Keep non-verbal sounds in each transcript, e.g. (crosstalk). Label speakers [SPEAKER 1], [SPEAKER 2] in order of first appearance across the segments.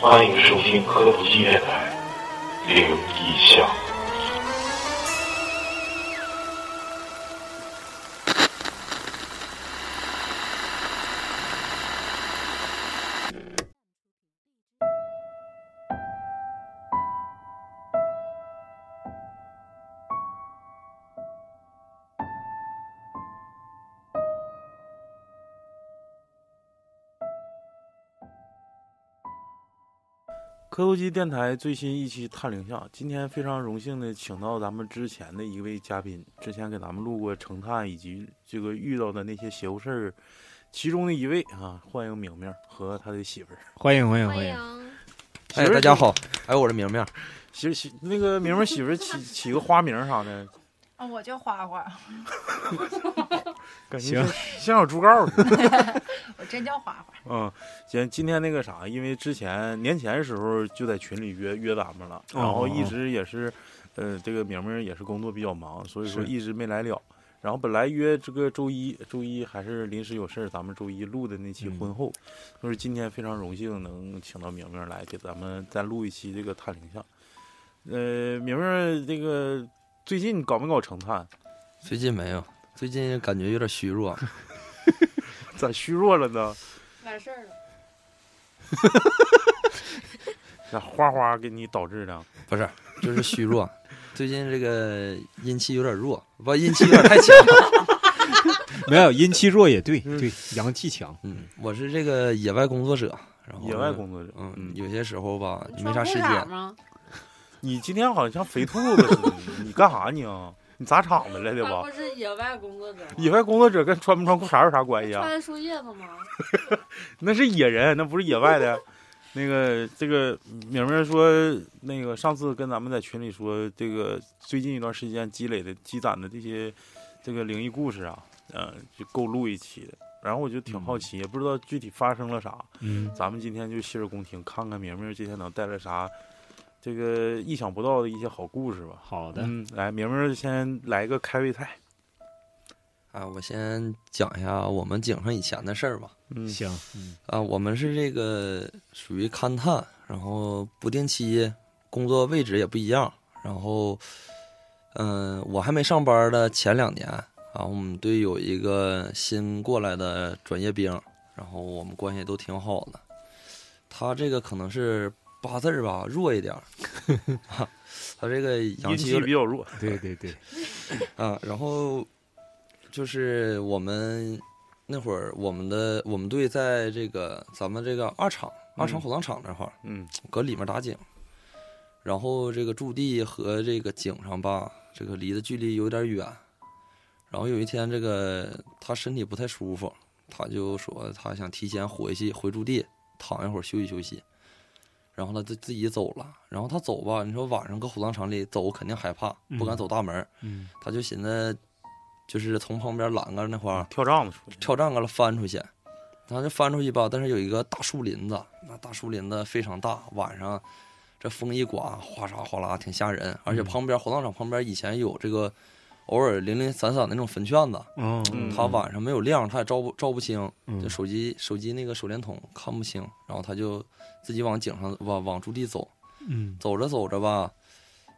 [SPEAKER 1] 欢迎收听科普纪电台《灵异巷》。
[SPEAKER 2] 科头机电台最新一期《探灵下》，今天非常荣幸的请到咱们之前的一位嘉宾，之前给咱们录过成探以及这个遇到的那些邪乎事儿，其中的一位啊，欢迎明明和他的媳妇儿。
[SPEAKER 3] 欢迎欢迎
[SPEAKER 4] 欢
[SPEAKER 3] 欢迎！
[SPEAKER 5] 啊
[SPEAKER 4] 迎，
[SPEAKER 2] 媳
[SPEAKER 6] 哎，
[SPEAKER 2] 妇儿
[SPEAKER 6] 大家，好，哎，我是明明，
[SPEAKER 2] 媳媳那个明明媳妇儿起起个花名啥的，
[SPEAKER 7] 啊，我叫花花，
[SPEAKER 2] 感觉
[SPEAKER 3] 行
[SPEAKER 2] 像像小猪羔似的。
[SPEAKER 7] 我真叫花花。
[SPEAKER 2] 嗯，行，今天那个啥，因为之前年前时候就在群里约约咱们了，然后一直也是，呃，这个明明也是工作比较忙，所以说
[SPEAKER 3] 是
[SPEAKER 2] 一直没来了。然后本来约这个周一，周一还是临时有事儿，咱们周一录的那期
[SPEAKER 3] 嗯
[SPEAKER 2] 婚后，就是今天非常荣幸能请到明明来给咱们再录一期这个探灵像。呃，明明这个最近搞没搞成探？ (laughs)
[SPEAKER 6] 最近没有，最近感觉有点虚弱，
[SPEAKER 2] 咋虚弱了呢？
[SPEAKER 4] 完事儿了。
[SPEAKER 2] 那花花给你导致的。
[SPEAKER 6] 不是，就是虚弱，最近这个阴气有点弱，不，阴气有点太强。
[SPEAKER 3] 没有阴气弱也对，
[SPEAKER 2] 嗯
[SPEAKER 3] 对阳气强。
[SPEAKER 6] 嗯，我是这个野外工作者，然后
[SPEAKER 2] 野外工作者，
[SPEAKER 6] 哦嗯，有些时候吧，
[SPEAKER 4] 你
[SPEAKER 6] 没
[SPEAKER 4] 穿
[SPEAKER 6] 啥
[SPEAKER 4] 裤
[SPEAKER 6] 时
[SPEAKER 4] 衩
[SPEAKER 6] 间，
[SPEAKER 4] 吗？
[SPEAKER 2] (laughs) 你今天好像像肥兔子似的，你干啥你啊？你砸场子来的
[SPEAKER 4] 他
[SPEAKER 2] 吧
[SPEAKER 4] 不？是野外工作者吗？
[SPEAKER 2] 野外工作者跟穿不穿裤衩有啥关系啊？
[SPEAKER 4] 穿树叶子吗？
[SPEAKER 2] 那是野人，那不是野外的。 (laughs) 那个，这个明明说，那个上次跟咱们在群里说，这个最近一段时间积累的、积攒的这些这个灵异故事啊，嗯、就够录一期的。然后我就挺好奇，也不知道具体发生了啥。
[SPEAKER 3] 嗯，
[SPEAKER 2] 咱们今天就洗耳恭听，看看明明今天能带来啥这个意想不到的一些好故事吧。
[SPEAKER 3] 好的，
[SPEAKER 2] 嗯，来，明明先来个开胃菜。
[SPEAKER 6] 啊，我先讲一下我们井上以前的事儿吧。
[SPEAKER 2] 嗯
[SPEAKER 3] 行，嗯
[SPEAKER 6] 啊，我们是这个属于勘探，然后不定期，工作位置也不一样。然后，嗯、我还没上班的前两年啊，我们队有一个新过来的转业兵，然后我们关系都挺好的。他这个可能是八字儿吧，弱一点儿、啊他这个阳
[SPEAKER 2] 阴
[SPEAKER 6] 气
[SPEAKER 2] 气
[SPEAKER 6] 有点
[SPEAKER 2] 比较弱。
[SPEAKER 3] 对对对，
[SPEAKER 6] 啊，然后就是我们那会儿，我们的我们队在这个咱们这个二厂二厂
[SPEAKER 2] 嗯
[SPEAKER 6] 火葬场那块儿，
[SPEAKER 2] 嗯
[SPEAKER 6] 搁里面打井，然后这个驻地和这个井上吧，这个离的距离有点远。然后有一天，这个他身体不太舒服，他就说他想提前回去回驻地躺一会儿休息休息。然后他自自己走了，然后他走吧，你说晚上搁火葬场里走肯定害怕，不
[SPEAKER 3] 嗯
[SPEAKER 6] 敢走大门儿，
[SPEAKER 3] 嗯
[SPEAKER 6] 他就寻思，就是从旁边栏杆那块儿
[SPEAKER 2] 跳帐子出去。
[SPEAKER 6] 跳障杆了翻出去，他就翻出去吧，但是有一个大树林子，那大树林子非常大，晚上这风一刮，哗啦哗啦，挺吓人。而且
[SPEAKER 3] 嗯
[SPEAKER 6] 旁边火葬场旁边以前有这个偶尔零零散散的那种坟圈子，
[SPEAKER 3] 哦
[SPEAKER 2] 嗯
[SPEAKER 6] 他晚上没有亮，他也照不照不清，
[SPEAKER 3] 嗯
[SPEAKER 6] 就手机手机那个手电筒看不清，然后他就自己往井上往往驻地走，
[SPEAKER 3] 嗯
[SPEAKER 6] 走着走着吧，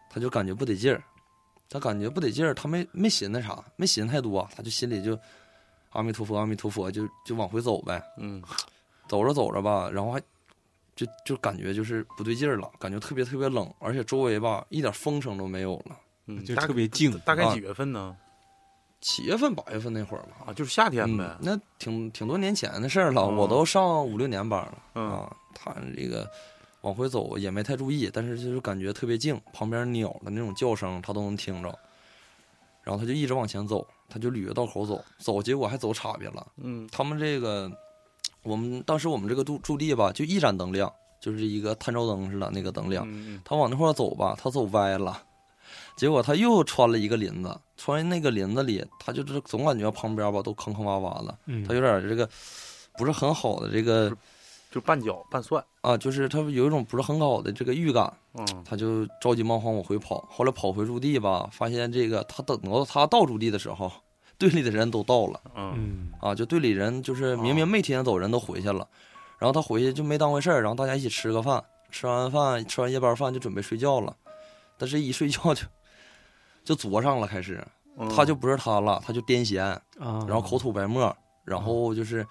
[SPEAKER 6] 他就感觉不得劲儿，他感觉不得劲儿，他没没寻那啥，没寻太多，他就心里就阿弥陀佛，阿弥陀佛，就就往回走呗。
[SPEAKER 2] 嗯
[SPEAKER 6] 走着走着吧，然后还就就感觉就是不对劲儿了，感觉特别特别冷，而且周围吧一点风声都没有了。
[SPEAKER 2] 嗯，
[SPEAKER 3] 就
[SPEAKER 2] 大
[SPEAKER 3] 特别静。
[SPEAKER 2] 大概
[SPEAKER 6] 啊
[SPEAKER 2] 几月份呢？
[SPEAKER 6] 七月份、八月份那会儿吧，
[SPEAKER 2] 啊，就是夏天
[SPEAKER 6] 嗯
[SPEAKER 2] 呗，。
[SPEAKER 6] 那挺挺多年前的事儿了，
[SPEAKER 2] 哦
[SPEAKER 6] 我都上五六年班了、
[SPEAKER 2] 嗯
[SPEAKER 6] 啊。他这个往回走也没太注意，但是就是感觉特别静，旁边鸟的那种叫声他都能听着。然后他就一直往前走，他就捋着道口走，走结果还走岔别了。
[SPEAKER 2] 嗯
[SPEAKER 6] 他们这个，我们当时我们这个驻驻地吧，就一盏灯亮，就是一个探照灯似的那个灯亮。
[SPEAKER 2] 嗯
[SPEAKER 6] 他往那块儿走吧，他走歪了，结果他又穿了一个林子，穿那个林子里，他就是总感觉旁边吧都坑坑洼洼的，
[SPEAKER 3] 嗯
[SPEAKER 6] 他有点这个不是很好的这个
[SPEAKER 2] 就拌脚拌蒜。
[SPEAKER 6] 啊，就是他有一种不是很好的这个预感，
[SPEAKER 2] 嗯
[SPEAKER 6] 他就着急忙慌往回跑。后来跑回驻地吧，发现这个他等到他到驻地的时候，队里的人都到了
[SPEAKER 2] 嗯
[SPEAKER 3] 嗯
[SPEAKER 6] 啊，就队里人就是明明没提前走，人都回去了，然后他回去就没当回事儿，然后大家一起吃个饭，吃完饭吃完夜班饭就准备睡觉了，但是一睡觉就就作上了，开始
[SPEAKER 2] 嗯
[SPEAKER 6] 他就不是他了，他就癫痫，
[SPEAKER 8] 嗯
[SPEAKER 3] 啊，
[SPEAKER 6] 嗯然后口吐白沫，然后就是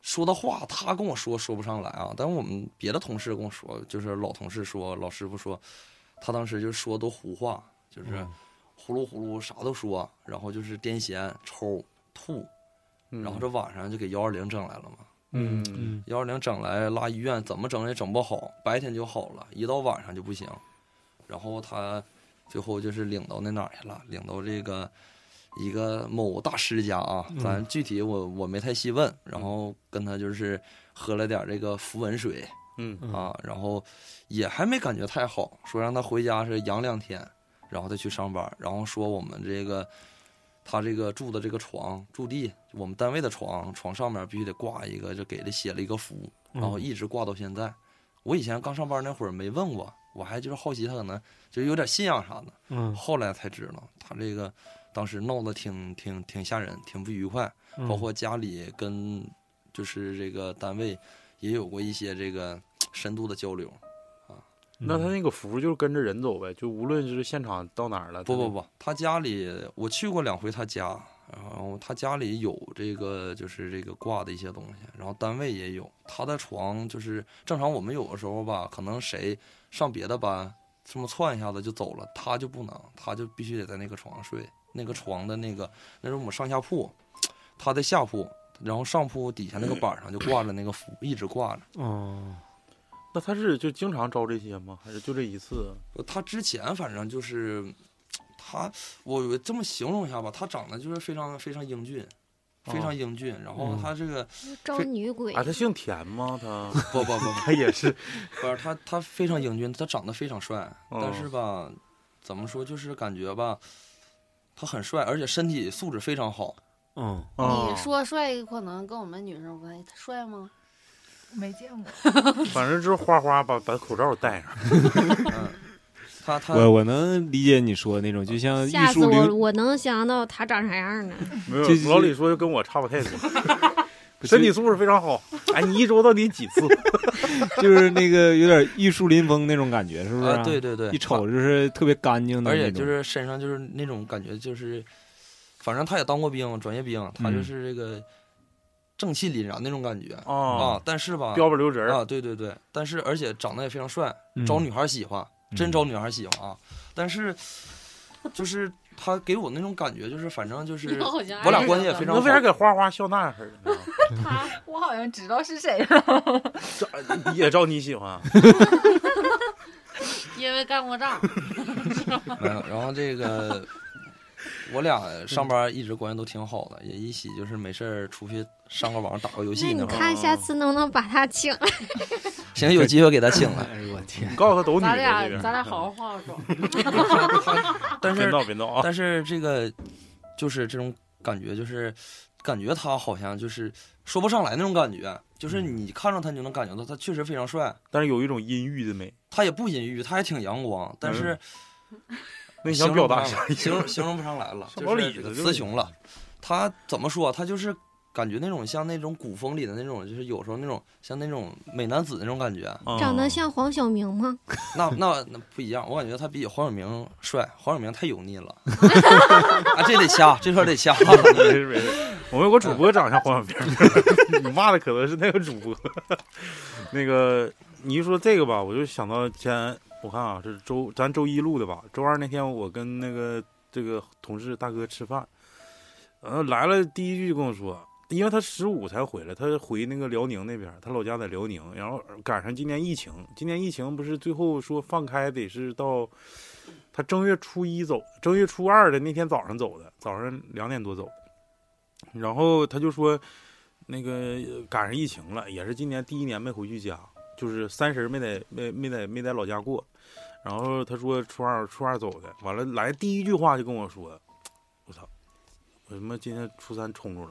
[SPEAKER 6] 说的话，他跟我说说不上来啊。但我们别的同事跟我说，就是老同事说，老师傅说，他当时就说都胡话，就是
[SPEAKER 3] 嗯
[SPEAKER 6] 呼噜呼噜啥都说，然后就是癫痫、抽、吐，然后这晚上就给幺二零整来了嘛。
[SPEAKER 2] 嗯嗯
[SPEAKER 3] 嗯
[SPEAKER 6] 幺二零整来拉医院，怎么整也整不好，白天就好了，一到晚上就不行。然后他最后就是领到那哪儿去了？领到这个一个某大师家啊，
[SPEAKER 3] 嗯
[SPEAKER 6] 咱具体我我没太细问。然后跟他就是喝了点这个符文水
[SPEAKER 2] 嗯
[SPEAKER 3] 嗯
[SPEAKER 6] 啊，然后也还没感觉太好，说让他回家是养两天，然后他去上班。然后说我们这个他这个住的这个床住地，我们单位的床床上面必须得挂一个，就给他写了一个符，
[SPEAKER 3] 嗯
[SPEAKER 6] 然后一直挂到现在。我以前刚上班那会儿没问过，我还就是好奇他可能就是有点信仰啥的，
[SPEAKER 3] 嗯，
[SPEAKER 6] 后来才知道他这个当时闹得挺挺挺吓人，挺不愉快，
[SPEAKER 3] 嗯
[SPEAKER 6] 包括家里跟就是这个单位也有过一些这个深度的交流。
[SPEAKER 2] 那他那个符就是跟着人走呗，就无论是现场到哪儿了，
[SPEAKER 6] 不
[SPEAKER 2] 他
[SPEAKER 6] 不
[SPEAKER 2] 那
[SPEAKER 6] 不，他家里我去过两回他家，然后他家里有这个就是这个挂的一些东西，然后单位也有。他的床就是正常我们有的时候吧，可能谁上别的班这么窜一下子就走了，他就不能，他就必须得在那个床上睡。那个床的那个那是我们上下铺，他的下铺，然后上铺底下那个板上就挂着那个符，一直挂着。
[SPEAKER 3] 哦，
[SPEAKER 2] 那他是就经常招这些吗？还是就这一次？
[SPEAKER 6] 他之前反正就是，他我我这么形容一下吧，他长得就是非常非常英俊，非常英俊。然后
[SPEAKER 3] 嗯
[SPEAKER 6] 他这个
[SPEAKER 5] 招女鬼
[SPEAKER 2] 啊，，他姓田吗？他
[SPEAKER 6] 不不不
[SPEAKER 2] 他也是，
[SPEAKER 6] 不是他他非常英俊，他长得非常帅，
[SPEAKER 2] 哦
[SPEAKER 6] 但是吧，怎么说就是感觉吧，他很帅，而且身体素质非常好。
[SPEAKER 3] 嗯，
[SPEAKER 2] 啊
[SPEAKER 6] 哦
[SPEAKER 5] 你，说帅可能跟我们女生不太帅吗？
[SPEAKER 7] 没见过，
[SPEAKER 2] 反正就是花花把把口罩戴上，
[SPEAKER 6] 嗯，他他啊
[SPEAKER 3] 我我能理解你说的那种，就像艺
[SPEAKER 5] 吓死
[SPEAKER 3] 术
[SPEAKER 5] 我了！
[SPEAKER 3] 领，
[SPEAKER 5] 我能想到他长啥样
[SPEAKER 4] (laughs)
[SPEAKER 5] 呢？
[SPEAKER 2] 没有
[SPEAKER 3] 这是
[SPEAKER 2] 老李说就跟我差不太多，
[SPEAKER 3] 不
[SPEAKER 2] 身体
[SPEAKER 3] 就
[SPEAKER 2] 素质非常 (laughs) 好。哎，你一周到底几次？
[SPEAKER 3] 就是那个有点玉树临风那种感觉，是不是啊？
[SPEAKER 6] 啊，对对对，
[SPEAKER 3] 一瞅就是特别干净的
[SPEAKER 6] 而
[SPEAKER 3] 那种，
[SPEAKER 6] 且就是身上就是那种感觉，就是反正他也当过兵，专业兵，他就
[SPEAKER 3] 嗯
[SPEAKER 6] 是这个正气凛然那种感觉、
[SPEAKER 2] 啊
[SPEAKER 3] 嗯
[SPEAKER 6] 啊。，但是吧，
[SPEAKER 2] 标不溜人儿，
[SPEAKER 6] 啊，对对对，但是而且长得也非常帅，
[SPEAKER 3] 嗯
[SPEAKER 6] 招女孩喜欢，
[SPEAKER 3] 嗯
[SPEAKER 6] 真招女孩喜欢啊。但是就是他给我那种感觉，就是反正就是
[SPEAKER 4] 好像
[SPEAKER 6] 我俩
[SPEAKER 4] 爱
[SPEAKER 6] 关
[SPEAKER 4] 上
[SPEAKER 6] 系也
[SPEAKER 4] 了
[SPEAKER 6] 非常
[SPEAKER 2] 那为啥给花花笑那样似的呢？
[SPEAKER 7] (laughs) 我好像知道是谁了。
[SPEAKER 2] 这也招你喜欢？
[SPEAKER 4] 因为干过仗，
[SPEAKER 6] 没有。然后这个我俩上班一直关系都挺好的，也一起就是没事儿出去上个网打个游
[SPEAKER 5] 那
[SPEAKER 6] 戏
[SPEAKER 5] 你
[SPEAKER 6] 呢。哦
[SPEAKER 5] 看下次能不能把他请来？
[SPEAKER 6] 行，有机会给他请
[SPEAKER 3] (laughs)
[SPEAKER 6] 来。
[SPEAKER 3] 哎呦我天
[SPEAKER 2] 你，告诉他都女
[SPEAKER 4] 咱
[SPEAKER 2] 的
[SPEAKER 4] 俩
[SPEAKER 2] 这边
[SPEAKER 4] 咱俩好好画画
[SPEAKER 6] 嗯
[SPEAKER 4] 妆。
[SPEAKER 6] 但
[SPEAKER 2] 别
[SPEAKER 6] 是
[SPEAKER 2] 闹别
[SPEAKER 3] 哦
[SPEAKER 2] 闹啊！
[SPEAKER 6] 但是这个就是这种感觉，就是感觉他好像就是说不上来那种感觉，就是
[SPEAKER 3] 嗯
[SPEAKER 6] 你看着他你就能感觉到他确实非常帅。
[SPEAKER 2] 但是有一种阴郁的美，
[SPEAKER 6] 他也不阴郁，他也挺阳光，但
[SPEAKER 3] 嗯
[SPEAKER 6] 是
[SPEAKER 2] 那你想
[SPEAKER 6] 形容
[SPEAKER 2] 表
[SPEAKER 6] 不
[SPEAKER 2] 达
[SPEAKER 6] 上
[SPEAKER 2] 啥
[SPEAKER 6] 来？形容形容不上来了，
[SPEAKER 2] 上
[SPEAKER 6] 就
[SPEAKER 2] 老李
[SPEAKER 6] 是
[SPEAKER 2] 子就是
[SPEAKER 6] 词穷了。他怎么说？啊他就是感觉那种像那种古风里的那种，就是有时候那种像那种美男子那种感觉。
[SPEAKER 2] 啊
[SPEAKER 5] 长得像黄晓明吗？
[SPEAKER 6] 那那那不一样，我感觉他比黄晓明帅，黄晓明太油腻了。 (laughs) 啊，这得掐，这块得掐。
[SPEAKER 2] 没事没事，我们有个主播长得像黄晓明，你骂的可能是那个主播。那个你一说这个吧，我就想到前我看啊，是周咱周一录的吧？周二那天我跟那个这个同事大哥吃饭，呃来了第一句就跟我说。因为他十五才回来，他回那个辽宁那边，他老家在辽宁，然后赶上今年疫情，今年疫情不是最后说放开得是到他正月初一走，正月初二的那天早上走的，早上两点多走，然后他就说，那个呃赶上疫情了，也是今年第一年没回去家，就是三十儿没在没没在没在老家过。然后他说初二初二走的，完了来第一句话就跟我说，我操，我他妈今天初三冲着了。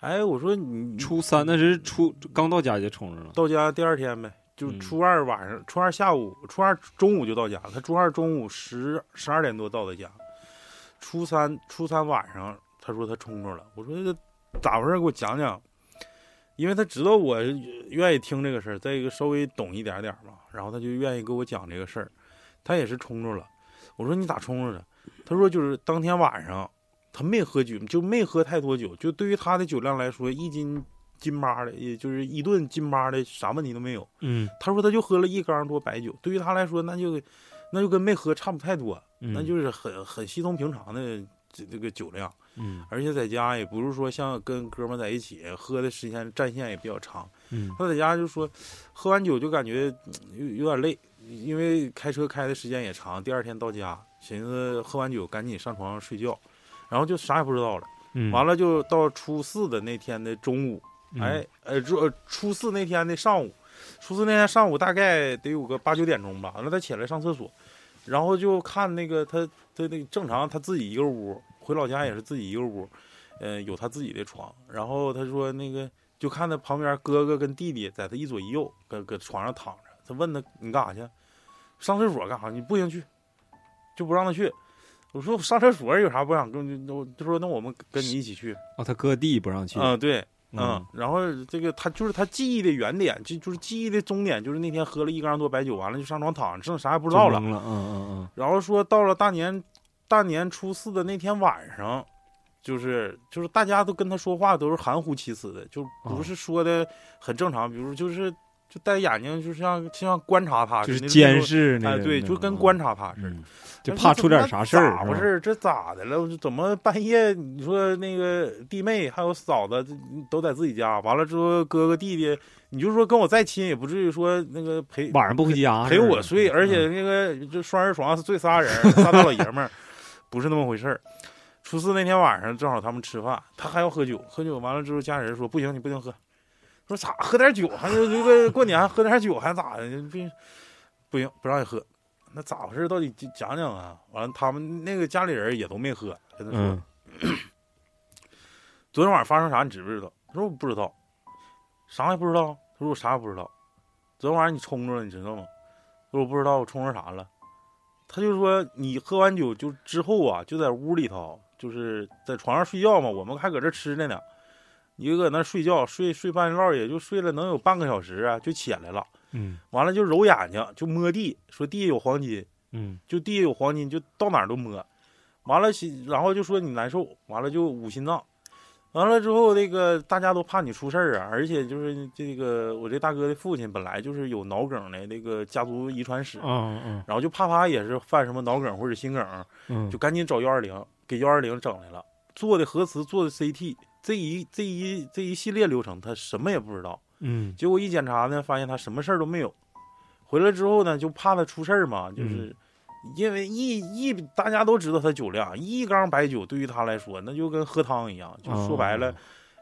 [SPEAKER 2] 哎，我说
[SPEAKER 6] 嗯
[SPEAKER 2] 你
[SPEAKER 3] 初三那是初刚到家就冲上了，
[SPEAKER 2] 到家第二天呗，就
[SPEAKER 3] 嗯
[SPEAKER 2] 初二晚上，初二下午，初二中午就到家。他初二中午十十二点多到的家，初三初三晚上，他说他冲着了。我说这咋回事？给我讲讲。因为他知道我愿意听这个事儿，再一个稍微懂一点点儿嘛，然后他就愿意给我讲这个事儿。他也是冲着了，我说你咋冲着的？他说就是当天晚上他没喝酒，就没喝太多酒，就对于他的酒量来说，一斤斤巴的，也就是一顿斤巴的，啥问题都没有。
[SPEAKER 3] 嗯
[SPEAKER 2] 他说他就喝了一缸多白酒，对于他来说，那就那就跟没喝差不太多，
[SPEAKER 3] 嗯
[SPEAKER 2] 那就是很很稀松平常的这这个酒量。
[SPEAKER 3] 嗯
[SPEAKER 2] 而且在家也不是说像跟哥们儿在一起喝的时间战线也比较长，
[SPEAKER 3] 嗯
[SPEAKER 2] 他在家就说喝完酒就感觉嗯有有点累，因为开车开的时间也长，第二天到家寻思喝完酒赶紧上床睡觉，然后就啥也不知道了。
[SPEAKER 3] 嗯，
[SPEAKER 2] 完
[SPEAKER 3] 了，
[SPEAKER 2] 了就到初四的那天的中午，
[SPEAKER 3] 嗯
[SPEAKER 8] 嗯
[SPEAKER 2] 哎，呃，初呃初四那天的上午，初四那天上午大概得有个八九点钟吧。完了，他起来上厕所，然后就看那个他他那个正常他自己一个屋，回老家也是自己一个屋，呃，有他自己的床。然后他说那个就看他旁边哥哥跟弟弟在他一左一右搁搁床上躺着。他问他你干啥去？上厕所干啥？你不行去，就不让他去。我说我上厕所有啥不想跟我就说那我们跟你一起去。
[SPEAKER 3] 哦，他哥弟不让去，
[SPEAKER 2] 嗯，对，嗯
[SPEAKER 3] 嗯，
[SPEAKER 2] 然后这个他就是他记忆的原点，就就是记忆的终点，就是那天喝了一缸多白酒，完了就上床躺着，剩啥也不
[SPEAKER 3] 不
[SPEAKER 2] 知道了。
[SPEAKER 3] 了，嗯嗯
[SPEAKER 2] 然后说到了大年大年初四的那天晚上，就是就是大家都跟他说话都是含糊其辞的，就不
[SPEAKER 3] 哦
[SPEAKER 2] 是说的很正常，比如就是就戴眼镜，就像就像观察他
[SPEAKER 3] 嗯，
[SPEAKER 2] 似
[SPEAKER 3] 就是
[SPEAKER 2] 的，啊那
[SPEAKER 3] 监
[SPEAKER 2] 种。
[SPEAKER 3] 视那
[SPEAKER 2] 哎，
[SPEAKER 3] 种，
[SPEAKER 2] 对，就跟观
[SPEAKER 3] 察
[SPEAKER 2] 察他似的。呃
[SPEAKER 3] 就怕出点啥事儿，
[SPEAKER 2] 咋回事？这咋的了？我这怎么半夜你说那个弟妹还有嫂子这都在自己家，完了之后哥哥弟弟，你就说跟我再亲也不至于说那个陪
[SPEAKER 3] 晚上不回家，
[SPEAKER 2] 陪我
[SPEAKER 8] 嗯
[SPEAKER 2] 睡，而且那个就双人床睡仨人，仨大老爷们儿，不是那么回事儿。初四那天晚上正好他们吃饭，他还要喝酒，喝酒完了之后家里人说不行，你不能喝，说咋喝点酒还这个过年还喝点酒还咋的？不不行，不让你喝，那咋回事？到底讲讲啊？完了他们那个家里人也都没喝，跟他说、
[SPEAKER 3] 嗯
[SPEAKER 2] 昨天晚上发生啥你知不知道？他说我不知道，啥也不知道。他说我啥也不知道。昨天晚上你冲着了，你知道吗？他说我不知道我冲着啥了。他就说你喝完酒就之后啊，就在屋里头，就是在床上睡觉嘛，我们还搁这吃着呢。你就搁那睡觉，睡睡半道儿也就睡了能有半个小时啊，就起来了。
[SPEAKER 3] 嗯
[SPEAKER 2] 完了就揉眼睛，就摸地，说地下有黄金，
[SPEAKER 3] 嗯
[SPEAKER 2] 就地下有黄金，就到哪儿都摸。完了心，然后就说你难受，完了就捂心脏。完了之后，那个大家都怕你出事儿啊，而且就是这个我这大哥的父亲本来就是有脑梗的那个家族遗传
[SPEAKER 8] 哦
[SPEAKER 2] 史，
[SPEAKER 3] 嗯
[SPEAKER 2] 然后就怕他也是犯什么脑梗或者心梗，
[SPEAKER 3] 嗯，
[SPEAKER 2] 就赶紧找幺二零，给幺二零整来了，做的核磁，做的 CT，这一这一这一系列流程他什么也不知道。
[SPEAKER 3] 嗯
[SPEAKER 2] 结果一检查呢，发现他什么事儿都没有。回来之后呢，就怕他出事儿嘛，就是因为一一大家都知道他酒量，一缸白酒对于他来说，那就跟喝汤一样，就说白了，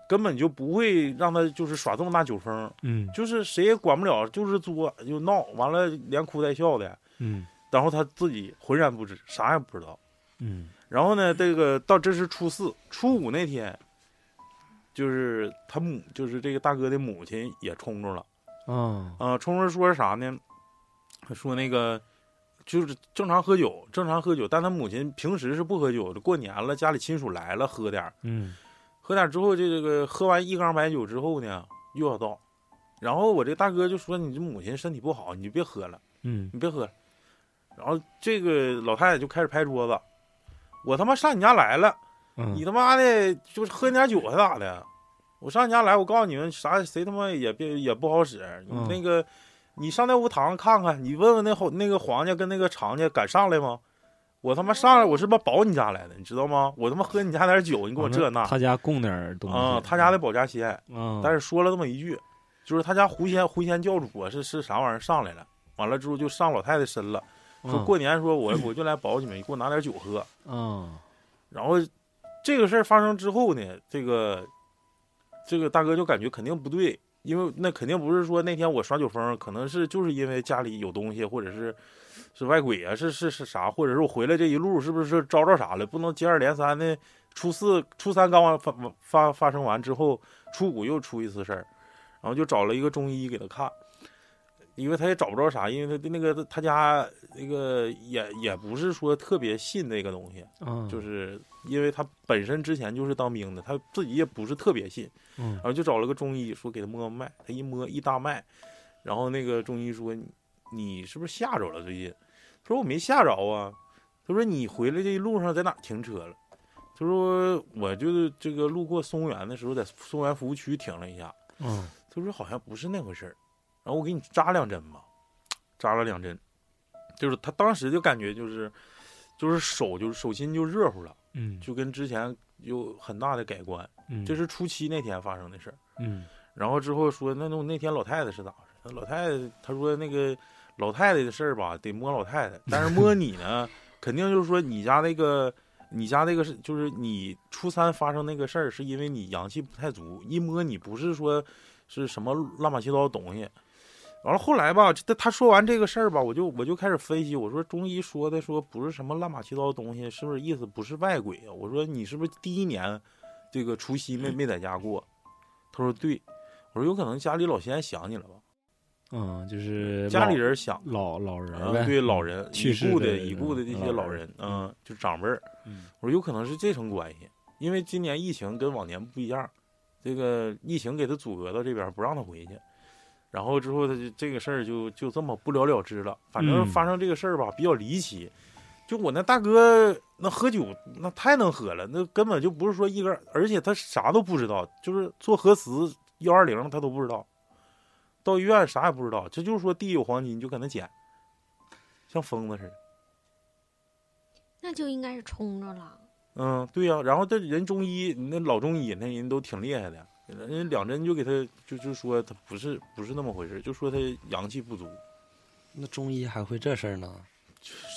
[SPEAKER 2] 根本就不会让他就是耍这么大酒疯，
[SPEAKER 3] 嗯
[SPEAKER 2] 就是谁也管不了，就是作就闹，完了连哭带笑的，
[SPEAKER 3] 嗯
[SPEAKER 2] 然后他自己浑然不知，啥也不知道。
[SPEAKER 3] 嗯
[SPEAKER 2] 然后呢，这个到这是初四，初五那天，就是他母，就是这个大哥的母亲也冲着了。
[SPEAKER 3] 啊
[SPEAKER 2] 啊，冲冲说啥呢？说那个就是正常喝酒，正常喝酒，但他母亲平时是不喝酒的，过年了家里亲属来了喝点儿，
[SPEAKER 3] 嗯
[SPEAKER 2] 喝点儿之后，这个喝完一缸白酒之后呢，又要倒。然后我这大哥就说：“你这母亲身体不好，你就别喝了，
[SPEAKER 3] 嗯
[SPEAKER 2] 你别喝了。”然后这个老太太就开始拍桌子：“我他妈上你家来了，你
[SPEAKER 3] 嗯
[SPEAKER 2] 他妈的就是喝你点酒还咋的？我上你家来，我告诉你们啥，谁他妈也别也不好使。你
[SPEAKER 3] 嗯
[SPEAKER 2] 那个，你上那屋堂上看看，你问问那后那个黄家跟那个常家敢上来吗？我他妈上来，我是他妈保你家来的，你知道吗？我他妈喝你家点酒，你给我这那
[SPEAKER 3] 哦
[SPEAKER 2] 啊、
[SPEAKER 3] 他家供点东西
[SPEAKER 2] 他
[SPEAKER 3] 嗯
[SPEAKER 2] 家的保家仙，
[SPEAKER 3] 啊，
[SPEAKER 2] 但是说了这么一句，就是他家狐仙狐仙教主啊是是啥玩意儿上来了，完了之后就上老太太身了，
[SPEAKER 3] 嗯
[SPEAKER 2] 说过年说我我就来保你们，你给我拿点酒喝。
[SPEAKER 3] 啊
[SPEAKER 2] 然后这个事儿发生之后呢，这个这个大哥就感觉肯定不对，因为那肯定不是说那天我耍酒疯，可能是就是因为家里有东西，或者是是外鬼啊，是是是啥，或者是我回来这一路是不是招着啥了？不能接二连三的，初四、初三刚完发发发生完之后，初五又出一次事儿，然后就找了一个中医给他看。因为他也找不着啥，因为他的那个他家那个也也不是说特别信那个东西，
[SPEAKER 6] 嗯，
[SPEAKER 2] 就是因为他本身之前就是当兵的，他自己也不是特别信，
[SPEAKER 6] 嗯
[SPEAKER 2] 然后就找了个中医说给他摸脉，他一摸一大脉，然后那个中医说你你是不是吓着了最近？他说我没吓着啊，他说你回来这一路上在哪儿停车了？他说我就是这个路过松原的时候，在松原服务区停了一下，
[SPEAKER 6] 嗯
[SPEAKER 2] 他说好像不是那回事儿，然后我给你扎两针吧，扎了两针，就是他当时就感觉就是，就是手就是手心就热乎了，
[SPEAKER 6] 嗯
[SPEAKER 2] 就跟之前有很大的改观，
[SPEAKER 6] 嗯
[SPEAKER 2] 这是初七那天发生的事儿。
[SPEAKER 6] 嗯
[SPEAKER 2] 然后之后说那那那天老太太是咋回事？那老太太她说那个老太太的事儿吧，得摸老太太，但是摸你呢，肯定就是说你家那个。你家那个是，就是你初三发生那个事儿，是因为你阳气不太足，一摸你不是说是什么乱七八糟的东西。完了后来吧，这他说完这个事儿吧，我就我就开始分析，我说中医说的说不是什么乱七八糟的东西，是不是意思不是外鬼啊？我说你是不是第一年这个除夕没没在家过？他说对，我说有可能家里老先想你了吧，
[SPEAKER 8] 嗯，就是
[SPEAKER 2] 家里
[SPEAKER 8] 老
[SPEAKER 2] 人想，
[SPEAKER 8] 老老人
[SPEAKER 2] 嗯
[SPEAKER 8] 儿呗，
[SPEAKER 2] 对老人
[SPEAKER 8] 去
[SPEAKER 2] 已
[SPEAKER 8] 世
[SPEAKER 2] 故
[SPEAKER 8] 的
[SPEAKER 2] 的
[SPEAKER 8] 人
[SPEAKER 2] 已故的这些
[SPEAKER 8] 老
[SPEAKER 2] 老
[SPEAKER 8] 人
[SPEAKER 2] 人，嗯，就长辈儿，
[SPEAKER 3] 嗯
[SPEAKER 2] 我说有可能是这层关系，因为今年疫情跟往年不一样，这个疫情给他阻隔到这边，不让他回去。然后之后他就这个事儿就就这么不了了之了。反正
[SPEAKER 8] 嗯
[SPEAKER 2] 发生这个事儿吧，比较离奇。就我那大哥那喝酒那太能喝了，那根本就不是说一个人，而且他啥都不知道，就是做核磁幺二零他都不知道，到医院啥也不知道，这就是说地有黄金就搁那捡，像疯子似的。
[SPEAKER 9] 那就应该是冲着了。
[SPEAKER 2] 嗯，对呀、然后这人中医，那老中医那人都挺厉害的，人家两针就给他就就说他不是不是那么回事，就说他阳气不足。
[SPEAKER 6] (laughs) 那中医还会这事儿呢？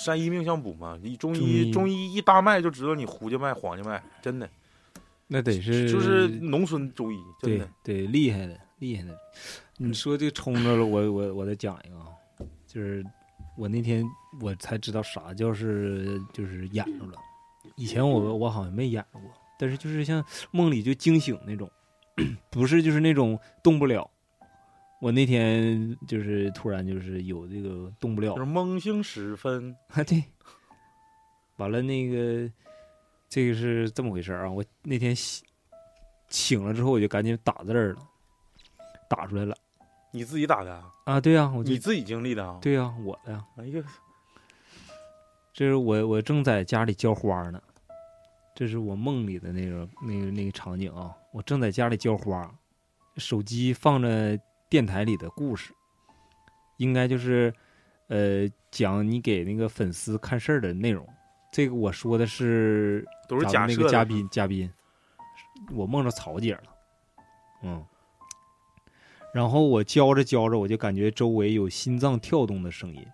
[SPEAKER 2] 山医命相卜嘛，你中
[SPEAKER 8] 中
[SPEAKER 2] 医
[SPEAKER 8] 医
[SPEAKER 2] 中医一大脉就知道你胡家脉、黄家脉，真的
[SPEAKER 8] 那得是
[SPEAKER 2] 就是农村中医，真
[SPEAKER 8] 对
[SPEAKER 2] 的。
[SPEAKER 8] 对厉害的厉害的。你说这冲着了，我我我再讲一个啊，就是我那天我才知道啥叫是就是演着了，以前我我好像没演着过，但是就是像梦里就惊醒那种， (clears throat) 不是就是那种动不了。我那天就是突然就是有这个动不了
[SPEAKER 2] 就是梦醒时分，
[SPEAKER 8] 啊，对。完了，那个这个是这么回事儿啊。我那天醒醒了之后，我就赶紧打字儿了，打出来了
[SPEAKER 2] 你自己打的啊，
[SPEAKER 8] 啊。对啊，我就
[SPEAKER 2] 你自己经历的啊。，
[SPEAKER 8] 对啊，我的啊，
[SPEAKER 2] 哎呀，
[SPEAKER 8] 这是我我正在家里浇花呢，这是我梦里的那个那个那个场景啊。我正在家里浇花，手机放着电台里的故事，应该就是呃讲你给那个粉丝看事儿的内容。这个我说的是
[SPEAKER 2] 都是
[SPEAKER 8] 咱
[SPEAKER 2] 假
[SPEAKER 8] 们
[SPEAKER 2] 设
[SPEAKER 8] 那个
[SPEAKER 2] 的
[SPEAKER 8] 嘉宾嘉宾，我梦着曹姐了，嗯，然后我教着教着，我就感觉周围有心脏跳动的声音，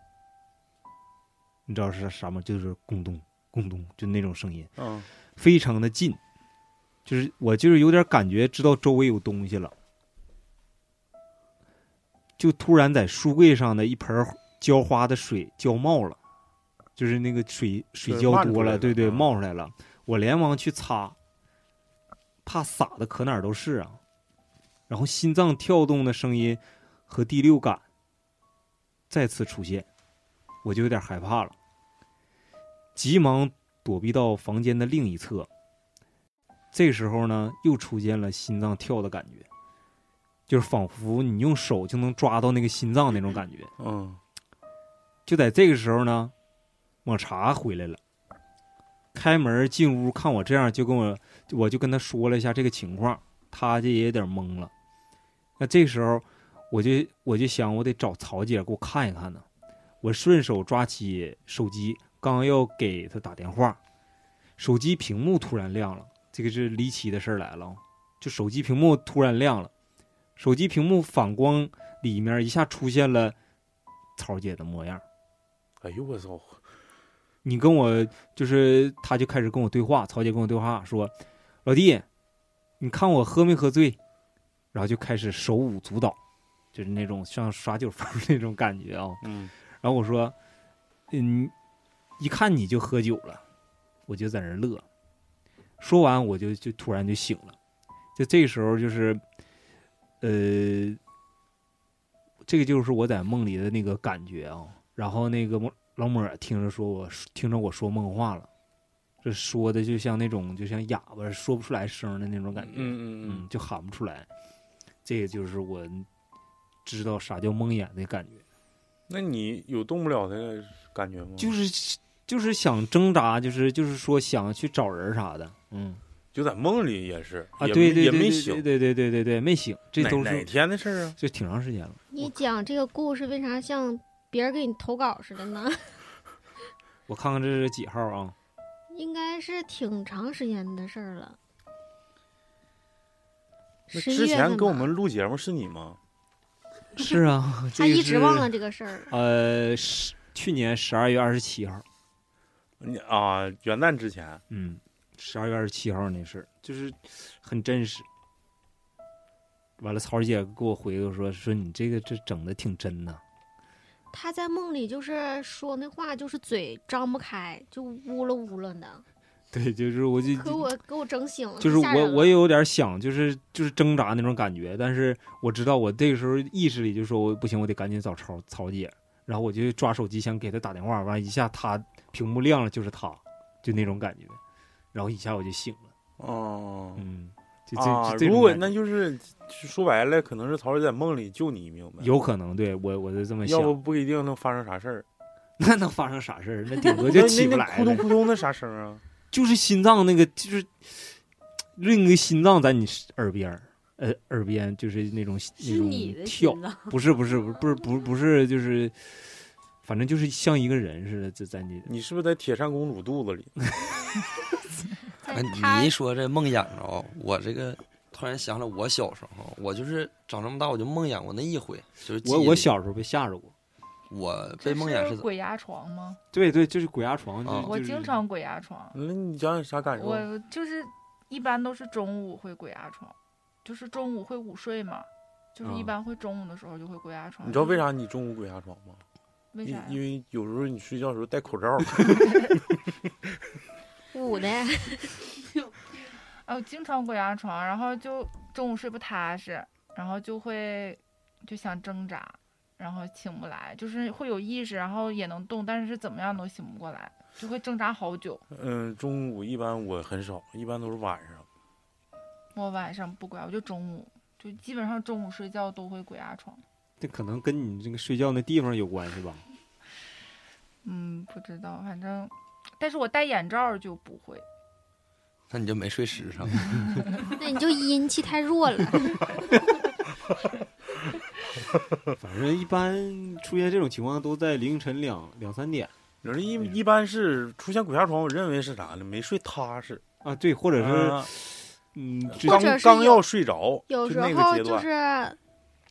[SPEAKER 8] 你知道是啥吗？就是咕咚咕咚，就那种声音，
[SPEAKER 2] 嗯，
[SPEAKER 8] 非常的近，就是我就是有点感觉知道周围有东西了，就突然在书柜上的一盆浇花的水浇冒了，就是那个水水
[SPEAKER 2] 就是
[SPEAKER 8] 浇
[SPEAKER 2] 漫出
[SPEAKER 8] 多
[SPEAKER 2] 来
[SPEAKER 8] 了，
[SPEAKER 2] 了
[SPEAKER 8] 对对，
[SPEAKER 2] 嗯
[SPEAKER 8] 冒出来了，我连忙去擦，怕洒的可哪儿都是啊，然后心脏跳动的声音和第六感再次出现，我就有点害怕了，急忙躲避到房间的另一侧。这时候呢，又出现了心脏跳的感觉，就是仿佛你用手就能抓到那个心脏那种感觉。
[SPEAKER 2] 嗯，
[SPEAKER 8] 就在这个时候呢，抹茶回来了，开门进屋看我这样，就跟我我就跟他说了一下这个情况，他这也有点懵了。那这时候我就我就想，我得找曹姐给我看一看呢。我顺手抓起手机，刚要给他打电话，手机屏幕突然亮了，这个是离奇的事儿来了啊，就手机屏幕突然亮了，手机屏幕反光里面一下出现了曹姐的模样。
[SPEAKER 2] 哎呦我操，
[SPEAKER 8] 你跟我就是，他就开始跟我对话，曹姐跟我对话说：“老弟，你看我喝没喝醉？”然后就开始手舞足蹈，就是那种像耍酒疯那种感觉啊、
[SPEAKER 2] 嗯，
[SPEAKER 8] 然后我说：“嗯，一看你就喝酒了。”我就在那儿乐。说完，我就就突然就醒了。就这时候，就是，呃，这个就是我在梦里的那个感觉啊。然后那个莫老莫儿听着说我听着我说梦话了，这说的就像那种就像哑巴说不出来声儿的那种感觉，
[SPEAKER 2] 嗯
[SPEAKER 8] 嗯，就喊不出来。这个就是我知道啥叫梦魇的感觉，
[SPEAKER 2] 那你有动不了的感觉吗？
[SPEAKER 8] 就是就是想挣扎，就是就是说想去找人啥的，嗯
[SPEAKER 2] 就在梦里也是
[SPEAKER 8] 啊，
[SPEAKER 2] 也
[SPEAKER 8] 对对
[SPEAKER 2] 也
[SPEAKER 8] 对
[SPEAKER 2] 没
[SPEAKER 8] 对
[SPEAKER 2] 醒，
[SPEAKER 8] 对对对对对，没醒，这
[SPEAKER 2] 哪
[SPEAKER 8] 都
[SPEAKER 2] 哪
[SPEAKER 8] 是
[SPEAKER 2] 天的事儿啊？
[SPEAKER 8] 这挺长时间了。
[SPEAKER 9] 你讲这个故事为啥像别人给你投稿似的呢？
[SPEAKER 8] 我看看这是几号
[SPEAKER 9] (laughs)
[SPEAKER 8] 啊？
[SPEAKER 9] 应该是挺长时间的事儿了。
[SPEAKER 2] 那
[SPEAKER 9] 十一
[SPEAKER 2] 之
[SPEAKER 9] 月
[SPEAKER 2] 前
[SPEAKER 9] 份
[SPEAKER 2] 给我
[SPEAKER 9] 吧
[SPEAKER 2] 们录节目是你吗？
[SPEAKER 8] 是啊，这
[SPEAKER 9] 他
[SPEAKER 8] 个
[SPEAKER 9] 一直
[SPEAKER 8] 是
[SPEAKER 9] 忘了这个事儿。
[SPEAKER 8] 呃，是去年十二月二十七号，
[SPEAKER 2] 你啊，元旦之前
[SPEAKER 8] 嗯，十二月二十七号那事儿就是很真实。完了，曹儿姐给我回个说说你这个这整的挺真呐、 (laughs)
[SPEAKER 9] 他在梦里就是说那话，就是嘴张不开，就呜了呜了的。
[SPEAKER 8] 对，就是我就
[SPEAKER 9] 可我给我整醒了，
[SPEAKER 8] 就是
[SPEAKER 9] 太吓人
[SPEAKER 8] 我
[SPEAKER 9] 了
[SPEAKER 8] 我也有点想，就是就是挣扎那种感觉，但是我知道我这个时候意识里就说我不行，我得赶紧找曹曹姐，然后我就抓手机想给她打电话，完一下她屏幕亮了，就是她，就那种感觉，然后一下我就醒了，
[SPEAKER 2] 哦
[SPEAKER 8] 嗯，就这、
[SPEAKER 2] 啊，
[SPEAKER 8] 就这种
[SPEAKER 2] 如果
[SPEAKER 8] 感觉
[SPEAKER 2] 那就是说白了，可能是曹儿在梦里救你一命呗，
[SPEAKER 8] 有可能，对我我就这么想
[SPEAKER 2] 要，不不一定能发生啥事儿。
[SPEAKER 8] 那能发生啥事儿？那顶多
[SPEAKER 2] 那
[SPEAKER 8] 就起
[SPEAKER 2] 那
[SPEAKER 8] 不
[SPEAKER 2] 那
[SPEAKER 8] 来
[SPEAKER 2] 扑通
[SPEAKER 8] 了，
[SPEAKER 2] 扑通的啥声啊？
[SPEAKER 8] 就是心脏那个就是另一个心脏在你耳边儿。呃，耳边就是那种那
[SPEAKER 4] 是
[SPEAKER 8] 种
[SPEAKER 4] 你的
[SPEAKER 8] 跳
[SPEAKER 4] 心，脏，
[SPEAKER 8] (laughs) 不是不是不是不是不是不是就是，反正就是像一个人似的，就在你
[SPEAKER 2] 你是不是在铁扇公主肚子里？
[SPEAKER 6] 哎，
[SPEAKER 9] 他
[SPEAKER 6] 你一说这梦魇着，我这个突然想起来，我小时候，我就是长这么大，我就梦魇过那一回，就是记
[SPEAKER 8] 我
[SPEAKER 6] 忆
[SPEAKER 8] 我
[SPEAKER 6] 里
[SPEAKER 8] 小时候被吓着过。
[SPEAKER 6] 我
[SPEAKER 7] 这
[SPEAKER 6] 被梦
[SPEAKER 7] 是
[SPEAKER 6] 魇是怎
[SPEAKER 7] 鬼压床吗？
[SPEAKER 8] 对对，就是鬼压床，就
[SPEAKER 2] 哦
[SPEAKER 6] 啊
[SPEAKER 8] 是
[SPEAKER 7] 我
[SPEAKER 8] 就是
[SPEAKER 7] 经常鬼压床，
[SPEAKER 2] 那你讲讲啥感受？啊
[SPEAKER 7] 我就是一般都是中午会鬼压床，就是中午会午睡嘛，就是一
[SPEAKER 2] 嗯
[SPEAKER 7] 般会中午的时候就会鬼压床。
[SPEAKER 2] 你知道为
[SPEAKER 7] 就是？
[SPEAKER 2] 啥你中午鬼压床吗？
[SPEAKER 7] 为
[SPEAKER 2] 因
[SPEAKER 7] 啥呀？
[SPEAKER 2] 因为有时候你睡觉的时候戴口罩，
[SPEAKER 9] (laughs) 捂的，
[SPEAKER 7] 啊，我经常鬼压床，然后就中午睡不踏实，然后就会就想挣扎，然后醒不来，就是会有意识，然后也能动，但是怎么样都醒不过来，就会挣扎好久。
[SPEAKER 2] 嗯，中午一般我很少，一般都是晚上。
[SPEAKER 7] 我晚上不鬼压，我就中午，就基本上中午睡觉都会鬼压床。
[SPEAKER 8] 这可能跟你这个睡觉那地方有关系吧？
[SPEAKER 7] 嗯，不知道，反正，但是我戴眼罩就不会。
[SPEAKER 6] 那你就没睡实诚。
[SPEAKER 9] 那你就阴气太弱了。 (laughs)
[SPEAKER 8] 反正一般出现这种情况都在凌晨两两三点
[SPEAKER 2] 有人一
[SPEAKER 8] 哎
[SPEAKER 2] 一般是出现鬼压床，我认为是啥呢？没睡踏实，
[SPEAKER 8] 啊，对，或者是
[SPEAKER 2] 嗯
[SPEAKER 8] 嗯，这
[SPEAKER 9] 或
[SPEAKER 2] 刚
[SPEAKER 9] 者是
[SPEAKER 2] 刚
[SPEAKER 9] 有
[SPEAKER 2] 要睡着，
[SPEAKER 9] 有
[SPEAKER 2] 就
[SPEAKER 9] 时
[SPEAKER 2] 那
[SPEAKER 9] 候
[SPEAKER 2] 个阶
[SPEAKER 9] 就
[SPEAKER 2] 段，
[SPEAKER 9] 是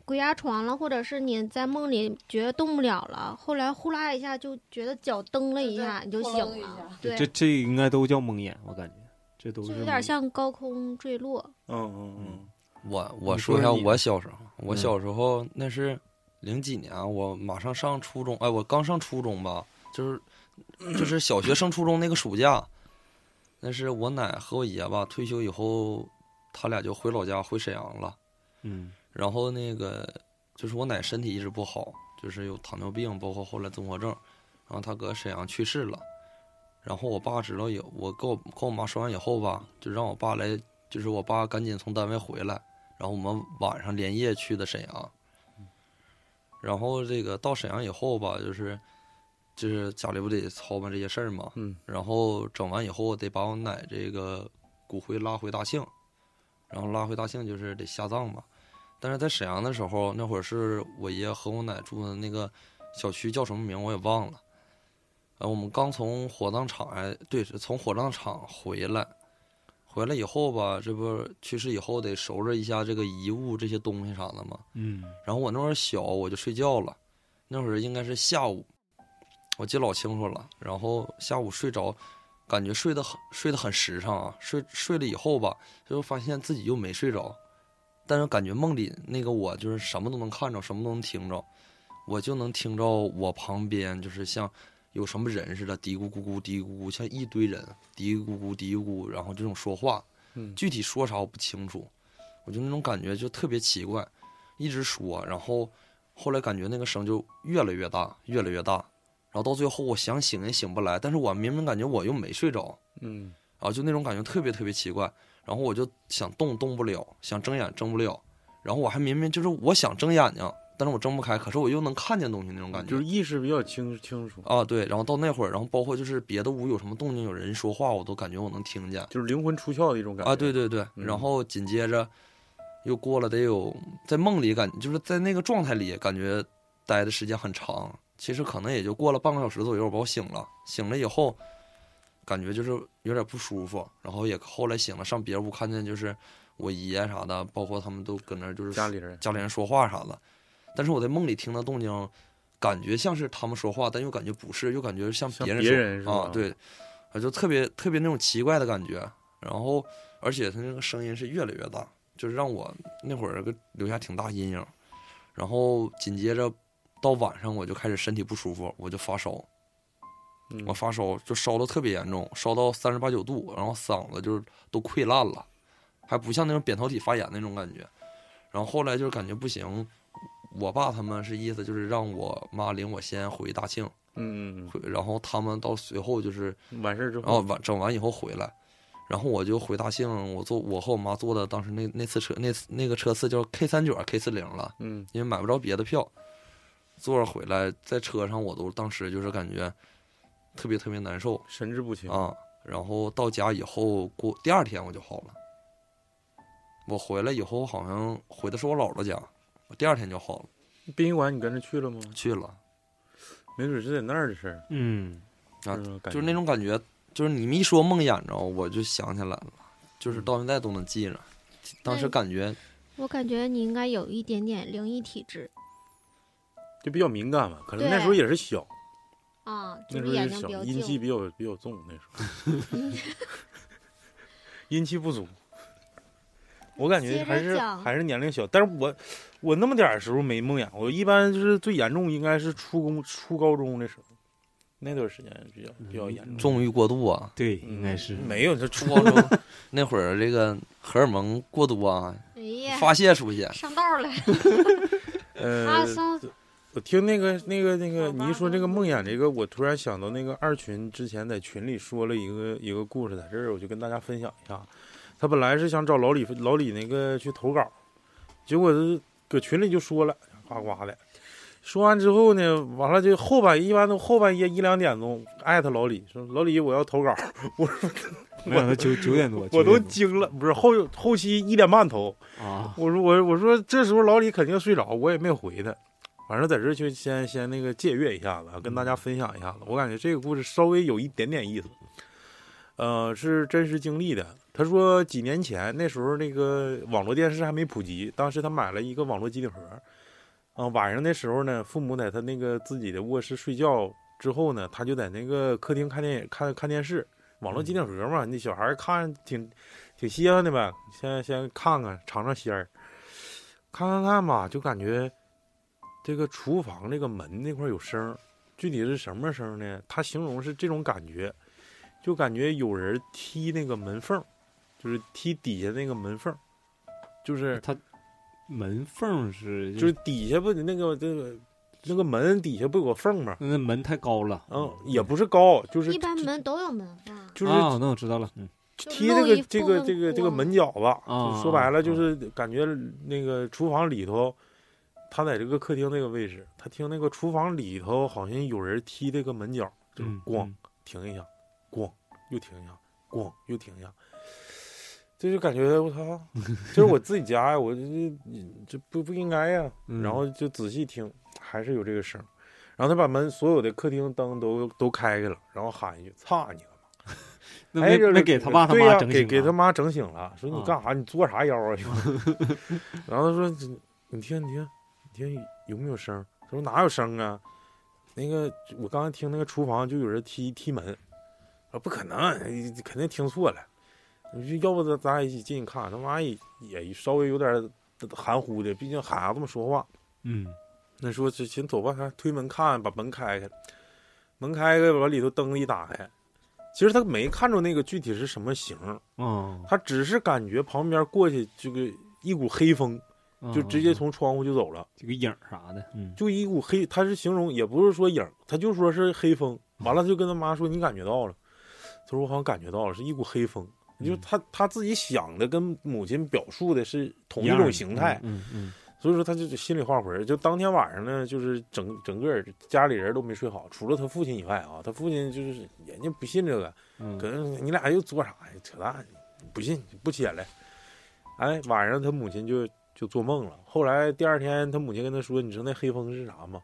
[SPEAKER 9] 鬼压床了，或者是你在梦里觉得动不了了，后来呼啦一下就觉得脚蹬了一下，你就
[SPEAKER 5] 扑
[SPEAKER 9] 醒
[SPEAKER 5] 棱一
[SPEAKER 9] 了
[SPEAKER 5] 下。
[SPEAKER 9] 对，
[SPEAKER 8] 这这应该都叫梦魇，我感觉这都是
[SPEAKER 9] 就有
[SPEAKER 8] 梦
[SPEAKER 9] 点
[SPEAKER 8] 魇
[SPEAKER 9] 像高空坠落。
[SPEAKER 2] 嗯嗯嗯，
[SPEAKER 6] 我
[SPEAKER 8] 你
[SPEAKER 6] 我
[SPEAKER 8] 说
[SPEAKER 6] 说一下
[SPEAKER 8] 说你
[SPEAKER 6] 我小时候，我
[SPEAKER 8] 嗯
[SPEAKER 6] 小时候那是零几年啊，我马上上初中，哎，我刚上初中吧，就是就是小学升初中那个暑假，那是我奶和我爷吧退休以后，他俩就回老家回沈阳了，
[SPEAKER 8] 嗯
[SPEAKER 6] 然后那个就是我奶身体一直不好，就是有糖尿病，包括后来综合症，然后她搁沈阳去世了。然后我爸知道有我跟我跟我妈说完以后吧，就让我爸来，就是我爸赶紧从单位回来，然后我们晚上连夜去的沈阳。然后这个到沈阳以后吧，就是就是家里不得操办这些事儿嘛，
[SPEAKER 2] 嗯，
[SPEAKER 6] 然后整完以后得把我奶这个骨灰拉回大庆，然后拉回大庆就是得下葬嘛。但是在沈阳的时候，那会儿是我爷和我奶住的那个小区叫什么名我也忘了。呃，我们刚从火葬场哎，对，是从火葬场回来，回来以后吧，这不去世以后得收拾一下这个遗物这些东西啥的嘛。
[SPEAKER 8] 嗯
[SPEAKER 6] 然后我那会儿小，我就睡觉了，那会儿应该是下午，我记老清楚了。然后下午睡着，感觉睡得很睡得很实诚啊，睡睡了以后吧，就发现自己又没睡着，但是感觉梦里那个我就是什么都能看着，什么都能听着，我就能听着我旁边就是像。有什么人似的，嘀咕咕咕，嘀咕咕，像一堆人嘀咕咕，嘀咕咕，然后这种说话，
[SPEAKER 2] 嗯
[SPEAKER 6] 具体说啥我不清楚，我就那种感觉就特别奇怪，一直说，然后后来感觉那个声就越来越大，越来越大，然后到最后我想醒也醒不来，但是我明明感觉我又没睡着，
[SPEAKER 2] 嗯
[SPEAKER 6] 啊，就那种感觉特别特别奇怪。然后我就想动动不了，想睁眼睁不了，然后我还明明就是我想睁眼睛，但是我睁不开，可是我又能看见东西那种感觉
[SPEAKER 2] 就是。意识比较清清楚，
[SPEAKER 6] 啊，对，然后到那会儿，然后包括就是别的屋有什么动静，有人说话，我都感觉我能听见。
[SPEAKER 2] 就是灵魂出窍的一种感觉
[SPEAKER 6] 啊，对，对对，
[SPEAKER 2] 嗯
[SPEAKER 6] 然后紧接着又过了得有在梦里感，就是在那个状态里感觉待的时间很长，其实可能也就过了半个小时左右，把我醒了。醒了以后，感觉就是有点不舒服，然后也后来醒了，上别屋看见就是我爷啥的，包括他们都搁那儿就是
[SPEAKER 2] 家里人
[SPEAKER 6] 家里人说话啥的，但是我在梦里听到动静，感觉像是他们说话，但又感觉不是，又感觉像
[SPEAKER 2] 像
[SPEAKER 6] 别人
[SPEAKER 2] 别
[SPEAKER 6] 说
[SPEAKER 2] 人是吧
[SPEAKER 6] 啊，对，啊就特别特别那种奇怪的感觉。然后，而且他那个声音是越来越大，就是让我那会儿个留下挺大阴影。然后紧接着到晚上我就开始身体不舒服，我就发烧，
[SPEAKER 2] 嗯
[SPEAKER 6] 我发烧就烧的特别严重，烧到三十八九度，然后嗓子就是都溃烂了，还不像那种扁桃体发炎那种感觉。然后后来就是感觉不行，我爸他们是意思就是让我妈领我先回大庆，
[SPEAKER 2] 嗯嗯
[SPEAKER 6] 回然后他们到随后就是
[SPEAKER 2] 嗯，完事儿之
[SPEAKER 6] 然
[SPEAKER 2] 后，
[SPEAKER 6] 后完整完以后回来，然后我就回大庆，我坐我和我妈坐的当时那那次车那次那个车次叫 K 三九啊 K 四零了，
[SPEAKER 2] 嗯
[SPEAKER 6] 因为买不着别的票，坐着回来在车上我都当时就是感觉特别特别难受
[SPEAKER 2] 神志不清，
[SPEAKER 6] 啊，然后到家以后过第二天我就好了，我回来以后好像回的是我姥姥家，我第二天就好了，
[SPEAKER 2] 殡仪馆你跟着去了吗？
[SPEAKER 6] 去了
[SPEAKER 2] 没准是在那儿的事儿，
[SPEAKER 8] 嗯，
[SPEAKER 6] 啊
[SPEAKER 2] 是吧感
[SPEAKER 6] 就是
[SPEAKER 2] 觉
[SPEAKER 6] 那种感觉，就是你们一说梦魇着我就想起来了，就是到现在都能记着，当时
[SPEAKER 9] 那
[SPEAKER 6] 感觉。
[SPEAKER 9] 我感觉你应该有一点点灵异体质
[SPEAKER 2] 就比较敏感嘛，可能
[SPEAKER 9] 对
[SPEAKER 2] 那时候也是小，
[SPEAKER 9] 啊，
[SPEAKER 2] 那时
[SPEAKER 9] 就是
[SPEAKER 2] 候也
[SPEAKER 9] 眼
[SPEAKER 2] 是
[SPEAKER 9] 睛
[SPEAKER 2] 小
[SPEAKER 9] 比，较
[SPEAKER 2] 阴气
[SPEAKER 9] 静。
[SPEAKER 2] 比较比较重，那时候阴气不足。我感
[SPEAKER 9] 接
[SPEAKER 2] 觉
[SPEAKER 9] 着
[SPEAKER 2] 还是
[SPEAKER 9] 讲
[SPEAKER 2] 还是年龄小，但是我我那么点儿时候没梦魇，我一般就是最严重应该是初中初高中的时候，那段时间比较比较严重，
[SPEAKER 6] 纵欲过度啊，
[SPEAKER 8] 对，
[SPEAKER 2] 嗯
[SPEAKER 8] 嗯应该是
[SPEAKER 2] 没有，这嗯 (laughs) 初
[SPEAKER 6] 初
[SPEAKER 2] 高
[SPEAKER 6] 高
[SPEAKER 2] 中
[SPEAKER 6] 中那会儿这个荷尔蒙过多啊，
[SPEAKER 9] 哎呀，
[SPEAKER 6] 发泄出去，
[SPEAKER 9] 上道儿了，
[SPEAKER 2] 呃
[SPEAKER 9] 啊，，上
[SPEAKER 2] 我听那个那个那个，
[SPEAKER 5] 好吧
[SPEAKER 2] 你一说这个梦魇这个，我突然想到那个二群之前在群里说了一个一个故事，在这儿我就跟大家分享一下。他本来是想找老李老李那个去投稿，结果他搁群里就说了，呱呱的。说完之后呢，完了就后半一般都后半夜一两点钟艾特老李说老李我要投稿，
[SPEAKER 8] 没想到九九
[SPEAKER 2] (laughs)
[SPEAKER 8] 点多，
[SPEAKER 2] 我
[SPEAKER 8] 9
[SPEAKER 2] 都
[SPEAKER 8] 点多
[SPEAKER 2] 惊了，不是后后期一点半投，
[SPEAKER 8] 啊，
[SPEAKER 2] 我说我我说这时候老李肯定睡着，我也没回他。反正在这儿就先先那个借阅一下子啊，跟大家分享一下子。我感觉这个故事稍微有一点点意思，呃，是真实经历的。他说几年前那时候那个网络电视还没普及，当时他买了一个网络机顶盒，嗯、晚上的时候呢，父母在他那个自己的卧室睡觉之后呢，他就在那个客厅看电影看看电视，网络机顶盒嘛，那小孩儿看挺挺稀罕的呗，先先看看尝尝鲜儿，看看看吧，就感觉这个厨房这个门那块儿有声儿，具体是什么声儿呢？他形容是这种感觉，就感觉有人踢那个门缝儿，就是踢底下那个门缝儿，就是
[SPEAKER 8] 门缝是
[SPEAKER 2] 就是底下不得那个这个那个门底下不有个缝吗？
[SPEAKER 8] 那门太高了，
[SPEAKER 2] 嗯，也不是高，就是
[SPEAKER 9] 一般门都有门缝儿，
[SPEAKER 2] 就是
[SPEAKER 8] 啊，那我知道了，嗯，
[SPEAKER 9] 就
[SPEAKER 2] 踢
[SPEAKER 9] 露
[SPEAKER 2] 这个
[SPEAKER 9] 一
[SPEAKER 2] 这
[SPEAKER 9] 部
[SPEAKER 2] 个
[SPEAKER 9] 分
[SPEAKER 2] 这个这
[SPEAKER 9] 光
[SPEAKER 2] 个门角子，
[SPEAKER 8] 啊
[SPEAKER 2] 就说白了
[SPEAKER 8] 啊
[SPEAKER 2] 就是感觉那个厨房里头，他在这个客厅那个位置，他听那个厨房里头好像有人踢这个门角，就是
[SPEAKER 8] 嗯
[SPEAKER 2] 咣，停一下，咣又停一下，咣又停一下，这就感觉我操，这是我自己家呀，我这这这不不应该呀，
[SPEAKER 8] 嗯
[SPEAKER 2] 然后就仔细听，还是有这个声儿。然后他把门所有的客厅灯都都开开了，然后喊一句：“操你了！”
[SPEAKER 8] 那
[SPEAKER 2] 哎，
[SPEAKER 8] 没
[SPEAKER 2] 就是
[SPEAKER 8] 没给他爸他
[SPEAKER 2] 对呀
[SPEAKER 8] 妈整
[SPEAKER 2] 给
[SPEAKER 8] 醒
[SPEAKER 2] 给他
[SPEAKER 8] 啊，
[SPEAKER 2] 妈整醒了，说你
[SPEAKER 8] 啊
[SPEAKER 2] 干啥？你作啥妖啊？
[SPEAKER 8] (laughs)
[SPEAKER 2] 然后他说这你听你听你听有没有声儿？他说哪有声啊？那个我刚才听那个厨房就有人踢踢门，我说不可能，你肯定听错了。你说要不咱咱俩一起进去看？他妈也也稍微有点含糊的，毕竟孩子们说话。
[SPEAKER 8] 嗯，
[SPEAKER 2] 那说这行走吧，还推门看，把门开开，门开开，把里头灯一打开。其实他没看着那个具体是什么形儿，
[SPEAKER 8] 哦，
[SPEAKER 2] 他只是感觉旁边过去这个一股黑风，就直接从窗户就走了，
[SPEAKER 8] 嗯哦这个影儿啥的，嗯，
[SPEAKER 2] 就一股黑，他是形容也不是说影儿，他就说是黑风。完了，他就跟他妈说你感觉到了，他说我好像感觉到了，是一股黑风。就
[SPEAKER 8] 嗯
[SPEAKER 2] 他他自己想的跟母亲表述的是同一
[SPEAKER 8] 样
[SPEAKER 2] 种
[SPEAKER 8] 的
[SPEAKER 2] 形态，
[SPEAKER 8] 嗯嗯
[SPEAKER 2] 所以说他就心里画魂儿。就当天晚上呢，就是整整个家里人都没睡好，除了他父亲以外啊，他父亲就是人家不信这个，
[SPEAKER 8] 嗯，
[SPEAKER 2] 可能你俩又做啥呀？扯淡，不信不起来。哎，晚上他母亲就就做梦了。后来第二天，他母亲跟他说：“你知道那黑风是啥吗？”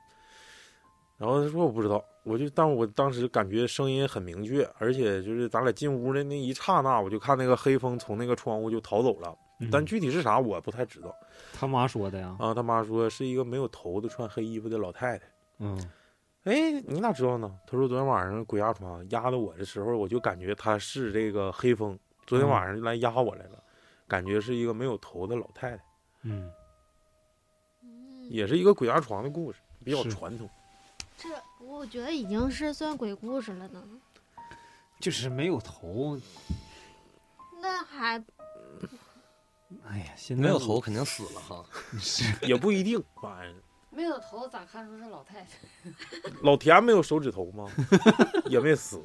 [SPEAKER 2] 然后他说：“我不知道。”我就，但我当时感觉声音很明确，而且就是咱俩进屋的那一刹那，我就看那个黑风从那个窗户就逃走了。
[SPEAKER 8] 嗯
[SPEAKER 2] 但具体是啥我不太知道。
[SPEAKER 8] 他妈说的呀，
[SPEAKER 2] 啊，他妈说是一个没有头的穿黑衣服的老太太。
[SPEAKER 8] 嗯
[SPEAKER 2] 哎，你咋知道呢？他说昨天晚上鬼压床压的我的时候，我就感觉他是这个黑风，昨天晚上就来压我来了，感觉是一个没有头的老太太，
[SPEAKER 8] 嗯，
[SPEAKER 2] 也是一个鬼压床的故事，比较
[SPEAKER 8] 是
[SPEAKER 2] 传统。
[SPEAKER 9] 嗯这我觉得已经是算鬼故事了呢。
[SPEAKER 8] 就是没有头，
[SPEAKER 9] 那还
[SPEAKER 8] 哎呀，现在
[SPEAKER 2] 嗯
[SPEAKER 6] 没有头肯定死了哈。
[SPEAKER 2] 也不一定。晚上
[SPEAKER 4] 没有头咋看出是老太太？
[SPEAKER 2] 老田没有手指头吗？ (laughs) 也没死。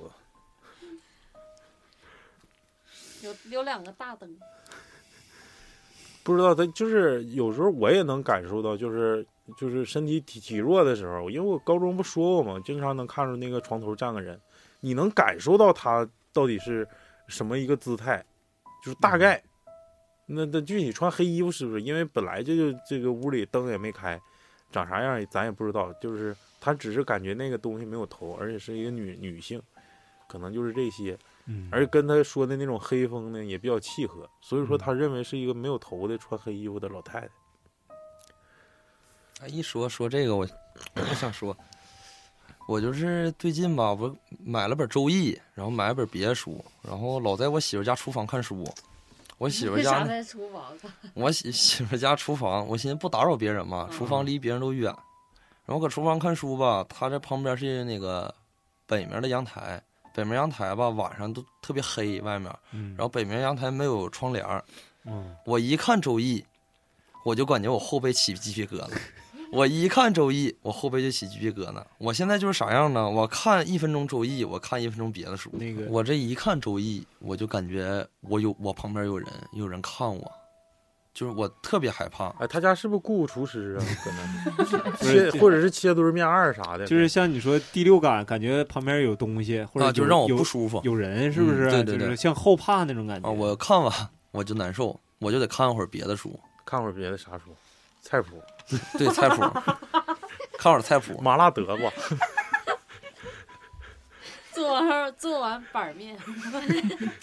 [SPEAKER 4] 有有两个大灯，
[SPEAKER 2] 不知道他就是有时候我也能感受到，就是就是身体体体弱的时候，因为我高中不说过嘛，经常能看着那个床头站个人，你能感受到他到底是什么一个姿态，就是大概。那那具体穿黑衣服是不是？因为本来这就这个屋里灯也没开，长啥样咱也不知道。就是他只是感觉那个东西没有头，而且是一个女女性，可能就是这些。
[SPEAKER 8] 嗯，
[SPEAKER 2] 而跟他说的那种黑风呢也比较契合，所以说
[SPEAKER 8] 嗯
[SPEAKER 2] 他认为是一个没有头的穿黑衣服的老太太。
[SPEAKER 6] 哎一说说这个，我 (clears throat) 我想说，我就是最近吧，我买了本《周易》，然后买了本别的书，然后老在我媳妇家厨房看书。我媳妇
[SPEAKER 4] 为
[SPEAKER 6] 家
[SPEAKER 4] 啥
[SPEAKER 6] 呢，
[SPEAKER 4] 在厨房？
[SPEAKER 6] 我媳 (laughs) 媳妇家厨房，我寻思不打扰别人嘛，厨
[SPEAKER 4] 嗯
[SPEAKER 6] 房离别人都远。然后搁厨房看书吧，她这旁边是那个北面的阳台，北面阳台吧晚上都特别黑外面，
[SPEAKER 8] 嗯
[SPEAKER 6] 然后北面阳台没有窗帘儿，
[SPEAKER 8] 嗯
[SPEAKER 6] 我一看《周易》，我就感觉我后背起鸡皮疙瘩。我一看《周易》，我后背就起鸡皮疙瘩。我现在就是啥样呢？我看一分钟《周易》，我看一分钟别的书。
[SPEAKER 8] 那个
[SPEAKER 6] 我这一看《周易》，我就感觉我有我旁边有人，有人看我，就是我特别害怕。
[SPEAKER 2] 哎，他家是不是雇厨师啊？搁那
[SPEAKER 8] 是
[SPEAKER 2] 切或者是切墩儿面二啥的，
[SPEAKER 8] 就是像你说第六感，感觉旁边有东西，或者
[SPEAKER 6] 啊，就
[SPEAKER 8] 有
[SPEAKER 6] 让我
[SPEAKER 8] 有
[SPEAKER 6] 不舒服
[SPEAKER 8] 有人，是不是？
[SPEAKER 6] 嗯对对
[SPEAKER 8] 就是
[SPEAKER 6] 对
[SPEAKER 8] 像后怕那种感觉
[SPEAKER 6] 啊！我看完我就难受，我就得看会儿别的书，
[SPEAKER 2] 看会儿别的啥书，菜谱、
[SPEAKER 6] 对菜谱，
[SPEAKER 8] (laughs)
[SPEAKER 6] 看会儿菜谱。
[SPEAKER 2] 麻辣德吧。
[SPEAKER 4] 做完做完板面，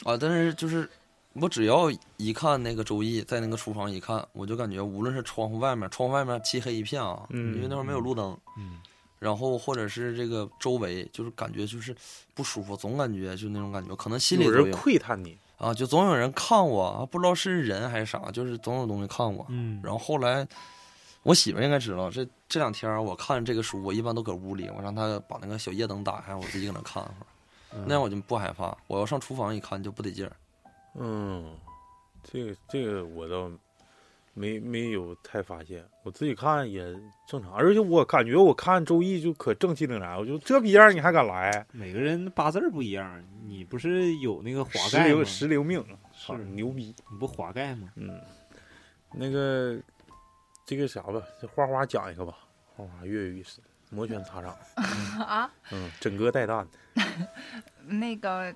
[SPEAKER 6] 啊，但是就是我只要一看那个周易，在那个厨房一看，我就感觉无论是窗户外面，窗户外面漆黑一片啊，
[SPEAKER 2] 嗯
[SPEAKER 6] 因为那会儿没有路灯，
[SPEAKER 8] 嗯
[SPEAKER 6] 然后或者是这个周围，就是感觉就是不舒服，总感觉就那种感觉，可能心理
[SPEAKER 2] 有
[SPEAKER 6] 作
[SPEAKER 2] 人
[SPEAKER 6] 用
[SPEAKER 2] 窥探你，
[SPEAKER 6] 啊，就总有人看我，啊不知道是人还是啥，就是总有东西看我。
[SPEAKER 8] 嗯，
[SPEAKER 6] 然后后来我媳妇儿应该知道，这这两天我看这个书，我一般都搁屋里，我让她把那个小夜灯打开，我自己搁那看会儿，那样我就不害怕。我要上厨房一看就不得劲儿。
[SPEAKER 2] 嗯，这个这个我倒没没有太发现，我自己看也正常，而且我感觉我看《周易》就可正气凛然，我就这逼样儿你还敢来？
[SPEAKER 8] 每个人八字儿不一样，你不是有那个华
[SPEAKER 2] 十
[SPEAKER 8] 盖吗
[SPEAKER 2] 流？十流命，操牛逼。
[SPEAKER 8] 你不华盖吗？
[SPEAKER 2] 嗯，那个这个啥吧，这花花讲一个吧，花花跃跃欲试，摩拳擦掌，
[SPEAKER 7] (laughs) 啊，
[SPEAKER 2] 嗯，枕戈待旦的，
[SPEAKER 7] 那个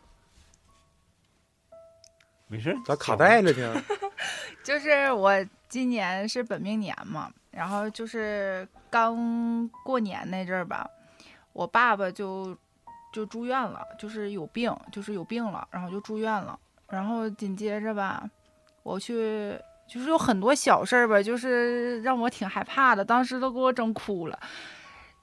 [SPEAKER 8] 没事儿，
[SPEAKER 2] 咋卡带 (laughs) 了呢？
[SPEAKER 7] 就是我今年是本命年嘛，然后就是刚过年那阵儿吧，我爸爸就就住院了，就是有病，就是有病了，然后就住院了。然后紧接着吧，我去就是有很多小事儿吧，就是让我挺害怕的，当时都给我整哭了。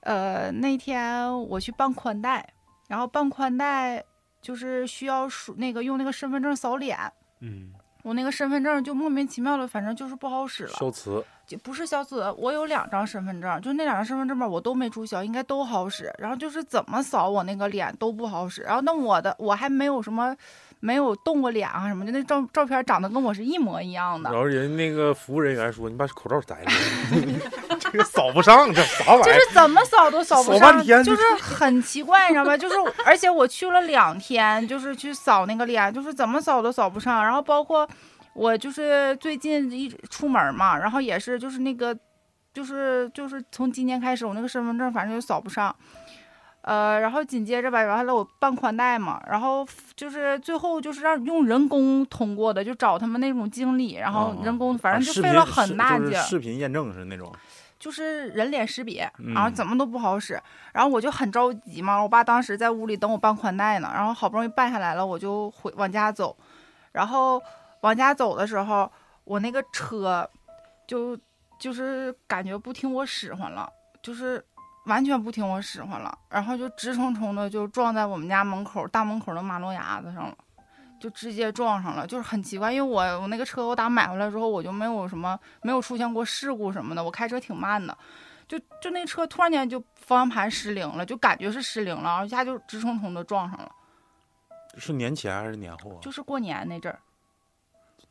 [SPEAKER 7] 呃，那天我去办宽带，然后办宽带就是需要输那个用那个身份证扫脸，
[SPEAKER 8] 嗯
[SPEAKER 7] 我那个身份证就莫名其妙的，反正就是不好使了。
[SPEAKER 2] 消磁，
[SPEAKER 7] 就不是消磁，我有两张身份证，就那两张身份证吧，我都没注销，应该都好使。然后就是怎么扫我那个脸都不好使。然后那我的我还没有什么，没有动过脸啊什么的，那照照片长得跟我是一模一样的
[SPEAKER 2] 然。后人那个服务人员说：“你把口罩 (laughs) 摘了，这个扫不上，这啥玩意
[SPEAKER 7] 就
[SPEAKER 2] 儿
[SPEAKER 7] 是怎么扫都扫不
[SPEAKER 2] 扫
[SPEAKER 7] 上，
[SPEAKER 2] 半天
[SPEAKER 7] 就
[SPEAKER 2] 就是
[SPEAKER 7] 很奇怪，你知道吧？就是而且我去了两天，就是去扫那个脸，就是怎么扫都扫不上。然后包括我就是最近一直出门嘛，然后也是就是那个就是就是从今年开始，我那个身份证反正就扫不上。呃，然后紧接着吧，完了我办宽带嘛，然后就是最后就是让用人工通过的，就找他们那种经理，然后人工反正
[SPEAKER 2] 啊视
[SPEAKER 7] 就费
[SPEAKER 2] 频
[SPEAKER 7] 了
[SPEAKER 2] 是
[SPEAKER 7] 很大
[SPEAKER 2] 就
[SPEAKER 7] 劲
[SPEAKER 2] 是
[SPEAKER 7] 儿。
[SPEAKER 2] 视频验证是那种，
[SPEAKER 7] 就是人脸识别，
[SPEAKER 2] 嗯
[SPEAKER 7] 然后怎么都不好使，然后我就很着急嘛。我爸当时在屋里等我办宽带呢，然后好不容易办下来了，我就回往家走，然后往家走的时候，我那个车就就是感觉不听我使唤了，就是完全不听我使唤了，然后就直冲冲的就撞在我们家门口大门口的马路牙子上了。就直接撞上了，就是很奇怪，因为我我那个车我打买回来之后，我就没有什么没有出现过事故什么的，我开车挺慢的，就就那车突然间就方向盘失灵了，就感觉是失灵了，然后一下就直冲冲的撞上了，
[SPEAKER 2] 是年前还是年后啊？
[SPEAKER 7] 就是过年那阵儿，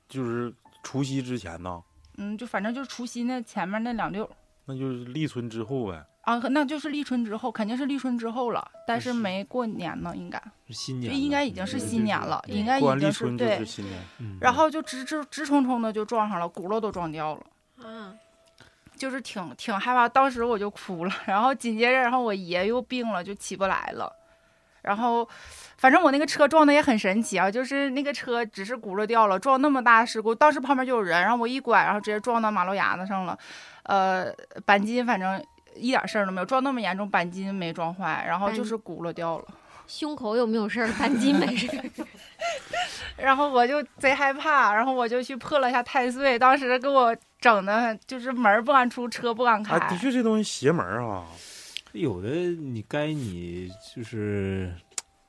[SPEAKER 2] 就是除夕之前呢，
[SPEAKER 7] 嗯，就反正就是除夕那前面那两溜儿
[SPEAKER 2] 那就是立春之后呗。
[SPEAKER 7] 啊，那就是立春之后，肯定是立春之后了，但是
[SPEAKER 8] 是
[SPEAKER 7] 没过年呢，应该
[SPEAKER 8] 是新
[SPEAKER 7] 就
[SPEAKER 8] 年了，嗯
[SPEAKER 7] 应该已经
[SPEAKER 8] 对
[SPEAKER 7] 是新年了，应
[SPEAKER 2] 过
[SPEAKER 7] 该已
[SPEAKER 2] 完立
[SPEAKER 7] 经是
[SPEAKER 2] 春就是
[SPEAKER 7] 对，
[SPEAKER 2] 新年，
[SPEAKER 8] 嗯
[SPEAKER 7] 然后就直直直冲冲的就撞上了，轱辘都撞掉了。
[SPEAKER 5] 啊，
[SPEAKER 7] 就是挺挺害怕，当时我就哭了。然后紧接着，然后我爷又病了，就起不来了。然后，反正我那个车撞的也很神奇啊，就是那个车只是轱辘掉了，撞那么大事故，当时旁边就有人，然后我一拐，然后直接撞到马路牙子上了。呃，钣金反正一点事儿都没有，撞那么严重，钣金没撞坏，然后
[SPEAKER 9] 钣
[SPEAKER 7] 就是轱辘掉了。
[SPEAKER 9] 胸口有没有事儿？ (laughs) 钣金没事儿。
[SPEAKER 7] 然后我就贼害怕，然后我就去破了一下太岁，当时给我整的就是门儿不敢出，车不敢开。
[SPEAKER 2] 啊，的确这东西邪门儿啊，
[SPEAKER 8] 嗯有的你该你就是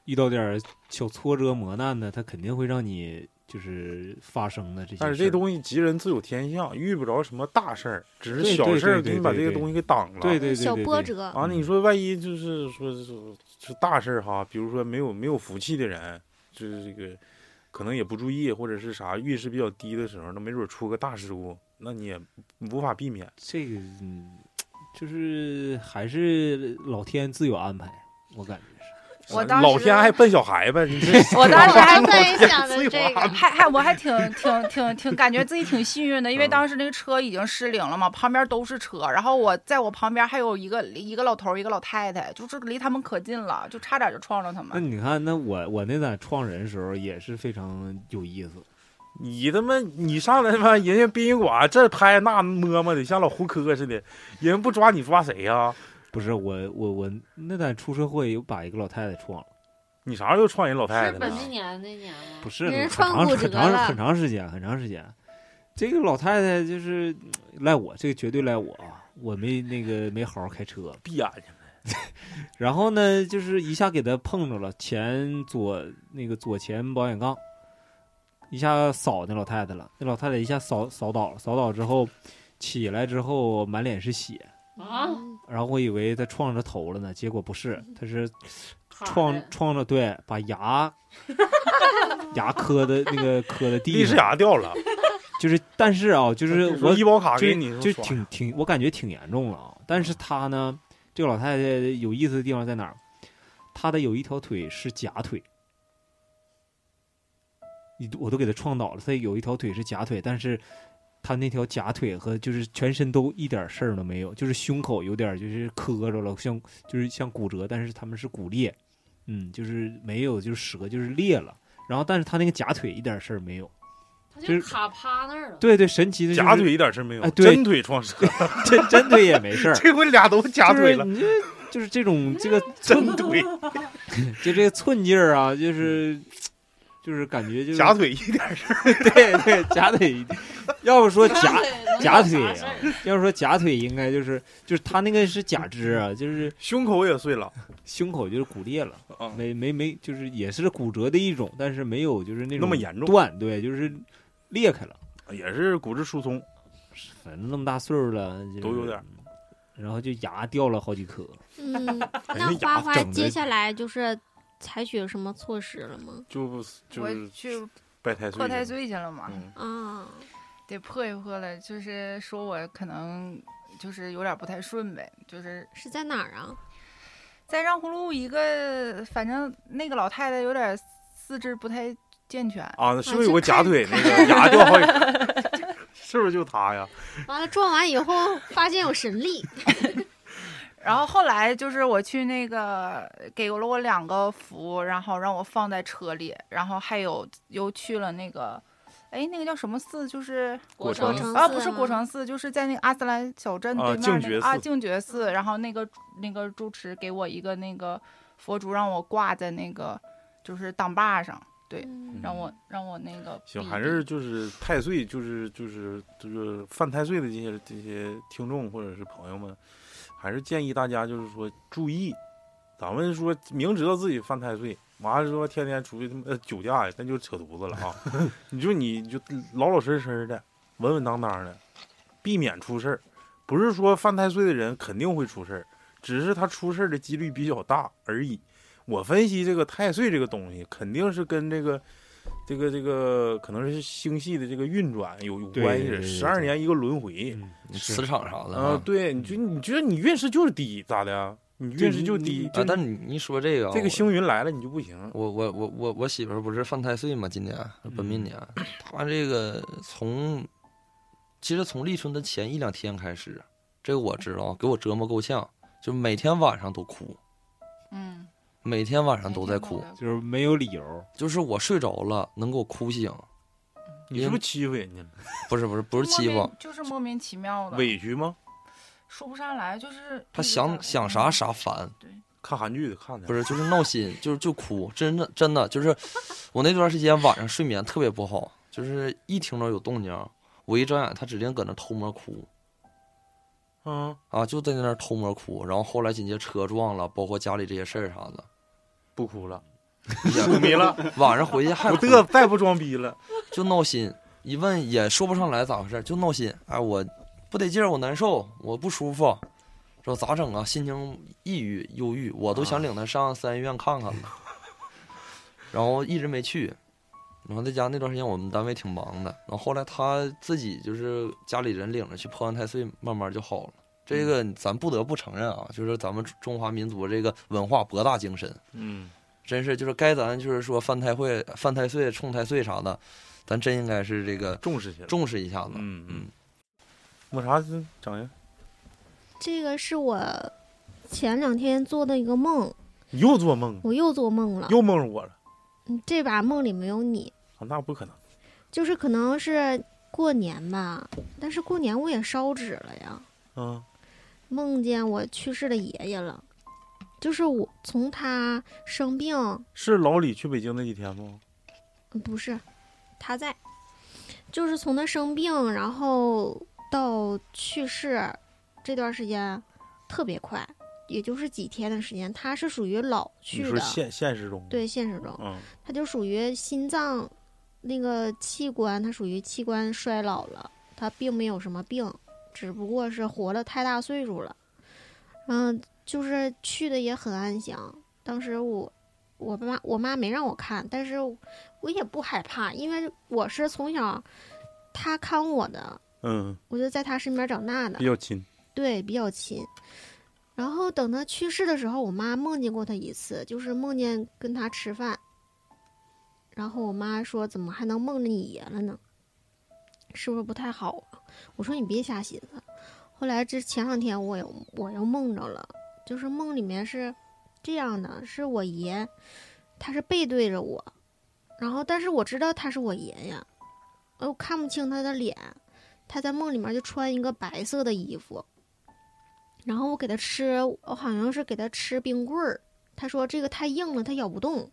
[SPEAKER 8] 遇到点儿小挫折磨难呢，它肯定会让你就是发生的这些事儿。
[SPEAKER 2] 但是这东西吉人自有天相，遇不着什么大事儿，只是
[SPEAKER 8] 对
[SPEAKER 2] 小
[SPEAKER 8] 对
[SPEAKER 2] 事儿
[SPEAKER 8] 对
[SPEAKER 2] 给你
[SPEAKER 8] 对
[SPEAKER 2] 把
[SPEAKER 8] 对
[SPEAKER 2] 这个
[SPEAKER 8] 对
[SPEAKER 2] 东西给挡了。
[SPEAKER 8] 对对对对
[SPEAKER 9] 小波
[SPEAKER 8] 对
[SPEAKER 9] 折，
[SPEAKER 2] 完了，你
[SPEAKER 8] 嗯
[SPEAKER 2] 说万一就是说是是大事儿哈，比如说没有没有福气的人，就是这个可能也不注意，或者是啥运势比较低的时候，那没准出个大事故，那你也无法避免。
[SPEAKER 8] 这个嗯，就是还是老天自有安排，我感觉是。
[SPEAKER 7] 我
[SPEAKER 2] 是
[SPEAKER 7] 当
[SPEAKER 2] 啊老
[SPEAKER 7] 时
[SPEAKER 2] 天还奔小孩呗，你这
[SPEAKER 7] (laughs) 我当时还
[SPEAKER 9] 我刚才
[SPEAKER 2] (laughs)
[SPEAKER 9] 想的这个，
[SPEAKER 7] 还还我还挺挺挺挺感觉自己挺幸运的，因
[SPEAKER 2] 嗯
[SPEAKER 7] 为当时那个车已经失灵了嘛，旁边都是车，然后我在我旁边还有一个一个老头儿一个老太太，就是离他们可近了，就差点就撞着他
[SPEAKER 8] 那
[SPEAKER 7] 们。
[SPEAKER 8] 你看，那我我那在撞人的时候也是非常有意思。
[SPEAKER 2] 你他妈你上来他妈人家殡仪馆这拍那摸摸的，像老胡科似的，人不抓你抓谁呀、
[SPEAKER 8] 不是我我我那在出车祸又把一个老太太撞了，
[SPEAKER 2] 你啥时候撞人老 (laughs) 太
[SPEAKER 4] 是
[SPEAKER 2] 太
[SPEAKER 4] 本
[SPEAKER 2] 呢？
[SPEAKER 4] 命年那年吗？
[SPEAKER 8] 不是
[SPEAKER 9] 人
[SPEAKER 8] 很
[SPEAKER 9] 穿
[SPEAKER 8] 长
[SPEAKER 9] 骨
[SPEAKER 8] 很
[SPEAKER 9] 折
[SPEAKER 8] 长
[SPEAKER 9] 了
[SPEAKER 8] 很长时间很长时间。这个老太太就是嗯赖我，这个绝对赖我啊！我没那个没好好开车，
[SPEAKER 2] 闭眼睛，
[SPEAKER 8] 然后呢，就是一下给他碰着了前左那个左前保险杠，一下扫那老太太了，那老太太一下扫扫倒了，扫倒之后起来之后满脸是血，
[SPEAKER 4] 啊，
[SPEAKER 8] 然后我以为他撞着头了呢，结果不是，他是
[SPEAKER 4] 卡
[SPEAKER 8] 撞
[SPEAKER 4] 着
[SPEAKER 8] 撞着对，把牙 (laughs) 牙磕的那个磕的
[SPEAKER 2] 历
[SPEAKER 8] 地
[SPEAKER 2] 史
[SPEAKER 8] 上，
[SPEAKER 2] 牙掉了，
[SPEAKER 8] 就是但是啊，就是
[SPEAKER 2] 说
[SPEAKER 8] 我
[SPEAKER 2] 医保卡给你
[SPEAKER 8] 就就
[SPEAKER 2] 说
[SPEAKER 8] 挺挺，我感觉挺严重了啊。但
[SPEAKER 2] 嗯
[SPEAKER 8] 是她呢，这个老太太有意思的地方在哪儿？她的有一条腿是假腿，你我都给她撞倒了。她有一条腿是假腿，但是她那条假腿和就是全身都一点事儿都没有，就是胸口有点就是磕着了，像就是像骨折，但是他们是骨裂，嗯，就是没有就是折就是裂了。然后，但是她那个假腿一点事儿没有。
[SPEAKER 4] 他
[SPEAKER 8] 就
[SPEAKER 4] 就是卡趴那儿了。
[SPEAKER 8] 对对，神奇的、就是、
[SPEAKER 2] 假腿一点事儿没有，
[SPEAKER 8] 哎对
[SPEAKER 2] 真腿撞折， (laughs)
[SPEAKER 8] (laughs) 真真腿也没事儿。
[SPEAKER 2] 这回俩都假腿了，
[SPEAKER 8] 就是、你这就是这种这个
[SPEAKER 2] (laughs)
[SPEAKER 8] 寸
[SPEAKER 2] 真腿。
[SPEAKER 8] 就这个寸劲儿啊，就是就是感觉就是
[SPEAKER 2] 假，腿一点儿事儿
[SPEAKER 8] 对对假腿，要不说 (laughs)
[SPEAKER 4] (laughs)
[SPEAKER 8] 假，假腿
[SPEAKER 4] 能有啥事
[SPEAKER 8] 啊
[SPEAKER 4] 儿，
[SPEAKER 8] 要不说假腿应该就是就是他那个是假肢啊，就是
[SPEAKER 2] (laughs) 胸口也碎了，
[SPEAKER 8] 胸口就是骨裂了，
[SPEAKER 2] 啊
[SPEAKER 8] 没没没，就是也是骨折的一种，但是没有就是那种
[SPEAKER 2] 那么严重
[SPEAKER 8] 断，对，就是裂开了，
[SPEAKER 2] 也是骨质疏松，
[SPEAKER 8] 反正那么大岁数了，就是
[SPEAKER 2] 都有点儿。
[SPEAKER 8] 然后就牙掉了好几颗，
[SPEAKER 9] 嗯，
[SPEAKER 2] 哎那
[SPEAKER 9] 那
[SPEAKER 2] 牙
[SPEAKER 9] 花花
[SPEAKER 8] 整的
[SPEAKER 9] 接下来就是采取什么措施了吗？
[SPEAKER 2] 就不就
[SPEAKER 7] 我
[SPEAKER 2] 是
[SPEAKER 7] 去
[SPEAKER 2] 拜太岁
[SPEAKER 7] 破
[SPEAKER 2] 了。
[SPEAKER 7] 太岁去了嘛，
[SPEAKER 2] 嗯，
[SPEAKER 9] 啊，
[SPEAKER 7] 得破一破了。就是说我可能就是有点不太顺呗，就是
[SPEAKER 9] 是在哪儿啊？
[SPEAKER 7] 在让葫芦一个，反正那个老太太有点四肢不太健全，
[SPEAKER 2] 啊，那是不是
[SPEAKER 9] 就
[SPEAKER 2] 有个假
[SPEAKER 9] 看
[SPEAKER 2] 腿那个牙掉好几颗？是不是就他呀？
[SPEAKER 9] 完了撞完以后发现有神力，
[SPEAKER 7] 然后后来就是我去那个给了我两个符，然后让我放在车里，然后还有又去了那个，哎，那个叫什么寺？就是
[SPEAKER 2] 过
[SPEAKER 9] 程
[SPEAKER 2] 程
[SPEAKER 9] 寺
[SPEAKER 7] 啊，不是
[SPEAKER 9] 吗
[SPEAKER 7] 国城寺，就是在那个阿斯兰小镇
[SPEAKER 2] 啊
[SPEAKER 7] 对面那
[SPEAKER 2] 净觉
[SPEAKER 7] 个
[SPEAKER 2] 寺
[SPEAKER 7] 啊净觉寺。然后那个那个住持给我一个那个佛珠，让我挂在那个就是挡把上，对
[SPEAKER 9] 嗯
[SPEAKER 7] 让我让我那个
[SPEAKER 2] 行，
[SPEAKER 7] 避
[SPEAKER 2] 还
[SPEAKER 7] 避
[SPEAKER 2] 是就是太岁，就是就是就是犯太岁的这些这些听众或者是朋友们，还是建议大家就是说注意，咱们说明知道自己犯太岁，完了之后天天出去他妈呃酒驾呀，那就扯犊子了啊！你说你就老老实实的，稳稳当当的，避免出事儿。不是说犯太岁的人肯定会出事儿，只是他出事儿的几率比较大而已。我分析这个太岁这个东西，肯定是跟这个这个这个可能是星系的这个运转有有
[SPEAKER 8] 对
[SPEAKER 2] 关
[SPEAKER 8] 对
[SPEAKER 2] 系，
[SPEAKER 8] 对对
[SPEAKER 2] 十二年一个轮回
[SPEAKER 8] 嗯
[SPEAKER 6] 磁场啥的
[SPEAKER 2] 啊。对，你就你觉得你运势就是低，咋的啊？你运势就低，
[SPEAKER 6] 啊，但你你说这个，
[SPEAKER 2] 这
[SPEAKER 6] 我
[SPEAKER 2] 个星云来了你就不行。
[SPEAKER 6] 我我我我我媳妇儿不是犯太岁嘛，今年本
[SPEAKER 2] 嗯
[SPEAKER 6] 命年，她这个从其实从立春的前一两天开始，这个我知道，给我折磨够呛，就每天晚上都哭，
[SPEAKER 7] 嗯，
[SPEAKER 6] 每天晚上
[SPEAKER 7] 每
[SPEAKER 6] 都
[SPEAKER 7] 天
[SPEAKER 6] 在哭，
[SPEAKER 8] 就是没有理由。
[SPEAKER 6] 就是我睡着了能给我哭醒，
[SPEAKER 2] 你是不是欺负人家了？
[SPEAKER 6] 不是不是不是欺
[SPEAKER 7] 莫
[SPEAKER 6] 负
[SPEAKER 7] 名，就是莫名其妙的，
[SPEAKER 2] 委屈吗？
[SPEAKER 7] 说不上来，就是嗯
[SPEAKER 6] 她
[SPEAKER 7] 一直
[SPEAKER 6] 想
[SPEAKER 7] 在
[SPEAKER 6] 想啥啥烦，
[SPEAKER 2] 看韩剧的看的
[SPEAKER 6] 不是，就是闹心，就是就哭，真的真的就是，我那段时间晚上睡眠特别不好，就是一听着有动静，我一睁眼，他指定搁那偷摸哭
[SPEAKER 2] 嗯，
[SPEAKER 6] 啊，就在那儿偷摸哭。然后后来紧接着车撞了，包括家里这些事儿啥的，
[SPEAKER 2] 不哭了，
[SPEAKER 6] 也
[SPEAKER 2] (laughs) 不迷 (laughs) 了，
[SPEAKER 6] 晚上回去还
[SPEAKER 2] 不
[SPEAKER 6] 哭
[SPEAKER 2] 嘚，再不装逼了。
[SPEAKER 6] 就闹心，一问也说不上来咋回事儿，就闹心。哎，我不得劲儿，我难受，我不舒服，说咋整啊？心情抑郁、忧郁，我都想领他上三医院看看了， (laughs) 然后一直没去。然后在家那段时间，我们单位挺忙的。然后后来他自己就是家里人领着去破案太岁，慢慢就好了。这个咱不得不承认啊，就是咱们中华民族这个文化博大精深，
[SPEAKER 2] 嗯，
[SPEAKER 6] 真是就是该咱就是说犯太会、犯太岁、冲太岁啥的，咱真应该是这个
[SPEAKER 2] 重视些。
[SPEAKER 6] 重视一下子。
[SPEAKER 2] 嗯嗯
[SPEAKER 6] 嗯，
[SPEAKER 2] 抹茶是整呀，
[SPEAKER 9] 这个是我前两天做的一个梦，
[SPEAKER 2] 你又做梦，
[SPEAKER 9] 我又做梦了。
[SPEAKER 2] 又梦着我了，
[SPEAKER 9] 嗯这把梦里没有你，
[SPEAKER 2] 啊，那不可能。
[SPEAKER 9] 就是可能是过年吧，但是过年我也烧纸了呀，
[SPEAKER 2] 嗯，
[SPEAKER 9] 梦见我去世的爷爷了。就是我从他生病，
[SPEAKER 2] 是老李去北京那几天吗？
[SPEAKER 9] 嗯不是他在，就是从他生病然后到去世这段时间特别快，也就是几天的时间。他是属于老
[SPEAKER 2] 你
[SPEAKER 9] 去
[SPEAKER 2] 说
[SPEAKER 9] 的，
[SPEAKER 2] 现现实中，
[SPEAKER 9] 对现实中，
[SPEAKER 2] 嗯，
[SPEAKER 9] 他就属于心脏那个器官，他属于器官衰老了，他并没有什么病，只不过是活了太大岁数了。嗯，就是去的也很安详。当时我我爸我妈没让我看，但是我也不害怕，因为我是从小他看我的，
[SPEAKER 2] 嗯，
[SPEAKER 9] 我就在他身边长大的
[SPEAKER 2] 比，较亲。
[SPEAKER 9] 对，比较亲。然后等他去世的时候，我妈梦见过他一次，就是梦见跟他吃饭。然后我妈说：“怎么还能梦着你爷了呢？是不是不太好啊？”我说：“你别瞎寻思。”后来这前两天我又我又梦着了，就是梦里面是这样的，是我爷，他是背对着我，然后但是我知道他是我爷爷，呃我看不清他的脸，他在梦里面就穿一个白色的衣服，然后我给他吃，我好像是给他吃冰棍儿，他说这个太硬了，他咬不动。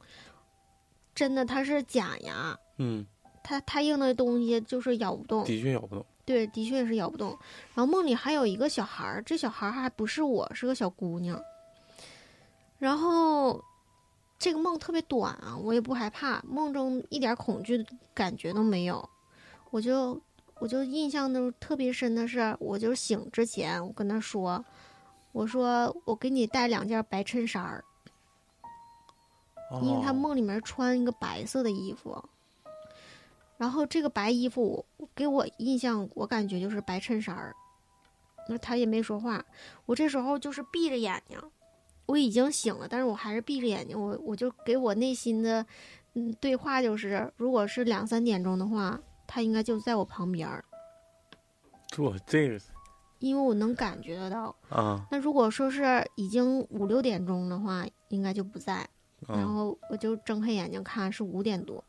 [SPEAKER 9] 真的，他是假牙，
[SPEAKER 2] 嗯，
[SPEAKER 9] 他太硬的东西就是咬不动。
[SPEAKER 2] 的确咬不动。
[SPEAKER 9] 对，的确是咬不动。然后梦里还有一个小孩儿，这小孩儿还不是我，是个小姑娘。然后这个梦特别短啊，我也不害怕，梦中一点恐惧的感觉都没有。我就我就印象都特别深的是，我就醒之前，我跟他说，我说我给你带两件白衬衫儿，因为他
[SPEAKER 2] 哦
[SPEAKER 9] 梦里面穿一个白色的衣服，然后这个白衣服我给我印象，我感觉就是白衬衫儿。那他也没说话，我这时候就是闭着眼睛，我已经醒了，但是我还是闭着眼睛，我我就给我内心的嗯对话就是，如果是两三点钟的话，他应该就在我旁边儿，
[SPEAKER 2] 做这个
[SPEAKER 9] 因为我能感觉得到。
[SPEAKER 2] 啊
[SPEAKER 9] 那如果说是已经五六点钟的话，应该就不在。然
[SPEAKER 2] 啊
[SPEAKER 9] 后我就睁开眼睛看是五点多，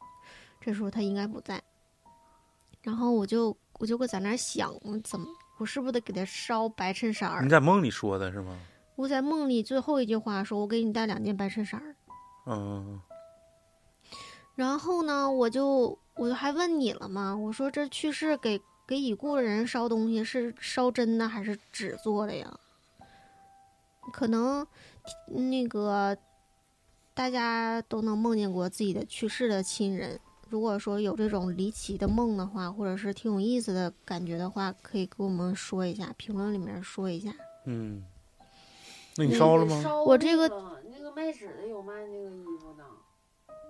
[SPEAKER 9] 这时候他应该不在。然后我就我就搁在那儿想，我怎么我是不是得给他烧白衬衫儿
[SPEAKER 2] 你？在梦里说的是吗？
[SPEAKER 9] 我在梦里最后一句话说：“我给你带两件白衬衫儿。
[SPEAKER 2] 嗯，”
[SPEAKER 9] 然后呢，我就我就还问你了嘛，我说这去世给给已故的人烧东西是烧真的还是纸做的呀？可能那个大家都能梦见过自己的去世的亲人。如果说有这种离奇的梦的话，或者是挺有意思的感觉的话，可以给我们说一下，评论里面说一下。
[SPEAKER 2] 嗯，那你烧了吗？
[SPEAKER 4] 烧
[SPEAKER 9] 我这
[SPEAKER 4] 那
[SPEAKER 9] 个
[SPEAKER 4] 个那个卖纸的有卖那个衣服的，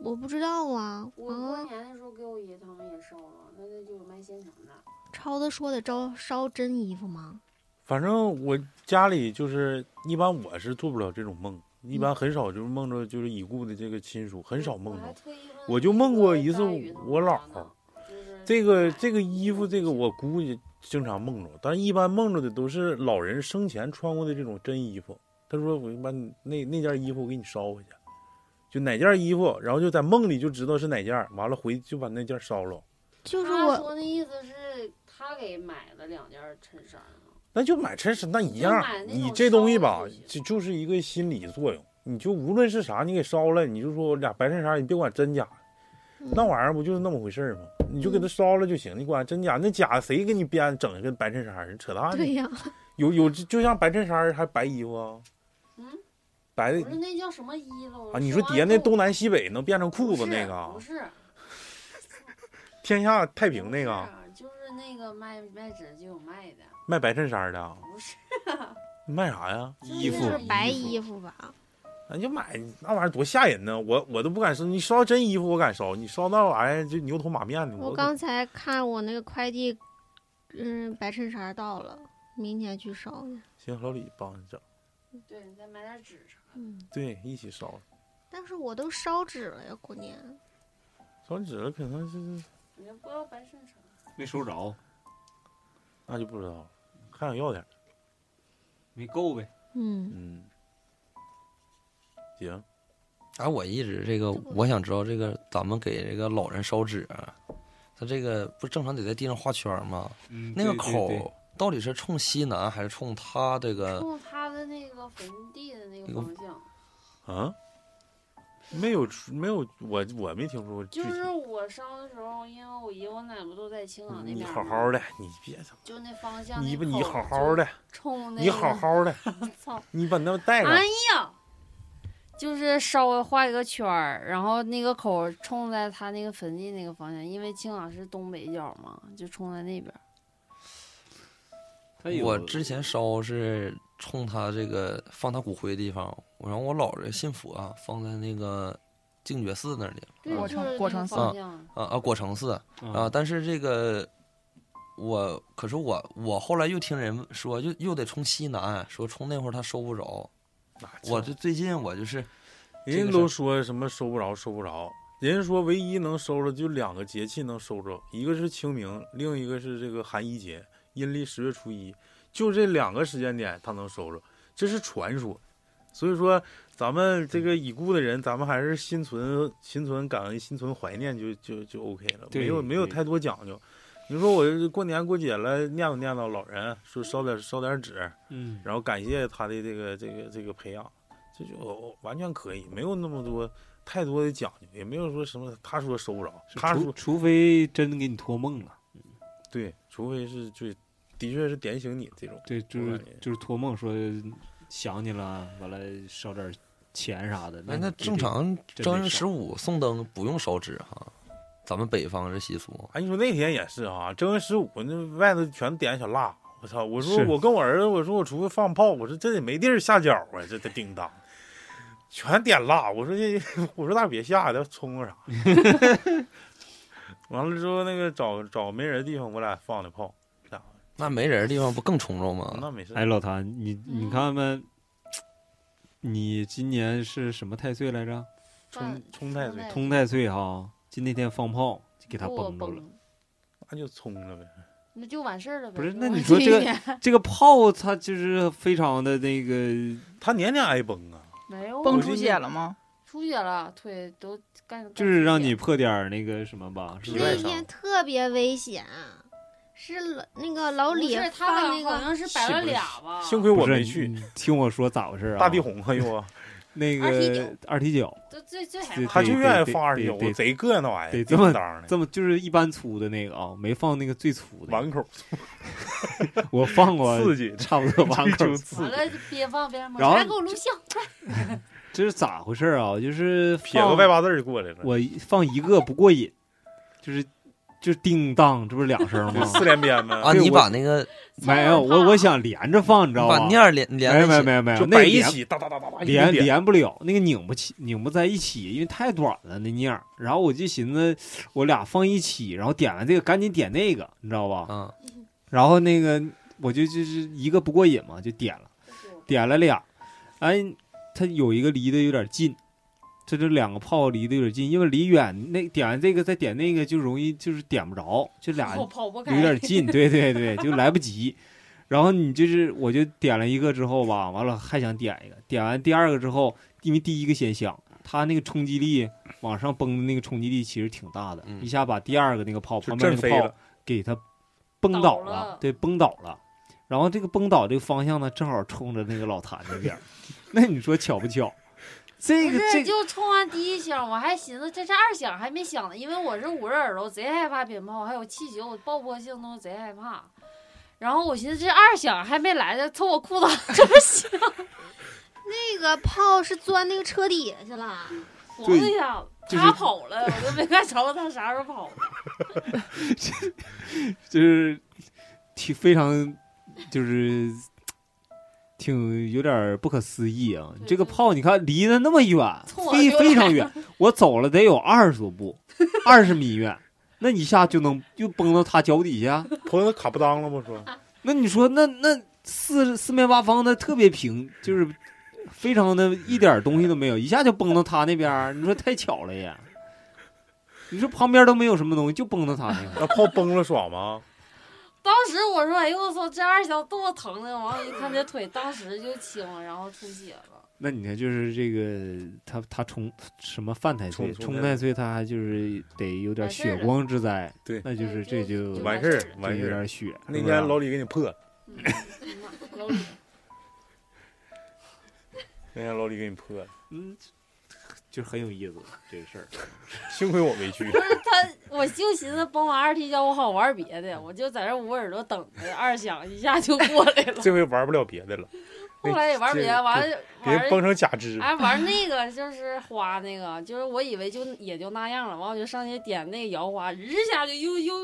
[SPEAKER 9] 我不知道啊，
[SPEAKER 4] 我过
[SPEAKER 9] 啊，
[SPEAKER 4] 年的时候给我爷他们也烧了，那那就有卖现成的。
[SPEAKER 9] 超子说的招烧真衣服吗？
[SPEAKER 2] 反正我家里就是一般我是做不了这种梦，一般很少就是梦着就是已故的这个亲属，很少梦
[SPEAKER 4] 还
[SPEAKER 2] 到。
[SPEAKER 4] 特意问
[SPEAKER 2] 我就梦过一次
[SPEAKER 4] 张宇他们
[SPEAKER 2] 我姥
[SPEAKER 4] 家呢，就是
[SPEAKER 2] 这个
[SPEAKER 4] 买
[SPEAKER 2] 这个衣服，这个我估计经常梦着，但是一般梦着的都是老人生前穿过的这种真衣服。他说：“我就把你那那件衣服我给你烧回去，就哪件衣服，然后就在梦里就知道是哪件，完了回去就把那件烧了，
[SPEAKER 9] 就是
[SPEAKER 4] 他
[SPEAKER 9] 我，
[SPEAKER 4] 说那意思是他给买了两件衬衫嘛
[SPEAKER 2] 那就买衬衫那一
[SPEAKER 4] 就
[SPEAKER 2] 样
[SPEAKER 4] 买。那种
[SPEAKER 2] 你这东西吧
[SPEAKER 4] 烧的就行，
[SPEAKER 2] 这就是一个心理作用。你就无论是啥，你给烧了，你就说我俩白衬衫，你别管真假，
[SPEAKER 9] 嗯
[SPEAKER 2] 那玩意儿不就是那么回事儿吗？你就给它
[SPEAKER 4] 嗯
[SPEAKER 2] 烧了就行，你管真假？那假谁给你编整一个白衬衫儿？扯淡呢！
[SPEAKER 9] 对呀、
[SPEAKER 2] 有有，就像白衬衫儿还白衣服啊，
[SPEAKER 4] 嗯，
[SPEAKER 2] 白的
[SPEAKER 4] 不是那叫什么衣了？
[SPEAKER 2] 啊，你说底下那东南西北能变成
[SPEAKER 4] 不
[SPEAKER 2] 裤子
[SPEAKER 4] 是
[SPEAKER 2] 那个啊
[SPEAKER 4] 不，是
[SPEAKER 2] 天下太
[SPEAKER 4] 太
[SPEAKER 2] 平那个
[SPEAKER 4] 就是那个卖卖纸就有卖的，
[SPEAKER 2] 卖白衬衫儿的啊，
[SPEAKER 4] 不是
[SPEAKER 2] 你卖啥呀？
[SPEAKER 4] 衣
[SPEAKER 9] 就是白衣服吧？
[SPEAKER 2] 咱就买那玩意儿多吓人呢！我我都不敢烧，你烧真衣服我敢烧，你烧那玩意儿就牛头马面的。
[SPEAKER 9] 我刚才看我那个快递，嗯，白衬衫到了，明天去烧去。
[SPEAKER 2] 行，老李帮你整，
[SPEAKER 4] 对，你再买点纸啥的。
[SPEAKER 9] 嗯，
[SPEAKER 2] 对，一起烧。
[SPEAKER 9] 但是我都烧纸了呀，过年。
[SPEAKER 2] 烧纸了可能是
[SPEAKER 4] 你就不要白衬衫。
[SPEAKER 8] 没收着，
[SPEAKER 2] 那就不知道了，还想要点儿。
[SPEAKER 8] 没够呗。
[SPEAKER 9] 嗯，
[SPEAKER 2] 嗯，行，
[SPEAKER 6] 啊，我一直这个，我想知道这个，咱们给这个老人烧纸，啊他这个不正常得在地上画圈吗？
[SPEAKER 8] 嗯
[SPEAKER 6] 那个口到底是冲西南还是冲他这
[SPEAKER 9] 呃
[SPEAKER 6] 个？
[SPEAKER 4] 冲他的那个坟地的那个方向，
[SPEAKER 2] 啊，没有出没有，我我没听说过具
[SPEAKER 4] 就
[SPEAKER 2] 体。
[SPEAKER 4] 是我烧的时候，因为我爷我奶不都在青岛那
[SPEAKER 2] 嗯你
[SPEAKER 4] 边儿
[SPEAKER 2] 好
[SPEAKER 4] 吗
[SPEAKER 2] 好的，你别他妈
[SPEAKER 4] 就那方向，
[SPEAKER 2] 你
[SPEAKER 4] 那
[SPEAKER 2] 不你
[SPEAKER 4] 口
[SPEAKER 2] 好
[SPEAKER 4] 就
[SPEAKER 2] 好的，
[SPEAKER 4] 冲那个， (laughs)
[SPEAKER 2] 你好好的，
[SPEAKER 4] 操，
[SPEAKER 2] 你把那带上
[SPEAKER 4] 哎，呀，就是稍微画一个圈儿，然后那个口儿冲在他那个坟地那个方向，因为青岛是东北角嘛，就冲在那边儿。
[SPEAKER 2] 哎
[SPEAKER 8] 他有
[SPEAKER 6] 我之前烧是冲他这个放他骨灰的地方，我让我姥儿信佛啊，放在那个净觉寺那里
[SPEAKER 4] 对，
[SPEAKER 7] 过
[SPEAKER 4] 就
[SPEAKER 7] 程
[SPEAKER 4] 是
[SPEAKER 7] 过
[SPEAKER 4] 那个
[SPEAKER 7] 程
[SPEAKER 4] 方
[SPEAKER 6] 散
[SPEAKER 4] 向，
[SPEAKER 6] 啊啊，果城寺啊。
[SPEAKER 8] 啊，
[SPEAKER 6] 但是这个我，可是我我后来又听人说，又又得冲西南，说冲那会儿他收不着。我这最近我就是
[SPEAKER 2] 人
[SPEAKER 6] 这
[SPEAKER 2] 家
[SPEAKER 6] 个
[SPEAKER 2] 都
[SPEAKER 6] 是
[SPEAKER 2] 说什么收不着，收不着。人家说唯一能收着就两个节气能收着，一个是清明，另一个是这个寒衣节，阴历十月初一，就这两个时间点他能收着，这是传说。所以说，咱们这个已故的人，咱们还是心存心存感恩、心存怀念就就就 OK 了，
[SPEAKER 8] 对
[SPEAKER 2] 没有没有
[SPEAKER 8] 对
[SPEAKER 2] 太多讲究。你说我过年过节了，念叨念叨老人，说烧点烧点纸，
[SPEAKER 8] 嗯，
[SPEAKER 2] 然后感谢他的这个这个这个培养，这就完全可以，没有那么多太多的讲究，也没有说什么他说收不着，他
[SPEAKER 8] 除
[SPEAKER 2] 说
[SPEAKER 8] 除非真给你托梦了，
[SPEAKER 2] 对，除非是就的确是点醒你这种，
[SPEAKER 8] 对，就
[SPEAKER 2] 我
[SPEAKER 8] 是
[SPEAKER 2] 感觉
[SPEAKER 8] 就是托梦说想你了，完了烧点钱啥的。
[SPEAKER 6] 哎，
[SPEAKER 8] 那
[SPEAKER 6] 那正常
[SPEAKER 8] 这
[SPEAKER 6] 正
[SPEAKER 8] 没
[SPEAKER 6] 月
[SPEAKER 8] 烧
[SPEAKER 6] 十五送灯不用烧纸哈，咱们北方是习俗，
[SPEAKER 2] 哎，你说那天也是啊，正月十五那外头全点小辣，我操！我说
[SPEAKER 8] 是
[SPEAKER 2] 我跟我儿子，我说我出去放炮，我说这也没地儿下脚啊，这这叮当，全点辣。我说这，我说大别下，这冲个
[SPEAKER 8] (laughs)
[SPEAKER 2] 啥？ (laughs) 完了之后，那个找找没人地方，我俩放的炮，
[SPEAKER 6] 那没人的地方不更冲着吗？
[SPEAKER 2] 那没事。
[SPEAKER 8] 哎，老谭，你你
[SPEAKER 5] 嗯
[SPEAKER 8] 看没？你今年是什么太岁来着？
[SPEAKER 2] 冲冲太岁，
[SPEAKER 8] 通太岁哈，就那天放炮就给他
[SPEAKER 4] 我
[SPEAKER 8] 崩着了。
[SPEAKER 2] 那就冲了呗。
[SPEAKER 4] 那就完事儿了呗。
[SPEAKER 8] 不是
[SPEAKER 4] 就
[SPEAKER 8] 那
[SPEAKER 4] 我
[SPEAKER 8] 你说这个
[SPEAKER 4] 一
[SPEAKER 8] (laughs)
[SPEAKER 4] 年
[SPEAKER 8] 这个炮它就是非常的那个，
[SPEAKER 2] 他年年挨崩啊，
[SPEAKER 4] (laughs) 没有
[SPEAKER 7] 崩
[SPEAKER 4] 啊
[SPEAKER 7] 出血了吗？
[SPEAKER 4] 出血了，腿都干干
[SPEAKER 8] 就是让
[SPEAKER 4] 出
[SPEAKER 8] 你
[SPEAKER 4] 血
[SPEAKER 8] 破点儿那个什么吧，是
[SPEAKER 6] 皮
[SPEAKER 8] 吧？
[SPEAKER 6] 外
[SPEAKER 9] 那
[SPEAKER 6] 伤
[SPEAKER 9] 天特别危险，是老那个老
[SPEAKER 4] 不
[SPEAKER 9] 李
[SPEAKER 4] 是他俩
[SPEAKER 9] 发那
[SPEAKER 4] 好
[SPEAKER 9] 个
[SPEAKER 4] 像是摆
[SPEAKER 2] 是
[SPEAKER 4] 了
[SPEAKER 2] 不是
[SPEAKER 4] 俩吧？
[SPEAKER 2] 幸亏我
[SPEAKER 8] 不是
[SPEAKER 2] 没去。，
[SPEAKER 8] 你听我说咋回事啊？
[SPEAKER 2] 大地红啊又啊，
[SPEAKER 8] 那
[SPEAKER 4] 二踢
[SPEAKER 8] 个二踢脚，
[SPEAKER 4] 这这这还
[SPEAKER 8] 这
[SPEAKER 4] 好
[SPEAKER 2] 他就愿意
[SPEAKER 8] 得
[SPEAKER 2] 放二
[SPEAKER 8] 得
[SPEAKER 2] 九，
[SPEAKER 8] 得
[SPEAKER 2] 贼硌那玩意儿，
[SPEAKER 8] 得这么
[SPEAKER 2] 叮当的
[SPEAKER 8] 这么就是一般粗的那个啊，没放那个最粗的。
[SPEAKER 2] 碗口
[SPEAKER 8] 我放过，
[SPEAKER 2] 刺激，
[SPEAKER 8] (laughs) 差不多碗
[SPEAKER 2] (laughs)
[SPEAKER 8] 口
[SPEAKER 2] 追求
[SPEAKER 8] 粗。
[SPEAKER 4] 完了边放边摸，
[SPEAKER 8] 然后
[SPEAKER 4] 来给我录像。
[SPEAKER 8] 这是咋回事儿啊？就是
[SPEAKER 2] 撇个
[SPEAKER 8] 放
[SPEAKER 2] 外八字儿就过来了。
[SPEAKER 8] 我一放一个不过瘾，就是就是叮当，这不是两声
[SPEAKER 2] 就
[SPEAKER 8] 吗？
[SPEAKER 2] 四连鞭呗
[SPEAKER 6] 啊，，
[SPEAKER 8] 对
[SPEAKER 6] 你
[SPEAKER 8] 我
[SPEAKER 6] 把那个
[SPEAKER 8] 没有，我我想连着放，你知道
[SPEAKER 6] 把
[SPEAKER 8] 吗？
[SPEAKER 6] 面儿连连在
[SPEAKER 8] 没
[SPEAKER 6] 一起
[SPEAKER 8] 没没没有，
[SPEAKER 2] 就
[SPEAKER 8] 那
[SPEAKER 2] 摆
[SPEAKER 8] 个
[SPEAKER 2] 一
[SPEAKER 8] 连
[SPEAKER 2] 起，哒哒哒哒哒，一
[SPEAKER 8] 连
[SPEAKER 2] 点
[SPEAKER 8] 连不了，那个拧不起，拧不在一起，因为太短了那念儿。然后我就寻思，我俩放一起，然后点完这个赶紧点那个，你知道吧？
[SPEAKER 6] 啊，
[SPEAKER 8] 然后那个我就就是一个不过瘾嘛，就点了，点了俩，哎，它有一个离得有点近，这这两个炮离得有点近，因为离远那点完这个再点那个就容易就是点不着，这俩
[SPEAKER 4] 我跑不开，
[SPEAKER 8] 有点近，
[SPEAKER 4] (laughs)
[SPEAKER 8] 对对对，就来不及。然后你就是，我就点了一个之后吧，完了还想点一个，点完第二个之后，因为第一个先响，它那个冲击力往上崩的那个冲击力其实挺大的，
[SPEAKER 6] 嗯
[SPEAKER 8] 一下把第二个那个炮
[SPEAKER 2] 就
[SPEAKER 8] 旁边
[SPEAKER 2] 震
[SPEAKER 8] 那个
[SPEAKER 2] 飞
[SPEAKER 8] 炮
[SPEAKER 2] 了，
[SPEAKER 8] 给它崩
[SPEAKER 4] 倒
[SPEAKER 8] 倒
[SPEAKER 4] 了
[SPEAKER 8] 对，崩倒了。然后这个崩倒这个方向呢，正好冲着那个老谭那边
[SPEAKER 4] (laughs)
[SPEAKER 8] 儿，那你说巧不巧？这
[SPEAKER 4] 不
[SPEAKER 8] 个
[SPEAKER 4] 是，
[SPEAKER 8] 这个
[SPEAKER 4] 就冲完第一响，我还寻思这是二响还没响呢，因为我是捂着耳朵，贼害怕鞭炮，还有气球、爆破性东西贼害怕。然后我寻思这二响还没来呢，从我裤子 (laughs) 这么响，
[SPEAKER 9] 那个炮是钻那个车底下去了，
[SPEAKER 4] 我
[SPEAKER 8] 对
[SPEAKER 4] 就想
[SPEAKER 8] 就是
[SPEAKER 4] 他跑了，我就没看着他啥时候跑了。
[SPEAKER 8] 就是挺非常，就是挺有点儿不可思议啊！
[SPEAKER 4] 对
[SPEAKER 8] 这个
[SPEAKER 4] 就
[SPEAKER 8] 炮你看离得那么远
[SPEAKER 4] 从，我
[SPEAKER 8] 非
[SPEAKER 4] 就
[SPEAKER 8] 非常
[SPEAKER 4] 来 (laughs)
[SPEAKER 8] 远，我走了得有二十多步，二十米远，那一下就能又崩到他脚底下。
[SPEAKER 2] 朋友卡不当了不
[SPEAKER 8] (laughs)
[SPEAKER 2] 说，
[SPEAKER 8] 那你说那那四四面八方的特别平，就是非常的一点儿东西都没有，一下就崩到他那边儿，你说太巧了也。你说旁边都没有什么东西，就崩到他那块儿。
[SPEAKER 2] 那炮崩了爽吗？
[SPEAKER 4] (laughs) 当时我说：“哎呦我操，这二响多疼的！”完了，一看这腿，当时就青，然后出血了。
[SPEAKER 8] (laughs) 那你看，就是这个他他冲什么犯太岁，
[SPEAKER 2] 冲
[SPEAKER 8] 冲
[SPEAKER 2] 冲
[SPEAKER 8] 太岁，他还就是得有点
[SPEAKER 4] 完事儿
[SPEAKER 8] 血
[SPEAKER 4] 了
[SPEAKER 8] 光之灾，
[SPEAKER 2] 对
[SPEAKER 8] 那就是这就
[SPEAKER 4] 就
[SPEAKER 2] 完
[SPEAKER 4] 完
[SPEAKER 2] 事
[SPEAKER 4] 事
[SPEAKER 2] 儿
[SPEAKER 4] 儿，
[SPEAKER 8] 就
[SPEAKER 2] 完
[SPEAKER 8] 有
[SPEAKER 2] 事儿。
[SPEAKER 8] 点血。
[SPEAKER 2] 那
[SPEAKER 8] 是不是
[SPEAKER 2] 天老李给你破了，
[SPEAKER 4] 嗯，哎呀妈 (laughs) 老李
[SPEAKER 2] 那天老李给你破了，
[SPEAKER 8] 嗯，就是很有意思这个事儿。
[SPEAKER 2] 幸亏我没
[SPEAKER 8] (laughs)
[SPEAKER 2] 去。
[SPEAKER 4] 不是他，我就寻思崩完二踢脚，我好玩别的，我就在这捂耳朵等着，二响一下就过来了。
[SPEAKER 2] (laughs) 这回玩不了别的了，
[SPEAKER 4] 后来也玩别的，完了
[SPEAKER 2] 给人
[SPEAKER 4] 玩
[SPEAKER 2] 崩成假肢。
[SPEAKER 4] 哎玩那个就是花那个，就是我以为就也就那样了，完我就上去点那个摇花，一下就又又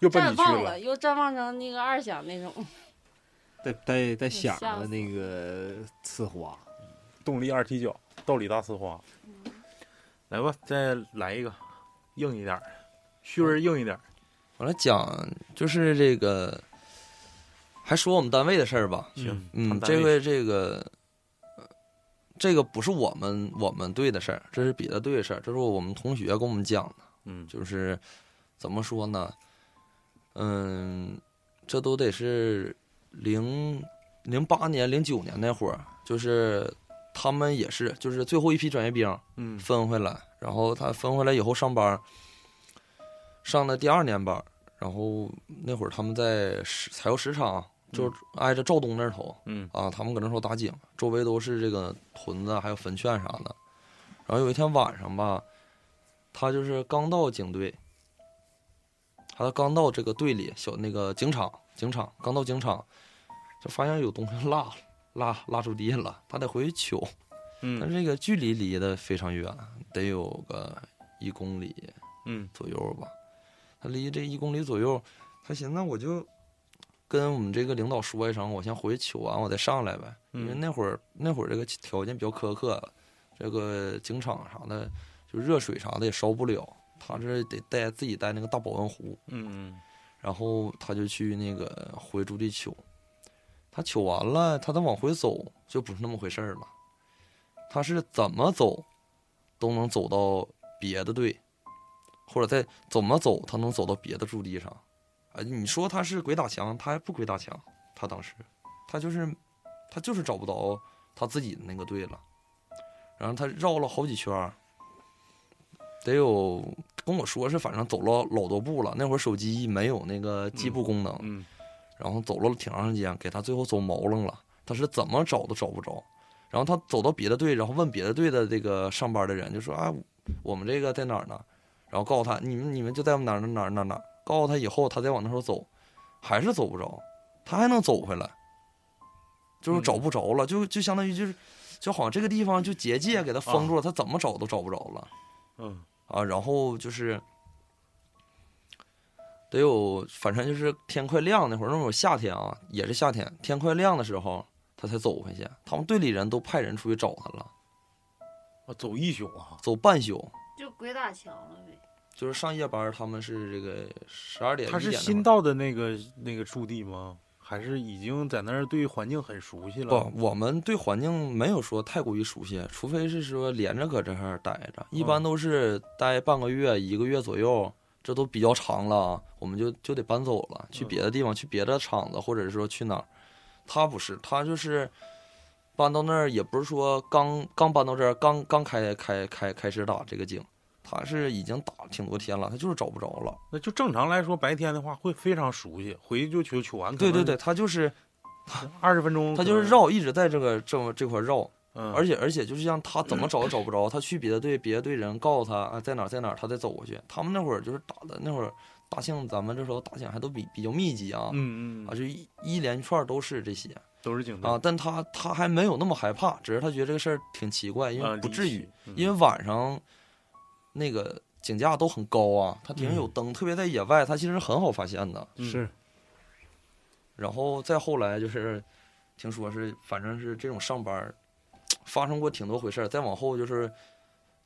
[SPEAKER 2] 又奔
[SPEAKER 4] 绽
[SPEAKER 2] 你去
[SPEAKER 4] 放
[SPEAKER 2] 了，
[SPEAKER 4] 又绽放成那个二响那种。
[SPEAKER 8] 带带带响
[SPEAKER 4] 吓
[SPEAKER 8] 的
[SPEAKER 4] 死
[SPEAKER 8] 那个刺花，
[SPEAKER 2] 动力二踢脚，道理大呲花。来吧，再来一个，硬一点儿，
[SPEAKER 6] 嗯
[SPEAKER 2] 虚儿硬一点儿。
[SPEAKER 6] 我来讲就是这个，还说我们单位的事儿吧，
[SPEAKER 2] 行，
[SPEAKER 6] 嗯，
[SPEAKER 2] 谈单
[SPEAKER 6] 这
[SPEAKER 2] 位
[SPEAKER 6] 回这个，呃这个不是我们我们队的事儿，这是别的队的事儿，这是我们同学跟我们讲的，
[SPEAKER 2] 嗯，
[SPEAKER 6] 就是怎么说呢，嗯，这都得是零零八年、零九年那会儿，就是他们也是，就是最后一批转业兵
[SPEAKER 2] 嗯
[SPEAKER 6] 分回来，然后他分回来以后上班，上的第二年班，然后那会儿他们在石采购石场，就是挨着肇东那头，
[SPEAKER 2] 嗯
[SPEAKER 6] 啊，他们搁那时候打井，周围都是这个屯子，还有坟圈啥的。然后有一天晚上吧，他就是刚到警队，他刚到这个队里小那个警场，警场刚到警场，就发现有东西落了，落落住地下了，他得回去取。但
[SPEAKER 2] 嗯
[SPEAKER 6] 是这个距离离得非常远，得有个一公里
[SPEAKER 2] 嗯
[SPEAKER 6] 左右吧。他离这一公里左右，他寻思那我就跟我们这个领导说一声，我先回去取完，我再上来呗。因为
[SPEAKER 2] 嗯
[SPEAKER 6] 那会儿那会儿这个条件比较苛刻，这个警场啥的，就热水啥的也烧不了，他这得带自己带那个大保温壶。
[SPEAKER 2] 嗯
[SPEAKER 6] 然后他就去那个回驻地取，他取完了，他再往回走就不是那么回事儿了，他是怎么走都能走到别的队，或者再怎么走他能走到别的驻地上，啊，你说他是鬼打墙，他还不鬼打墙，他当时他就是他就是找不着他自己的那个队了，然后他绕了好几圈儿，得有跟我说是，反正走了老多步了。那会儿手机没有那个计步功能，
[SPEAKER 2] 嗯
[SPEAKER 6] 然后走了挺长时间，给他最后走毛愣了。他是怎么找都找不着，然后他走到别的队，然后问别的队的这个上班的人，就说啊，我们这个在哪儿呢？然后告诉他，你们你们就在我们哪儿哪儿哪儿哪儿。告诉他以后，他再往那头走，还是走不着，他还能走回来，就是找不着了，就就相当于就是，就好像这个地方就结界给他封住
[SPEAKER 2] 啊
[SPEAKER 6] 了，他怎么找都找不着了。
[SPEAKER 2] 嗯
[SPEAKER 6] 啊，然后就是得有，反正就是天快亮那会儿，那会儿夏天啊，也是夏天，天快亮的时候他才走回去。他们队里人都派人出去找他了，
[SPEAKER 2] 啊，走一宿啊，
[SPEAKER 6] 走半宿，
[SPEAKER 4] 就鬼打墙了呗。
[SPEAKER 6] 就是上夜班，他们是这个十二点
[SPEAKER 2] 他
[SPEAKER 6] 1
[SPEAKER 2] 是
[SPEAKER 6] 点那
[SPEAKER 2] 新
[SPEAKER 6] 会儿
[SPEAKER 2] 到的那个那个驻地吗？还是已经在那儿对环境很熟悉了？
[SPEAKER 6] 不，我们对环境没有说太过于熟悉，除非是说连着搁这儿待着，一般
[SPEAKER 2] 嗯
[SPEAKER 6] 都是待半个月、一个月左右，这都比较长了，啊我们就就得搬走了，去
[SPEAKER 2] 嗯
[SPEAKER 6] 别的地方，去别的厂子，或者是说去哪儿。他不是，他就是搬到那儿，也不是说刚刚搬到这儿，刚刚开开开开始打这个井，他是已经打了挺多天了，他就是找不着了。
[SPEAKER 2] 那就正常来说，白天的话会非常熟悉，回去就取取完。
[SPEAKER 6] 对对对，，他就是
[SPEAKER 2] 二十分钟
[SPEAKER 6] 他就是
[SPEAKER 2] 可能，
[SPEAKER 6] 绕，一直在这个这么这块儿绕。
[SPEAKER 2] 嗯，
[SPEAKER 6] 而且而且就是像他怎么找也找不着，他去别的队，别的队人告诉他啊在哪儿在哪儿，他再走过去。他们那会儿就是打的那会儿大庆，咱们这时候打庆还都比比较密集啊，
[SPEAKER 2] 嗯嗯
[SPEAKER 6] 啊，就一一连串都是这些
[SPEAKER 2] 都是警察
[SPEAKER 6] 啊。但他他还没有那么害怕，只是他觉得这个事儿挺奇怪，因
[SPEAKER 2] 啊
[SPEAKER 6] 为不至于，，因
[SPEAKER 2] 为
[SPEAKER 6] 为晚上那个井架都很高啊，他顶上
[SPEAKER 2] 嗯
[SPEAKER 6] 有灯，特别在野外，他其实很好发现的。
[SPEAKER 8] 是
[SPEAKER 6] 然后再后来就是，听说是反正是这种上班儿发生过挺多回事儿。再往后就是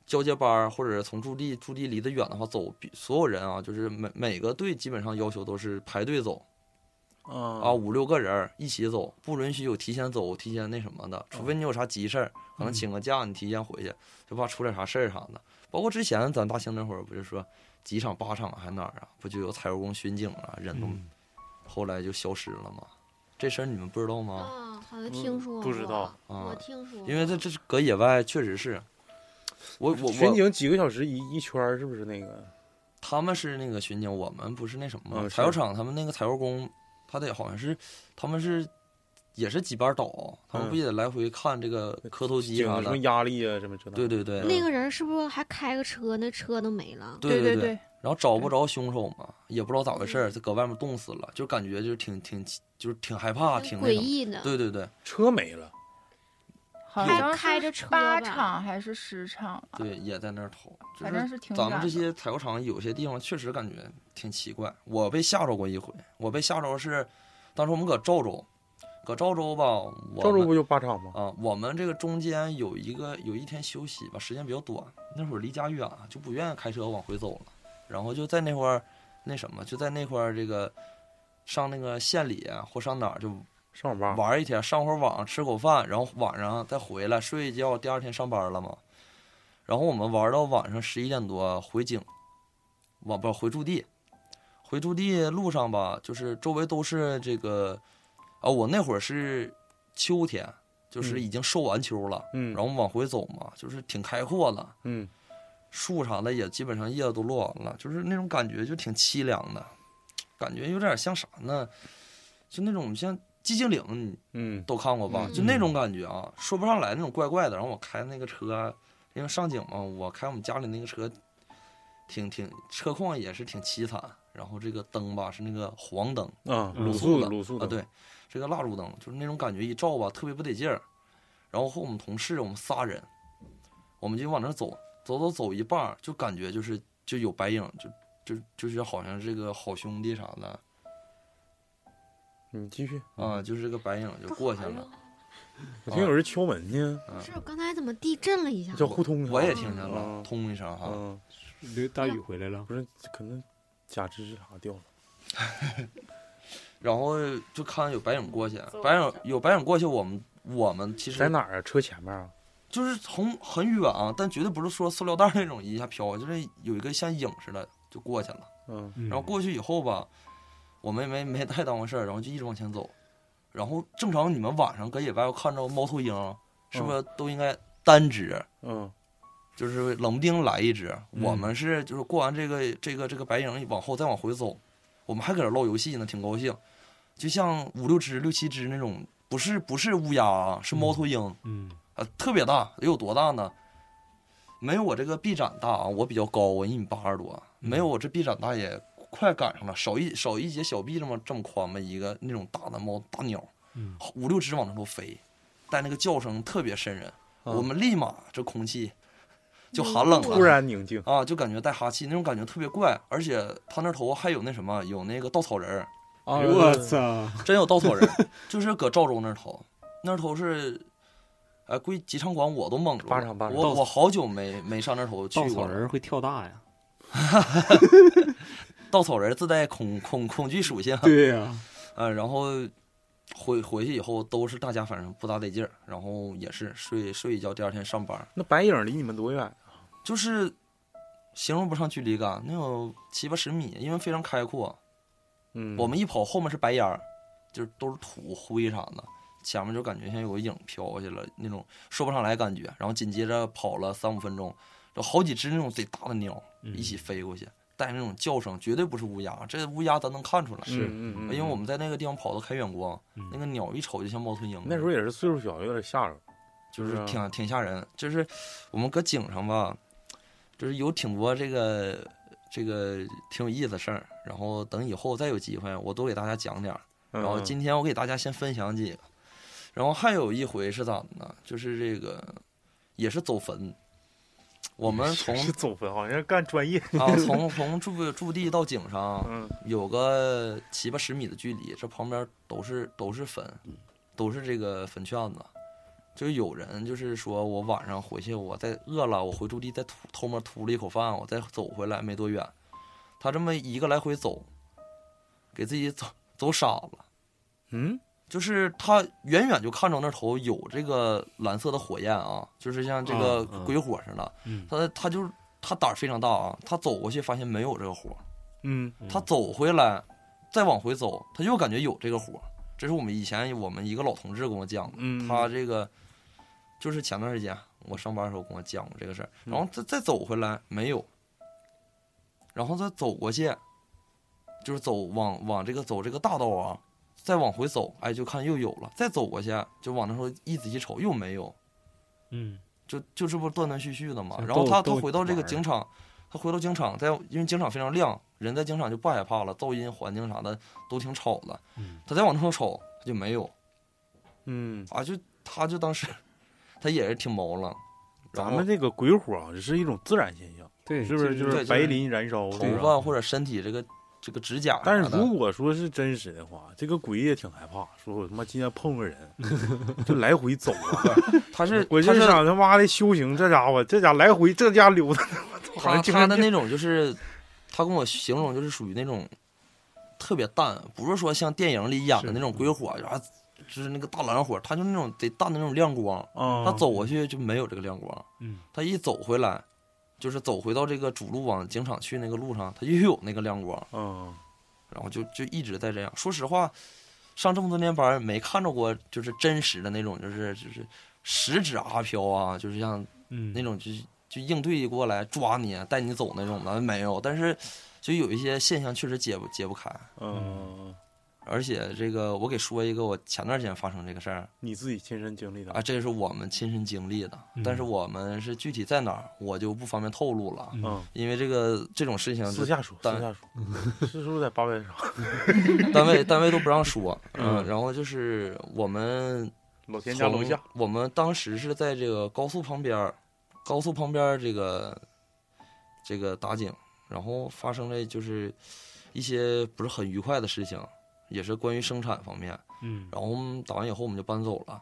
[SPEAKER 6] 交接班儿，或者从驻地驻地离得远的话走，比所有人啊，就是每每个队基本上要求都是排队走啊，
[SPEAKER 2] 啊
[SPEAKER 6] 五六个人儿一起走，不允许有提前走、提前那什么的，除非你有啥急事儿，可能请个假你提前回去，就怕出点啥事儿啥的。包括之前咱大兴那会儿不是说几场八场还哪儿啊，不就有采油工巡警啊，人都
[SPEAKER 8] 嗯
[SPEAKER 6] 后来就消失了嘛。这事儿你们不知道吗？
[SPEAKER 9] 啊，好像
[SPEAKER 2] 嗯
[SPEAKER 9] 听说过，
[SPEAKER 2] 不知道，
[SPEAKER 6] 啊
[SPEAKER 9] 我听说过，
[SPEAKER 6] 因为这这是搁野外确实是，我我
[SPEAKER 2] 巡
[SPEAKER 6] 我
[SPEAKER 2] 警几个小时一一圈儿，是不是那个？
[SPEAKER 6] 他们是那个巡警，我们不是那什么嘛
[SPEAKER 2] 嗯是
[SPEAKER 6] 采油厂，他们那个采油工，他得好像是他们是也是几班倒，他们
[SPEAKER 2] 嗯
[SPEAKER 6] 不也得来回看这个磕头机
[SPEAKER 2] 警
[SPEAKER 6] 啥
[SPEAKER 2] 什么
[SPEAKER 6] 的？
[SPEAKER 2] 压力啊，什么这那
[SPEAKER 6] 对对对
[SPEAKER 9] 那个人是不是还开个车？那车都没了。
[SPEAKER 6] 嗯对
[SPEAKER 7] 对
[SPEAKER 6] 对，，然后找不着凶手嘛，也不知道咋回事儿，就搁外面冻死了，就感觉就是挺挺就是挺害怕，挺
[SPEAKER 9] 挺
[SPEAKER 6] 那
[SPEAKER 9] 嗯诡
[SPEAKER 6] 什么。
[SPEAKER 9] 异啊的，
[SPEAKER 6] 对对对
[SPEAKER 2] 车没了，
[SPEAKER 7] 好
[SPEAKER 9] 开
[SPEAKER 7] 像
[SPEAKER 9] 开
[SPEAKER 7] 是
[SPEAKER 9] 着车
[SPEAKER 7] 八
[SPEAKER 9] 吧
[SPEAKER 7] 场还是十场，
[SPEAKER 6] 对，也在那儿投，就
[SPEAKER 7] 反
[SPEAKER 6] 是
[SPEAKER 7] 正是挺
[SPEAKER 6] 咱们
[SPEAKER 7] 远
[SPEAKER 6] 这
[SPEAKER 7] 的
[SPEAKER 6] 些采购厂有些地方确实感觉挺奇怪。我被吓着过一回，我被吓着是当时我们搁赵州，搁赵州吧，我
[SPEAKER 2] 赵州
[SPEAKER 6] 们
[SPEAKER 2] 不就八场吗？
[SPEAKER 6] 啊，我们这个中间有一个有一天休息吧，时间比较短，那会儿离家远啊，就不愿意开车往回走了，然后就在那块儿那什么，就在那块儿这个上那个县里啊或上哪儿就
[SPEAKER 2] 上网吧，
[SPEAKER 6] 玩一天，上会儿网，吃口饭，然后晚上再回来睡一觉，第二天上班了嘛。然后我们玩到晚上十一点多回井，往不回驻地，回驻地路上吧，就是周围都是这个，啊，我那会儿是秋天，就是
[SPEAKER 2] 嗯
[SPEAKER 6] 已经收完秋了，
[SPEAKER 2] 嗯
[SPEAKER 6] 然后我们往回走嘛，就是挺开阔的，
[SPEAKER 2] 嗯，
[SPEAKER 6] 树啥的也基本上叶子都落完了，就是那种感觉就挺凄凉的，感觉有点像啥呢？就那种像寂静岭，你
[SPEAKER 2] 嗯
[SPEAKER 6] 都看过吧？
[SPEAKER 9] 嗯
[SPEAKER 6] 就那种感觉啊，说不上来那种怪怪的。然后我开那个车，啊因为上井嘛，我开我们家里那个车，挺挺车况也是挺凄惨。然后这个灯吧是那个黄灯
[SPEAKER 2] 啊，
[SPEAKER 8] 嗯
[SPEAKER 2] 卤素
[SPEAKER 6] 的
[SPEAKER 2] 卤素
[SPEAKER 6] 啊，
[SPEAKER 2] 的，
[SPEAKER 6] 对，这个蜡烛灯就是那种感觉一照吧特别不得劲儿。然后和我们同事我们仨人，我们就往那儿走，走走走一半儿就感觉就是就有白影，就就就是好像是个好兄弟啥的
[SPEAKER 2] 你继续
[SPEAKER 9] 嗯
[SPEAKER 6] 啊、就是个白影就过去了。
[SPEAKER 2] 我听有人敲门呢，
[SPEAKER 6] 嗯
[SPEAKER 9] 是刚才怎么地震了一下？啊
[SPEAKER 2] 叫互通
[SPEAKER 6] 我也听见了，
[SPEAKER 2] 嗯
[SPEAKER 6] 通一声哈。
[SPEAKER 2] 嗯，
[SPEAKER 8] 刘大宇回来了，
[SPEAKER 2] 不是，可能假肢是啥掉了。
[SPEAKER 6] 然后就看有白影过去，白影有白影过去，我们我们其
[SPEAKER 2] 在
[SPEAKER 6] 实
[SPEAKER 2] 哪儿啊？车前面啊？
[SPEAKER 6] 就是从很远啊，但绝对不是说塑料袋那种一下飘，就是有一个像影似的就过去了。
[SPEAKER 2] 嗯，
[SPEAKER 8] 然
[SPEAKER 6] 然后过去以后吧，我们也没没太当回事儿，然后就一直往前走。然后正常你们晚上搁野外要看着猫头鹰，是不是都应该单只？啊
[SPEAKER 2] 嗯，
[SPEAKER 6] 就是冷不丁来一只，
[SPEAKER 8] 嗯
[SPEAKER 6] 我们是就是过完这个这个这个白影往后再往回走，我们还搁这唠游戏呢，挺高兴，就像五六只六七只那种，不是不是乌鸦啊，是猫头鹰啊、
[SPEAKER 8] 嗯
[SPEAKER 6] 特别大，有多大呢？没有我这个臂展大啊，我比较高，我一米八十多，
[SPEAKER 8] 嗯
[SPEAKER 6] 没有我这臂展大也快赶上了，少一少一截小臂这么这么宽吧，一个那种大的猫大鸟，
[SPEAKER 8] 嗯
[SPEAKER 6] 五六只往那头飞，但那个叫声特别瘆人，
[SPEAKER 8] 啊
[SPEAKER 6] 我们立马这空气就寒冷了，
[SPEAKER 2] 嗯突然宁静。
[SPEAKER 6] 啊，就感觉带哈气那种感觉特别怪，而且他那头还有那什么，有那个稻草人儿，
[SPEAKER 2] 哎呦
[SPEAKER 8] 我操，
[SPEAKER 6] 真有稻草人儿，就是搁赵州那头，那头是，哎，估计几场馆我都蒙住了，
[SPEAKER 2] 八场八场
[SPEAKER 6] 我
[SPEAKER 8] 稻
[SPEAKER 6] 我好久没没上那头去
[SPEAKER 8] 稻
[SPEAKER 6] 过
[SPEAKER 8] 草
[SPEAKER 6] 了，
[SPEAKER 8] 人会跳大呀？
[SPEAKER 6] 稻草人自带恐恐恐惧属性，
[SPEAKER 8] 对呀、
[SPEAKER 6] 呃，然后回回去以后都是大家反正不咋得劲儿，然后也是睡睡一觉，第二天上班儿，
[SPEAKER 2] 那白影离你们多远？啊
[SPEAKER 6] 就是形容不上距离感，能有七八十米，因为非常开阔，
[SPEAKER 2] 嗯，
[SPEAKER 6] 我们一跑，后面是白烟儿，就是都是土灰啥的，前面就感觉像有个影飘过去了那种说不上来感觉。然后紧接着跑了三五分钟，就好几只那种贼大的鸟
[SPEAKER 8] 嗯
[SPEAKER 6] 一起飞过去，带那种叫声，绝对不是乌鸦。这乌鸦咱能看出来，
[SPEAKER 2] 嗯嗯嗯，
[SPEAKER 6] 因为我们在那个地方跑的开远光，
[SPEAKER 8] 嗯
[SPEAKER 6] 那个鸟一瞅就像猫头鹰。
[SPEAKER 2] 那时候也是岁数小，有点吓着。
[SPEAKER 6] 就是
[SPEAKER 2] 是啊
[SPEAKER 6] 挺挺吓人，就是我们搁井上吧，就是有挺多这个这个挺有意思的事儿。然后等以后再有机会，我多给大家讲点儿。
[SPEAKER 2] 然
[SPEAKER 6] 然后今天我给大家先分享几个，然后还有一回是咋的呢？就是这个也是走坟，我们
[SPEAKER 2] (laughs)
[SPEAKER 6] 从
[SPEAKER 2] 是走坟，好像是干专业。
[SPEAKER 6] 啊从从驻驻地到井上
[SPEAKER 2] 嗯
[SPEAKER 6] 有个七八十米的距离，这旁边都是都是坟，
[SPEAKER 2] 嗯
[SPEAKER 6] 都是这个坟圈子。就有人就是说我晚上回去，我再饿了，我回驻地再吐偷摸吐了一口饭，我再走回来没多远，他这么一个来回走，给自己走走傻了。
[SPEAKER 2] 嗯，
[SPEAKER 6] 就是他远远就看着那头有这个蓝色的火焰啊，就是像这个
[SPEAKER 8] 啊啊
[SPEAKER 6] 鬼火似的。
[SPEAKER 8] 嗯
[SPEAKER 6] 他他就是他胆儿非常大啊，他走过去发现没有这个火，
[SPEAKER 2] 嗯，
[SPEAKER 6] 他走回来，再往回走，他又感觉有这个火。这是我们以前我们一个老同志跟我讲的，
[SPEAKER 2] 嗯
[SPEAKER 6] 他这个就是前段时间我上班的时候跟我讲过这个事儿，
[SPEAKER 2] 嗯
[SPEAKER 6] 然后再再走回来没有，然后再走过去，就是走往往这个走这个大道啊，再往回走，哎，就看又有了，再走过去就往那头一仔细瞅又没有，
[SPEAKER 8] 嗯
[SPEAKER 6] 就就这不断断续续的嘛。
[SPEAKER 8] 像
[SPEAKER 6] 然后他
[SPEAKER 8] 斗
[SPEAKER 6] 他回到这
[SPEAKER 8] 斗
[SPEAKER 6] 个
[SPEAKER 8] 玩儿
[SPEAKER 6] 警场，他回到警场，在因为警场非常亮，人在警场就不害怕了，噪音环境啥的都挺吵的。
[SPEAKER 8] 嗯
[SPEAKER 6] 他再往那头瞅他就没有
[SPEAKER 2] 嗯，
[SPEAKER 6] 啊，就他就当时他也是挺毛了，然
[SPEAKER 2] 咱
[SPEAKER 6] 后
[SPEAKER 2] 们这个鬼火啊，是一种自然现象，
[SPEAKER 8] 对，
[SPEAKER 2] 是不是？
[SPEAKER 8] 就
[SPEAKER 2] 就是
[SPEAKER 6] 对
[SPEAKER 2] 白磷燃烧。
[SPEAKER 6] 头
[SPEAKER 2] 对吧
[SPEAKER 6] 发或者身体这个这个指甲啥的，
[SPEAKER 2] 啊但是如果说是真实的话，这个鬼也挺害怕，说我他妈今天碰个人，就来回走啊。
[SPEAKER 6] 他是
[SPEAKER 2] 我
[SPEAKER 6] 他
[SPEAKER 2] 就是想他妈的修行，这家伙这家来回这家溜达，好
[SPEAKER 6] 他
[SPEAKER 2] 像精
[SPEAKER 6] 他
[SPEAKER 2] 神
[SPEAKER 6] 的
[SPEAKER 2] 病
[SPEAKER 6] 那种就是，他跟我形容就是属于那种特别淡，不是说像电影里演的那
[SPEAKER 2] 嗯
[SPEAKER 6] 种鬼火，然后就是那个大蓝火，他就那种得淡的那种亮光，
[SPEAKER 2] 啊。
[SPEAKER 6] 他走过去就没有这个亮光，
[SPEAKER 8] 嗯，
[SPEAKER 6] 他一走回来，就是走回到这个主路往警场去那个路上，他又有那个亮光，
[SPEAKER 2] 嗯，
[SPEAKER 6] 然后就就一直在这样。说实话，上这么多年班儿没看着过就是真实的那种，就是就是十指阿飘啊，就是像
[SPEAKER 8] 嗯
[SPEAKER 6] 那种就是就应对过来抓你啊带你走那种的没有，但是就有一些现象确实解不解不开。
[SPEAKER 2] 嗯，
[SPEAKER 6] 而且这个我给说一个我前段时间发生这个事儿
[SPEAKER 2] 你自己亲身经历的
[SPEAKER 6] 啊，，这是我们亲身经历的，
[SPEAKER 8] 嗯
[SPEAKER 6] 但是我们是具体在哪儿我就不方便透露了，
[SPEAKER 2] 嗯，
[SPEAKER 6] 因为这个这种事情
[SPEAKER 2] 私下说，
[SPEAKER 6] 单
[SPEAKER 2] 私下说，是不是在八百上？
[SPEAKER 6] 单位单位都不让
[SPEAKER 2] (laughs)
[SPEAKER 6] 说，
[SPEAKER 2] 嗯
[SPEAKER 6] 嗯，然后就是我们
[SPEAKER 2] 老田
[SPEAKER 6] 从
[SPEAKER 2] 家楼下，
[SPEAKER 6] 我们当时是在这个高速旁边儿，高速旁边儿这个这个打井，然后发生了就是一些不是很愉快的事情，也是关于生产方面。
[SPEAKER 8] 嗯
[SPEAKER 6] 然后我们打完以后我们就搬走了，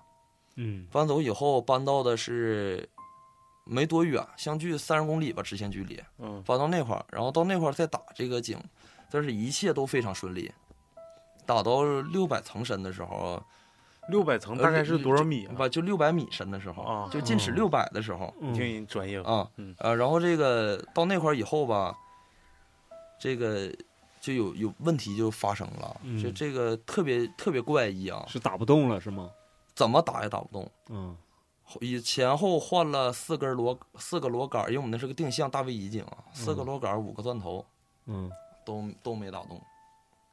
[SPEAKER 8] 嗯
[SPEAKER 6] 搬走以后搬到的是没多远，相距三十公里吧，直线距离。
[SPEAKER 2] 嗯
[SPEAKER 6] 搬到那块儿，然后到那块儿再打这个井，但是一切都非常顺利。打到六百层深的时候，
[SPEAKER 2] 六百层大概是多少米啊？
[SPEAKER 6] 不就六百米深的时候，
[SPEAKER 2] 啊，
[SPEAKER 6] 就进尺
[SPEAKER 8] 哦
[SPEAKER 6] 六百的时候
[SPEAKER 2] 你
[SPEAKER 8] 嗯
[SPEAKER 2] 听人专业吧，
[SPEAKER 6] 啊
[SPEAKER 2] 嗯
[SPEAKER 6] 呃，然后这个到那块儿以后吧，这个就有有问题就发生了，
[SPEAKER 8] 嗯
[SPEAKER 6] 就这个特别特别怪异啊，
[SPEAKER 8] 是打不动了是吗？
[SPEAKER 6] 怎么打也打不动。
[SPEAKER 8] 嗯
[SPEAKER 6] 以前后换了四根螺，四个螺杆儿，因为我们那是个定向大卫乙井啊，四个
[SPEAKER 8] 嗯
[SPEAKER 6] 螺杆儿，五个钻头，
[SPEAKER 8] 嗯
[SPEAKER 6] 都都没打动。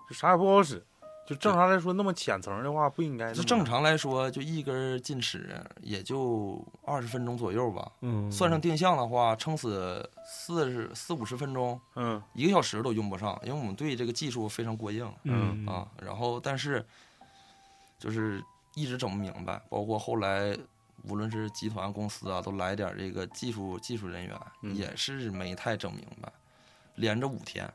[SPEAKER 2] 就啥也不好使。就正常来说，那么浅层的话不应该那么。
[SPEAKER 6] 就正常来说，就一根儿进尺也就二十分钟左右吧，
[SPEAKER 8] 嗯，
[SPEAKER 6] 算上定向的话，撑死四十四五十分钟，
[SPEAKER 2] 嗯，
[SPEAKER 6] 一个小时都用不上，因为我们对这个技术非常过硬
[SPEAKER 8] 嗯
[SPEAKER 6] 啊。然后，但是就是一直整不明白，包括后来无论是集团公司啊，都来点儿这个技术技术人员，
[SPEAKER 2] 嗯
[SPEAKER 6] 也是没太整明白。连着五天，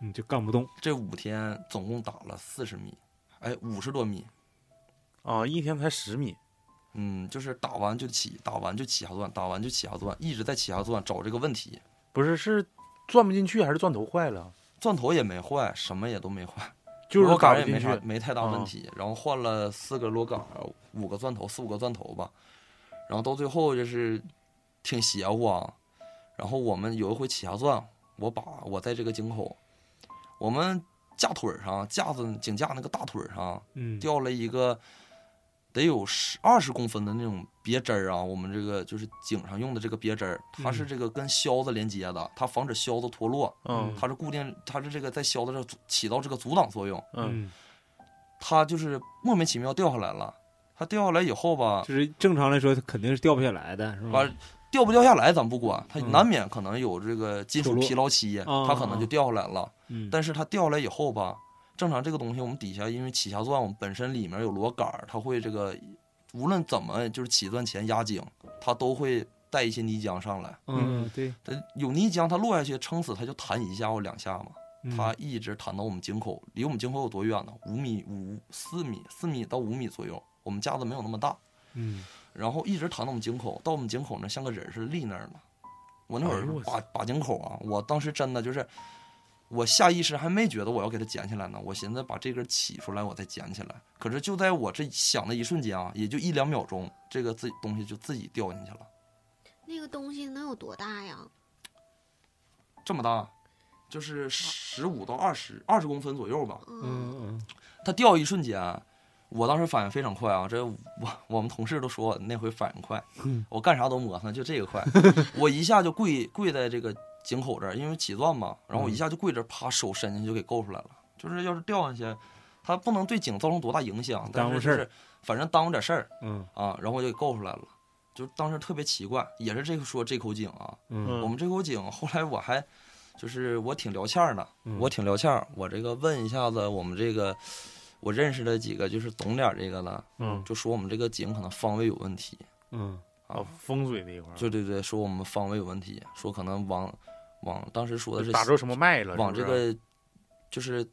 [SPEAKER 8] 嗯就干不动，
[SPEAKER 6] 这五天总共打了四十米，哎，五十多米，
[SPEAKER 2] 啊，一天才十米，
[SPEAKER 6] 嗯，就是打完就起，打完就起下钻，打完就起下钻，一直在起下钻找这个问题，
[SPEAKER 2] 不是是钻不进去还是钻头坏了？钻
[SPEAKER 6] 钻头也没坏，什么也都没坏，
[SPEAKER 2] 就是
[SPEAKER 6] 螺杆
[SPEAKER 2] 打
[SPEAKER 6] 儿也
[SPEAKER 2] 不进
[SPEAKER 6] 没
[SPEAKER 2] 去
[SPEAKER 6] 啥，没太大
[SPEAKER 2] 啊
[SPEAKER 6] 问题。然后换了四个螺杆儿，五个钻头，四五个钻头吧。然后到最后就是挺邪乎啊。然后我们有一回起下钻，我把我在这个井口，我们架腿儿上架子井架那个大腿儿上
[SPEAKER 8] 嗯
[SPEAKER 6] 掉了一个得有十二十公分的那种别针儿啊，我们这个就是井上用的这个别针儿，它是
[SPEAKER 8] 嗯
[SPEAKER 6] 这个跟销子连接的，它防止销子脱落，
[SPEAKER 2] 嗯
[SPEAKER 6] 它是固定，它是这个在销子上阻起到这个阻挡作用，
[SPEAKER 2] 嗯，
[SPEAKER 6] 它就是莫名其妙掉下来了。它掉下来以后吧，
[SPEAKER 8] 就是正常来说它肯定是掉不下来的是吧？
[SPEAKER 6] 完掉不掉下来咱不管，它
[SPEAKER 8] 嗯
[SPEAKER 6] 难免可能有这个金
[SPEAKER 8] 脱
[SPEAKER 6] 属
[SPEAKER 8] 落
[SPEAKER 6] 疲劳期，
[SPEAKER 8] 啊
[SPEAKER 6] 它可能就掉下来了。
[SPEAKER 8] 嗯
[SPEAKER 6] 但是它掉下来以后吧，正常这个东西我们底下因为起下钻，我们本身里面有螺杆儿，它会这个无论怎么就是起钻前压井，它都会带一些泥浆上来。
[SPEAKER 8] 嗯对，
[SPEAKER 6] 它有泥浆，它落下去撑死它就弹一下或两下嘛，
[SPEAKER 8] 嗯
[SPEAKER 6] 它一直弹到我们井口，离我们井口有多远呢？五米五四米四米到五米左右，我们架子没有那么大，
[SPEAKER 8] 嗯
[SPEAKER 6] 然后一直弹到我们井口，到我们井口那像个人似的立那儿了。我那会
[SPEAKER 2] 哎
[SPEAKER 6] 儿
[SPEAKER 2] 呦我
[SPEAKER 6] 把把井口啊，我当时真的就是，我下意识还没觉得我要给它捡起来呢，我寻思把这根起出来我再捡起来。可是就在我这想的一瞬间啊，也就一两秒钟，这个自己东西就自己掉进去了，
[SPEAKER 9] 那个东西能有多大呀？
[SPEAKER 6] 这么大，就是十五到二十二十公分左右吧。
[SPEAKER 9] 嗯，
[SPEAKER 8] 嗯
[SPEAKER 6] 它掉一瞬间，啊我当时反应非常快啊！这我我们同事都说我那回反应快，
[SPEAKER 8] 嗯
[SPEAKER 6] 我干啥都磨蹭，就这
[SPEAKER 8] (laughs)
[SPEAKER 6] 个快。我一下就跪跪在这个井口这儿，因为起钻嘛，
[SPEAKER 8] 嗯
[SPEAKER 6] 然后我一下就跪这儿，啪手伸进去就给够出来了。就是要是掉下去，它不能对井造成多大影响，但
[SPEAKER 8] 耽误
[SPEAKER 6] 是
[SPEAKER 8] 事
[SPEAKER 6] 就
[SPEAKER 8] 儿
[SPEAKER 6] 是反正耽误点事儿
[SPEAKER 8] 嗯
[SPEAKER 6] 啊，然后我就给够出来了。就当时特别奇怪，也是这个说这口井啊，
[SPEAKER 8] 嗯
[SPEAKER 6] 我们这口井后来我还就是我挺聊欠儿的，
[SPEAKER 8] 嗯
[SPEAKER 6] 我挺聊欠儿，我这个问一下子我们这个我认识的几个就是懂点儿这个的，
[SPEAKER 8] 嗯
[SPEAKER 6] 就说我们这个井可能方位有问题
[SPEAKER 8] 嗯
[SPEAKER 6] 啊
[SPEAKER 2] 啊，，风水那一块儿，
[SPEAKER 6] 对对对，说我们方位有问题，说可能往往当时说的是
[SPEAKER 2] 打着什么脉了，
[SPEAKER 6] 往
[SPEAKER 2] 是
[SPEAKER 6] 这
[SPEAKER 2] 不是
[SPEAKER 6] 个就是。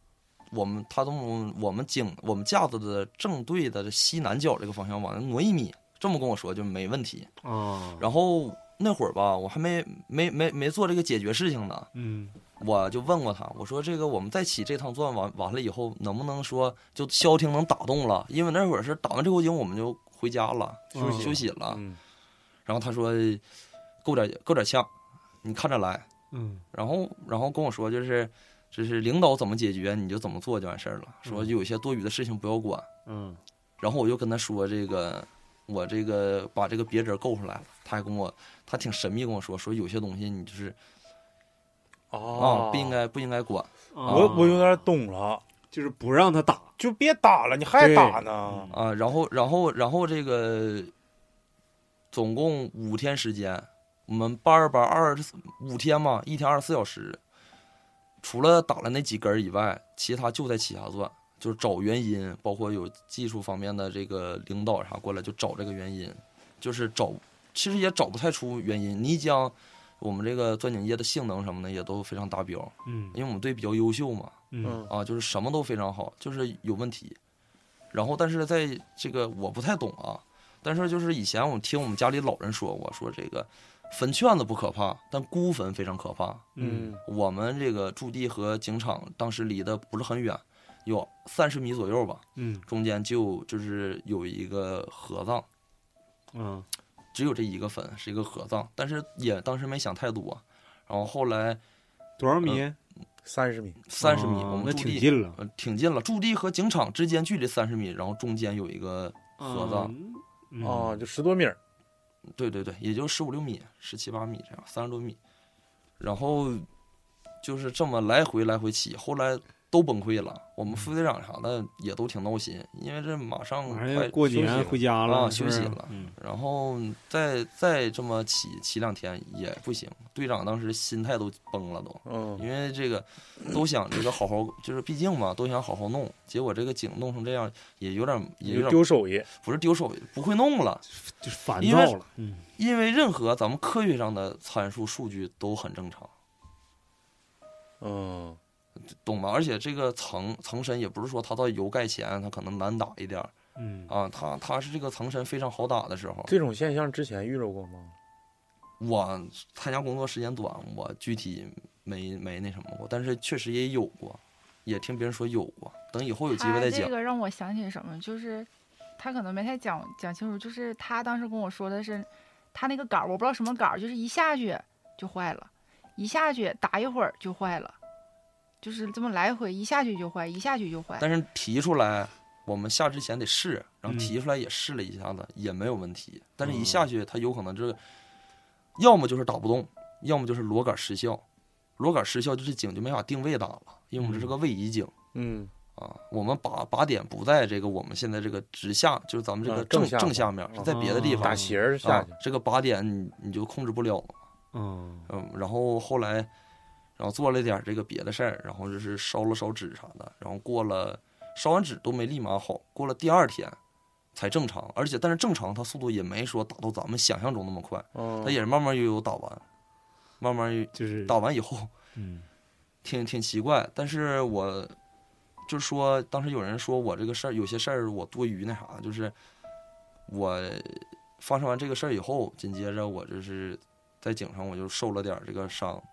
[SPEAKER 6] 我们他从我们井我们架子的正对的西南角这个方向往那挪一米，这么跟我说就没问题。
[SPEAKER 8] 啊
[SPEAKER 6] 然后那会儿吧，我还没没没没做这个解决事情呢，
[SPEAKER 8] 嗯
[SPEAKER 6] 我就问过他，我说这个我们再起这趟钻完完了以后，能不能说就消停能打动了？因为那会儿是打完这口井我们就回家了，休息、
[SPEAKER 8] 嗯
[SPEAKER 6] 休息了。
[SPEAKER 2] 嗯
[SPEAKER 6] 然后他说够点够点呛，你看着来。
[SPEAKER 8] 嗯
[SPEAKER 6] 然后然后跟我说就是就是领导怎么解决你就怎么做就完事儿了，说
[SPEAKER 8] 嗯
[SPEAKER 6] 有一些多余的事情不要管。
[SPEAKER 8] 嗯
[SPEAKER 6] 然后我就跟他说这个，我这个把这个别针够出来了，他还跟我，他挺神秘跟我说，说有些东西你就是啊、
[SPEAKER 2] 哦
[SPEAKER 6] 不应。该不应该管，
[SPEAKER 2] 我我有点懂了，
[SPEAKER 8] 就是不让他打，
[SPEAKER 2] 就别打了，你还
[SPEAKER 8] 对
[SPEAKER 2] 打呢？
[SPEAKER 6] 啊，然后，然后，然后这个总共五天时间，我们班儿班二十五天嘛，一天二十四小时，除了打了那几根儿以外，其他就在起下钻，就是找原因，包括有技术方面的这个领导啥过来就找这个原因，就是找，其实也找不太出原因，泥浆。我们这个钻井液的性能什么的也都非常达标，
[SPEAKER 8] 嗯
[SPEAKER 6] 因为我们队比较优秀嘛，
[SPEAKER 8] 嗯
[SPEAKER 2] 嗯
[SPEAKER 6] 啊，就是什么都非常好，就是有问题。然后，但是在这个我不太懂啊，但是就是以前我听我们家里老人说过，说这个坟圈子不可怕，但孤坟非常可怕。
[SPEAKER 8] 嗯
[SPEAKER 6] 我们这个驻地和警场当时离得不是很远，有三十米左右吧，
[SPEAKER 8] 嗯
[SPEAKER 6] 中间就就是有一个合葬，
[SPEAKER 8] 嗯
[SPEAKER 6] 只有这一个坟是一个合葬，但是也当时没想太多。然后后来
[SPEAKER 8] 多少米？
[SPEAKER 2] 三十米，
[SPEAKER 6] 呃三十米，
[SPEAKER 8] 啊
[SPEAKER 6] 我们
[SPEAKER 8] 那
[SPEAKER 6] 驻
[SPEAKER 8] 挺
[SPEAKER 6] 地
[SPEAKER 8] 近了。
[SPEAKER 6] 呃，挺近了，驻地和警场之间距离三十米，然后中间有一个合葬，
[SPEAKER 8] 嗯
[SPEAKER 6] 哦
[SPEAKER 2] 啊，，就十多米儿，
[SPEAKER 6] 对对对，也就十五六米、十七八米这样，三十多米，然后就是这么来回来回起，后来都崩溃了。我们副队长啥的也都挺闹心，因为这马上
[SPEAKER 8] 马
[SPEAKER 6] 快
[SPEAKER 8] 上要过
[SPEAKER 6] 休息
[SPEAKER 8] 年
[SPEAKER 6] 了
[SPEAKER 8] 回家了，
[SPEAKER 6] 啊
[SPEAKER 8] 是不是
[SPEAKER 6] 休息了
[SPEAKER 8] 嗯
[SPEAKER 6] 然后再再这么起起两天也不行，队长当时心态都崩了都。
[SPEAKER 2] 嗯
[SPEAKER 6] 因为这个都想这个好好，就是毕竟嘛，都想好好弄，结果这个井弄成这样，也有点也有点
[SPEAKER 2] 丢手艺，
[SPEAKER 6] 不是丢手，不会弄了，
[SPEAKER 8] 就是烦
[SPEAKER 6] 因为
[SPEAKER 8] 躁了。嗯
[SPEAKER 6] 因为任何咱们科学上的参数数据都很正常，
[SPEAKER 2] 嗯
[SPEAKER 6] 懂吗？而且这个层层深也不是说它到油盖前它可能难打一点儿
[SPEAKER 8] 嗯
[SPEAKER 6] 啊，它它是这个层深非常好打的时候。
[SPEAKER 2] 这种现象之前遇着过吗？嗯
[SPEAKER 6] 我参加工作时间短，我具体没没那什么过，但是确实也有过，也听别人说有过。等以后有机
[SPEAKER 7] 他
[SPEAKER 6] 会再
[SPEAKER 7] 这
[SPEAKER 6] 讲。
[SPEAKER 7] 个让我想起什么，就是他可能没太讲讲清楚，就是他当时跟我说的是，他那个杆儿我不知道什么杆儿，就是一下去就坏了，一下去打一会儿就坏了，就是这么来回一下去就坏，一下去就坏。
[SPEAKER 6] 但是提出来，我们下之前得试，
[SPEAKER 8] 嗯
[SPEAKER 6] 然后提出来也试了一下子，也没有问题。但
[SPEAKER 2] 哦
[SPEAKER 6] 是一下去，它有可能就是，要么就是打不动，要么就是螺杆失效。螺杆失效，就是井就没法定位打了，因为我们这是个位移井
[SPEAKER 2] 嗯
[SPEAKER 6] 啊。我们靶靶点不在这个我们现在这个直下，就是咱们这
[SPEAKER 2] 啊
[SPEAKER 6] 个
[SPEAKER 2] 正
[SPEAKER 6] 正
[SPEAKER 2] 下
[SPEAKER 6] 正
[SPEAKER 2] 方
[SPEAKER 6] 下面，是在别的地
[SPEAKER 8] 啊
[SPEAKER 6] 方
[SPEAKER 2] 打斜儿下
[SPEAKER 6] 啊
[SPEAKER 2] 去，，
[SPEAKER 6] 这个靶点你你就控制不了了。
[SPEAKER 8] 嗯
[SPEAKER 6] 嗯，然后后来，然后做了点儿这个别的事儿，然后就是烧了烧纸啥的，然后过了烧完纸都没立马好，过了第二天才正常，而且但是正常它速度也没说打到咱们想象中那么快，它
[SPEAKER 2] 嗯，
[SPEAKER 6] 也是慢慢悠悠打完，慢慢悠
[SPEAKER 8] 就是
[SPEAKER 6] 打完以后
[SPEAKER 8] 嗯
[SPEAKER 6] 挺挺奇怪，但是我就说当时有人说我这个事儿有些事儿我多余那啥，就是我发生完这个事儿以后，紧接着我就是在井上我就受了点儿这个伤。哦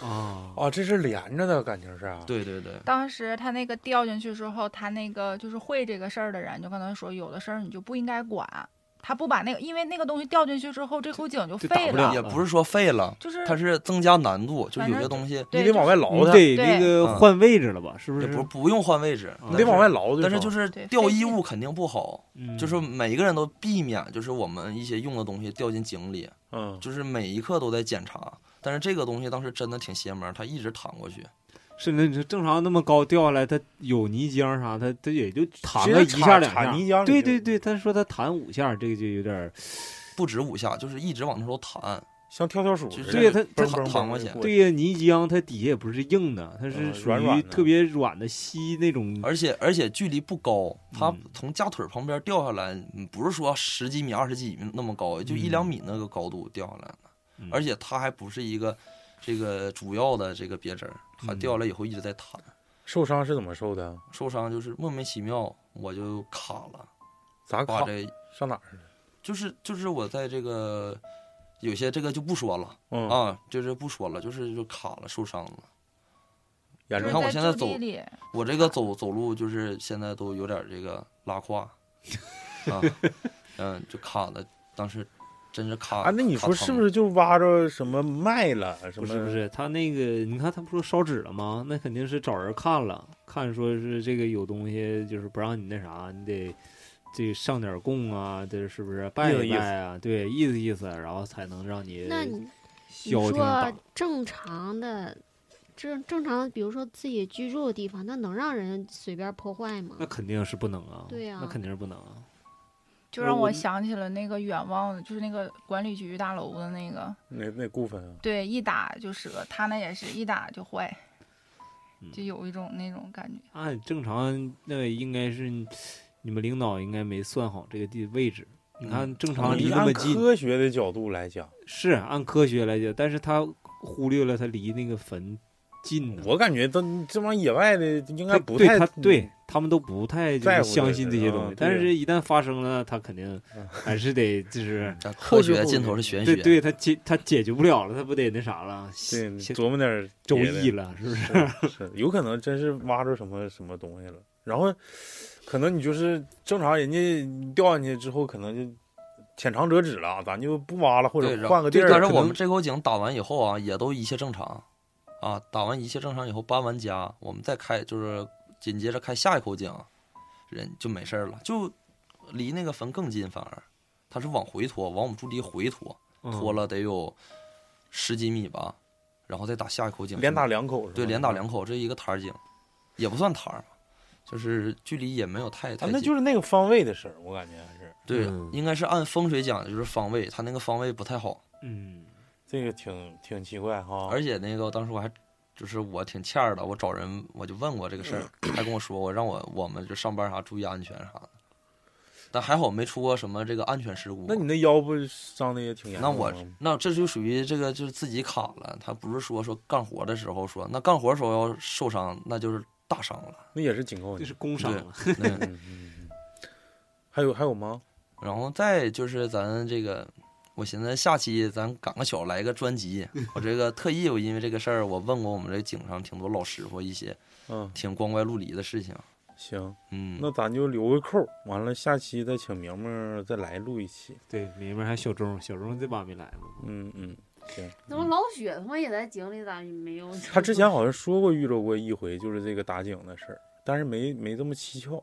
[SPEAKER 8] 啊
[SPEAKER 2] 啊，这是连着的感情是啊，
[SPEAKER 6] 对对对，
[SPEAKER 7] 当时他那个掉进去之后，他那个就是会这个事儿的人就跟他说，有的事儿你就不应该管，他不把那个，因为那个东西掉进去之后，这口井就
[SPEAKER 8] 就打
[SPEAKER 7] 废
[SPEAKER 8] 不了
[SPEAKER 6] 也不是说废了，
[SPEAKER 7] 就是
[SPEAKER 6] 它是增加难度，就
[SPEAKER 7] 反
[SPEAKER 6] 有
[SPEAKER 7] 正
[SPEAKER 6] 些东西
[SPEAKER 7] 对
[SPEAKER 2] 你得往外
[SPEAKER 8] 你
[SPEAKER 2] 捞它，
[SPEAKER 8] 得
[SPEAKER 7] 对
[SPEAKER 8] 那个
[SPEAKER 6] 哦嗯
[SPEAKER 8] 换位置了吧？是不
[SPEAKER 6] 也
[SPEAKER 8] 是？
[SPEAKER 6] 不不用换位置，
[SPEAKER 2] 你得往外
[SPEAKER 6] 捞。
[SPEAKER 2] 捞，
[SPEAKER 6] 但是就是是
[SPEAKER 7] 对
[SPEAKER 6] 掉
[SPEAKER 7] 费
[SPEAKER 6] 衣
[SPEAKER 7] 劲
[SPEAKER 6] 物肯定不好，
[SPEAKER 8] 嗯
[SPEAKER 6] 就是每一个人都避免，就是我们一些用的东西掉进井里，
[SPEAKER 2] 嗯，
[SPEAKER 6] 就是每一刻都在检查。但是这个东西当时真的挺邪门儿，它一直弹过去，
[SPEAKER 8] 甚至你说正常那么高掉下来，它有泥浆啥，它它也就弹
[SPEAKER 2] 其
[SPEAKER 8] 个
[SPEAKER 2] 实
[SPEAKER 8] 一
[SPEAKER 2] 铲
[SPEAKER 8] 下两下
[SPEAKER 2] 铲。泥浆，
[SPEAKER 8] 对对，对，他说他弹五下，这个就有点儿
[SPEAKER 6] 不止五下，就是一直往那头弹。
[SPEAKER 2] 像跳跳鼠
[SPEAKER 6] 就
[SPEAKER 2] 似的，
[SPEAKER 8] 对它它
[SPEAKER 2] 嘣嘣
[SPEAKER 6] 躺过
[SPEAKER 2] 嘣
[SPEAKER 6] 去
[SPEAKER 2] 过
[SPEAKER 8] 对呀，泥浆它底下也不是硬的，它是
[SPEAKER 2] 呃
[SPEAKER 8] 属
[SPEAKER 2] 软软
[SPEAKER 8] 于
[SPEAKER 2] 的
[SPEAKER 8] 特别软的稀那种。
[SPEAKER 6] 而且而且距离不高，它
[SPEAKER 8] 嗯
[SPEAKER 6] 从夹腿儿旁边掉下来，嗯不是说十几米、二十几米那么高，也就
[SPEAKER 8] 嗯
[SPEAKER 6] 一两米那个高度掉下来了。
[SPEAKER 8] 嗯
[SPEAKER 6] 而且它还不是一个这个主要的这个别针儿，它
[SPEAKER 8] 嗯
[SPEAKER 6] 掉下来以后一直在弹，
[SPEAKER 2] 受伤是怎么受的？
[SPEAKER 6] 受伤就是莫名其妙我就卡了，
[SPEAKER 8] 啊
[SPEAKER 2] 咋
[SPEAKER 6] 把
[SPEAKER 2] 卡？
[SPEAKER 6] 这
[SPEAKER 2] 上哪儿去了？
[SPEAKER 6] 就是就是我在这个有些这个就不说了、
[SPEAKER 2] 嗯，
[SPEAKER 6] 啊，就是不说了，就是就卡了，受伤了。
[SPEAKER 2] 眼
[SPEAKER 7] 就
[SPEAKER 6] 你
[SPEAKER 7] 是
[SPEAKER 6] 看我
[SPEAKER 7] 在
[SPEAKER 6] 现在
[SPEAKER 7] 驻
[SPEAKER 6] 走
[SPEAKER 7] 地里，
[SPEAKER 6] 我这个走走路就是现在都有点这个拉胯，
[SPEAKER 2] (laughs)
[SPEAKER 6] 啊，嗯，就卡的，当时真是卡
[SPEAKER 2] 啊，那你
[SPEAKER 6] 卡
[SPEAKER 2] 说是
[SPEAKER 6] 疼
[SPEAKER 2] 不是就挖着什么脉了？什
[SPEAKER 8] 不
[SPEAKER 2] 么
[SPEAKER 8] 是不是，他那个你看他不说烧纸了吗？那肯定是找人看了，看说是这个有东西，就是不让你那啥，你得这上点供啊，这是不是拜
[SPEAKER 2] 意思
[SPEAKER 8] 一
[SPEAKER 2] 意思
[SPEAKER 8] 拜啊？对，意思意思，然后才能让你
[SPEAKER 9] 那你你
[SPEAKER 8] 消停打
[SPEAKER 9] 说。正常的，正正常，比如说自己居住的地方，那能让人随便破坏吗
[SPEAKER 8] 那？肯定是不能啊，
[SPEAKER 9] 对呀
[SPEAKER 8] 那肯定是不能啊。
[SPEAKER 7] 就
[SPEAKER 8] 我
[SPEAKER 7] 让
[SPEAKER 8] 我
[SPEAKER 7] 我想起了那个远望，就是那个管理局大楼的那个，
[SPEAKER 2] 那那孤坟啊？
[SPEAKER 7] 对，一打就折，他那也是一打就坏
[SPEAKER 8] 嗯，
[SPEAKER 7] 就有一种那种感觉。
[SPEAKER 8] 按正常，那应该是你们领导应该没算好这个地位置，你看正常
[SPEAKER 2] 嗯啊
[SPEAKER 8] 离
[SPEAKER 2] 你
[SPEAKER 8] 那么
[SPEAKER 2] 按
[SPEAKER 8] 近，
[SPEAKER 2] 科学的角度来讲，
[SPEAKER 8] 是按科学来讲，但是他忽略了他离那个坟近呢。
[SPEAKER 2] 我感觉都这帮野外的应
[SPEAKER 8] 他
[SPEAKER 2] 该不
[SPEAKER 8] 对
[SPEAKER 2] 太
[SPEAKER 8] 他对他们都不太就
[SPEAKER 2] 在
[SPEAKER 8] 是
[SPEAKER 2] 乎这
[SPEAKER 8] 相
[SPEAKER 2] 个
[SPEAKER 8] 信
[SPEAKER 2] 事
[SPEAKER 8] 这些
[SPEAKER 2] 儿
[SPEAKER 8] 东
[SPEAKER 2] 啊对
[SPEAKER 8] 西，
[SPEAKER 2] 嗯
[SPEAKER 8] 但是一旦发生了，他肯定还是得就是
[SPEAKER 6] 但科
[SPEAKER 2] 后知
[SPEAKER 6] 学
[SPEAKER 2] 后
[SPEAKER 6] 尽
[SPEAKER 2] 觉
[SPEAKER 6] 头是玄学，
[SPEAKER 8] 对对他解他解决不了了，他不得那啥了，
[SPEAKER 2] 对
[SPEAKER 8] 先先
[SPEAKER 2] 琢磨点儿
[SPEAKER 8] 周
[SPEAKER 2] 别的
[SPEAKER 8] 易啊了，是不
[SPEAKER 2] (laughs)
[SPEAKER 8] 是？
[SPEAKER 2] 是是，有可能真是挖出什么什么东西了。然后，可能你就是正常人家掉下去之后，可能就浅尝辄止了，啊咱就不挖了，或
[SPEAKER 6] 对
[SPEAKER 2] 者
[SPEAKER 6] 然
[SPEAKER 2] 换个地
[SPEAKER 8] 对
[SPEAKER 2] 儿。
[SPEAKER 6] 但是
[SPEAKER 8] 可
[SPEAKER 6] 我
[SPEAKER 8] 能
[SPEAKER 6] 们这口井打完以后啊，也都一切正常，啊，打完一切正常以后搬完家，我们再开就是紧接着开下一口井，人就没事儿了，就离那个坟更近，反而它是往回拖，往我们住地回拖，
[SPEAKER 2] 嗯
[SPEAKER 6] 拖
[SPEAKER 8] 了，
[SPEAKER 6] 了得有十几米吧，然后再打下一口井，
[SPEAKER 2] 连打两口啊是吧，
[SPEAKER 6] 对连打两口，这一个台儿井，也不算台儿，就是距离也没有太太
[SPEAKER 2] 啊
[SPEAKER 6] 近，，
[SPEAKER 2] 那就是那个方位的事儿，我感觉还是
[SPEAKER 6] 对，
[SPEAKER 8] 嗯
[SPEAKER 6] 应该是按风水讲就是方位，它那个方位不太好。
[SPEAKER 8] 嗯，
[SPEAKER 2] 这个挺挺奇怪哈。
[SPEAKER 6] 而且那个当时我还就是我挺欠儿的，我找人我就问过这个事儿，
[SPEAKER 2] 嗯
[SPEAKER 6] 他跟我说过让我我们就上班啥注意安全啥的，但还好没出过什么这个安全事故。
[SPEAKER 2] 那你那腰不伤的也挺严
[SPEAKER 6] 那
[SPEAKER 2] 重啊吗？
[SPEAKER 6] 我那这就属于这个就是自己卡了，他不是说说干活的时候说，那干活的时候要受伤那就是大伤
[SPEAKER 2] (laughs)
[SPEAKER 6] 了。
[SPEAKER 2] 那也是紧扣
[SPEAKER 8] 这
[SPEAKER 2] 你。
[SPEAKER 8] 是工伤啊
[SPEAKER 6] 对
[SPEAKER 8] 了，
[SPEAKER 6] 那
[SPEAKER 2] 嗯嗯嗯还有还有吗？
[SPEAKER 6] 然后再就是咱这个，我寻思下期咱赶个巧来个
[SPEAKER 2] (laughs)
[SPEAKER 6] 专辑，我这个特意我因为这个事儿，我问过我们这井上挺多老师傅一些
[SPEAKER 2] 嗯，
[SPEAKER 6] 挺光怪陆离的事情。
[SPEAKER 2] 行，
[SPEAKER 6] 嗯，
[SPEAKER 2] 那咱就留个扣儿，完了下期再请明明再来录一期。
[SPEAKER 8] 对，里面还有小钟，小钟这把没来呢，
[SPEAKER 2] 嗯嗯，行。
[SPEAKER 4] 怎么老雪他妈也在井里，咋没有？
[SPEAKER 2] 他之前好像说过遇到过一回，就是这个打井的事儿，但是没没这么蹊跷，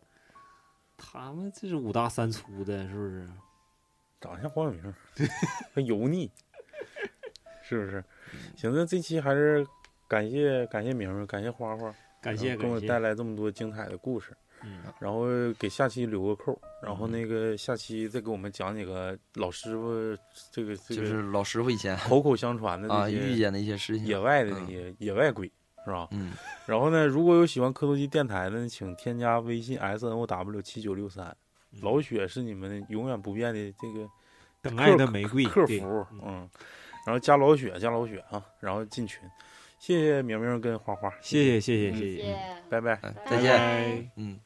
[SPEAKER 8] 他们这是五大三粗的，是不是？
[SPEAKER 2] 长得像黄晓明，还油腻， (laughs) 是不是？行，那这期还是感谢感谢明明，感谢花花，
[SPEAKER 8] 感谢
[SPEAKER 2] 然嗯后给
[SPEAKER 8] 感
[SPEAKER 2] 我
[SPEAKER 8] 谢，
[SPEAKER 2] 带来这么多精彩的故事，
[SPEAKER 8] 嗯，
[SPEAKER 2] 然后给下期留个扣儿，然
[SPEAKER 6] 嗯
[SPEAKER 2] 后那个下期再给我们讲几个老师傅这个这
[SPEAKER 6] 就
[SPEAKER 2] 个
[SPEAKER 6] 是老师傅以前
[SPEAKER 2] 口口相传的
[SPEAKER 6] 啊
[SPEAKER 2] 那
[SPEAKER 6] 遇
[SPEAKER 2] 些
[SPEAKER 6] 见的一些事情。
[SPEAKER 2] 野外的那
[SPEAKER 6] 嗯
[SPEAKER 2] 些野外鬼，是吧？
[SPEAKER 6] 嗯，
[SPEAKER 2] 然后呢，如果有喜欢磕头机电台的呢，请添加微信 s n o w 七九六三，老雪是你们永远不变的这个
[SPEAKER 8] 嗯等
[SPEAKER 2] 客
[SPEAKER 8] 爱的玫瑰
[SPEAKER 2] 客
[SPEAKER 8] 对
[SPEAKER 2] 服，
[SPEAKER 8] 嗯
[SPEAKER 2] 嗯，然后加老雪，加老雪啊，然后进群，谢谢明明跟花花，
[SPEAKER 8] 谢谢谢谢
[SPEAKER 4] 谢
[SPEAKER 8] 谢谢，
[SPEAKER 9] 嗯
[SPEAKER 4] 谢，
[SPEAKER 2] 拜拜。
[SPEAKER 6] 哎
[SPEAKER 4] 拜
[SPEAKER 6] 再
[SPEAKER 8] 拜
[SPEAKER 6] 见。
[SPEAKER 8] 拜。
[SPEAKER 6] 嗯。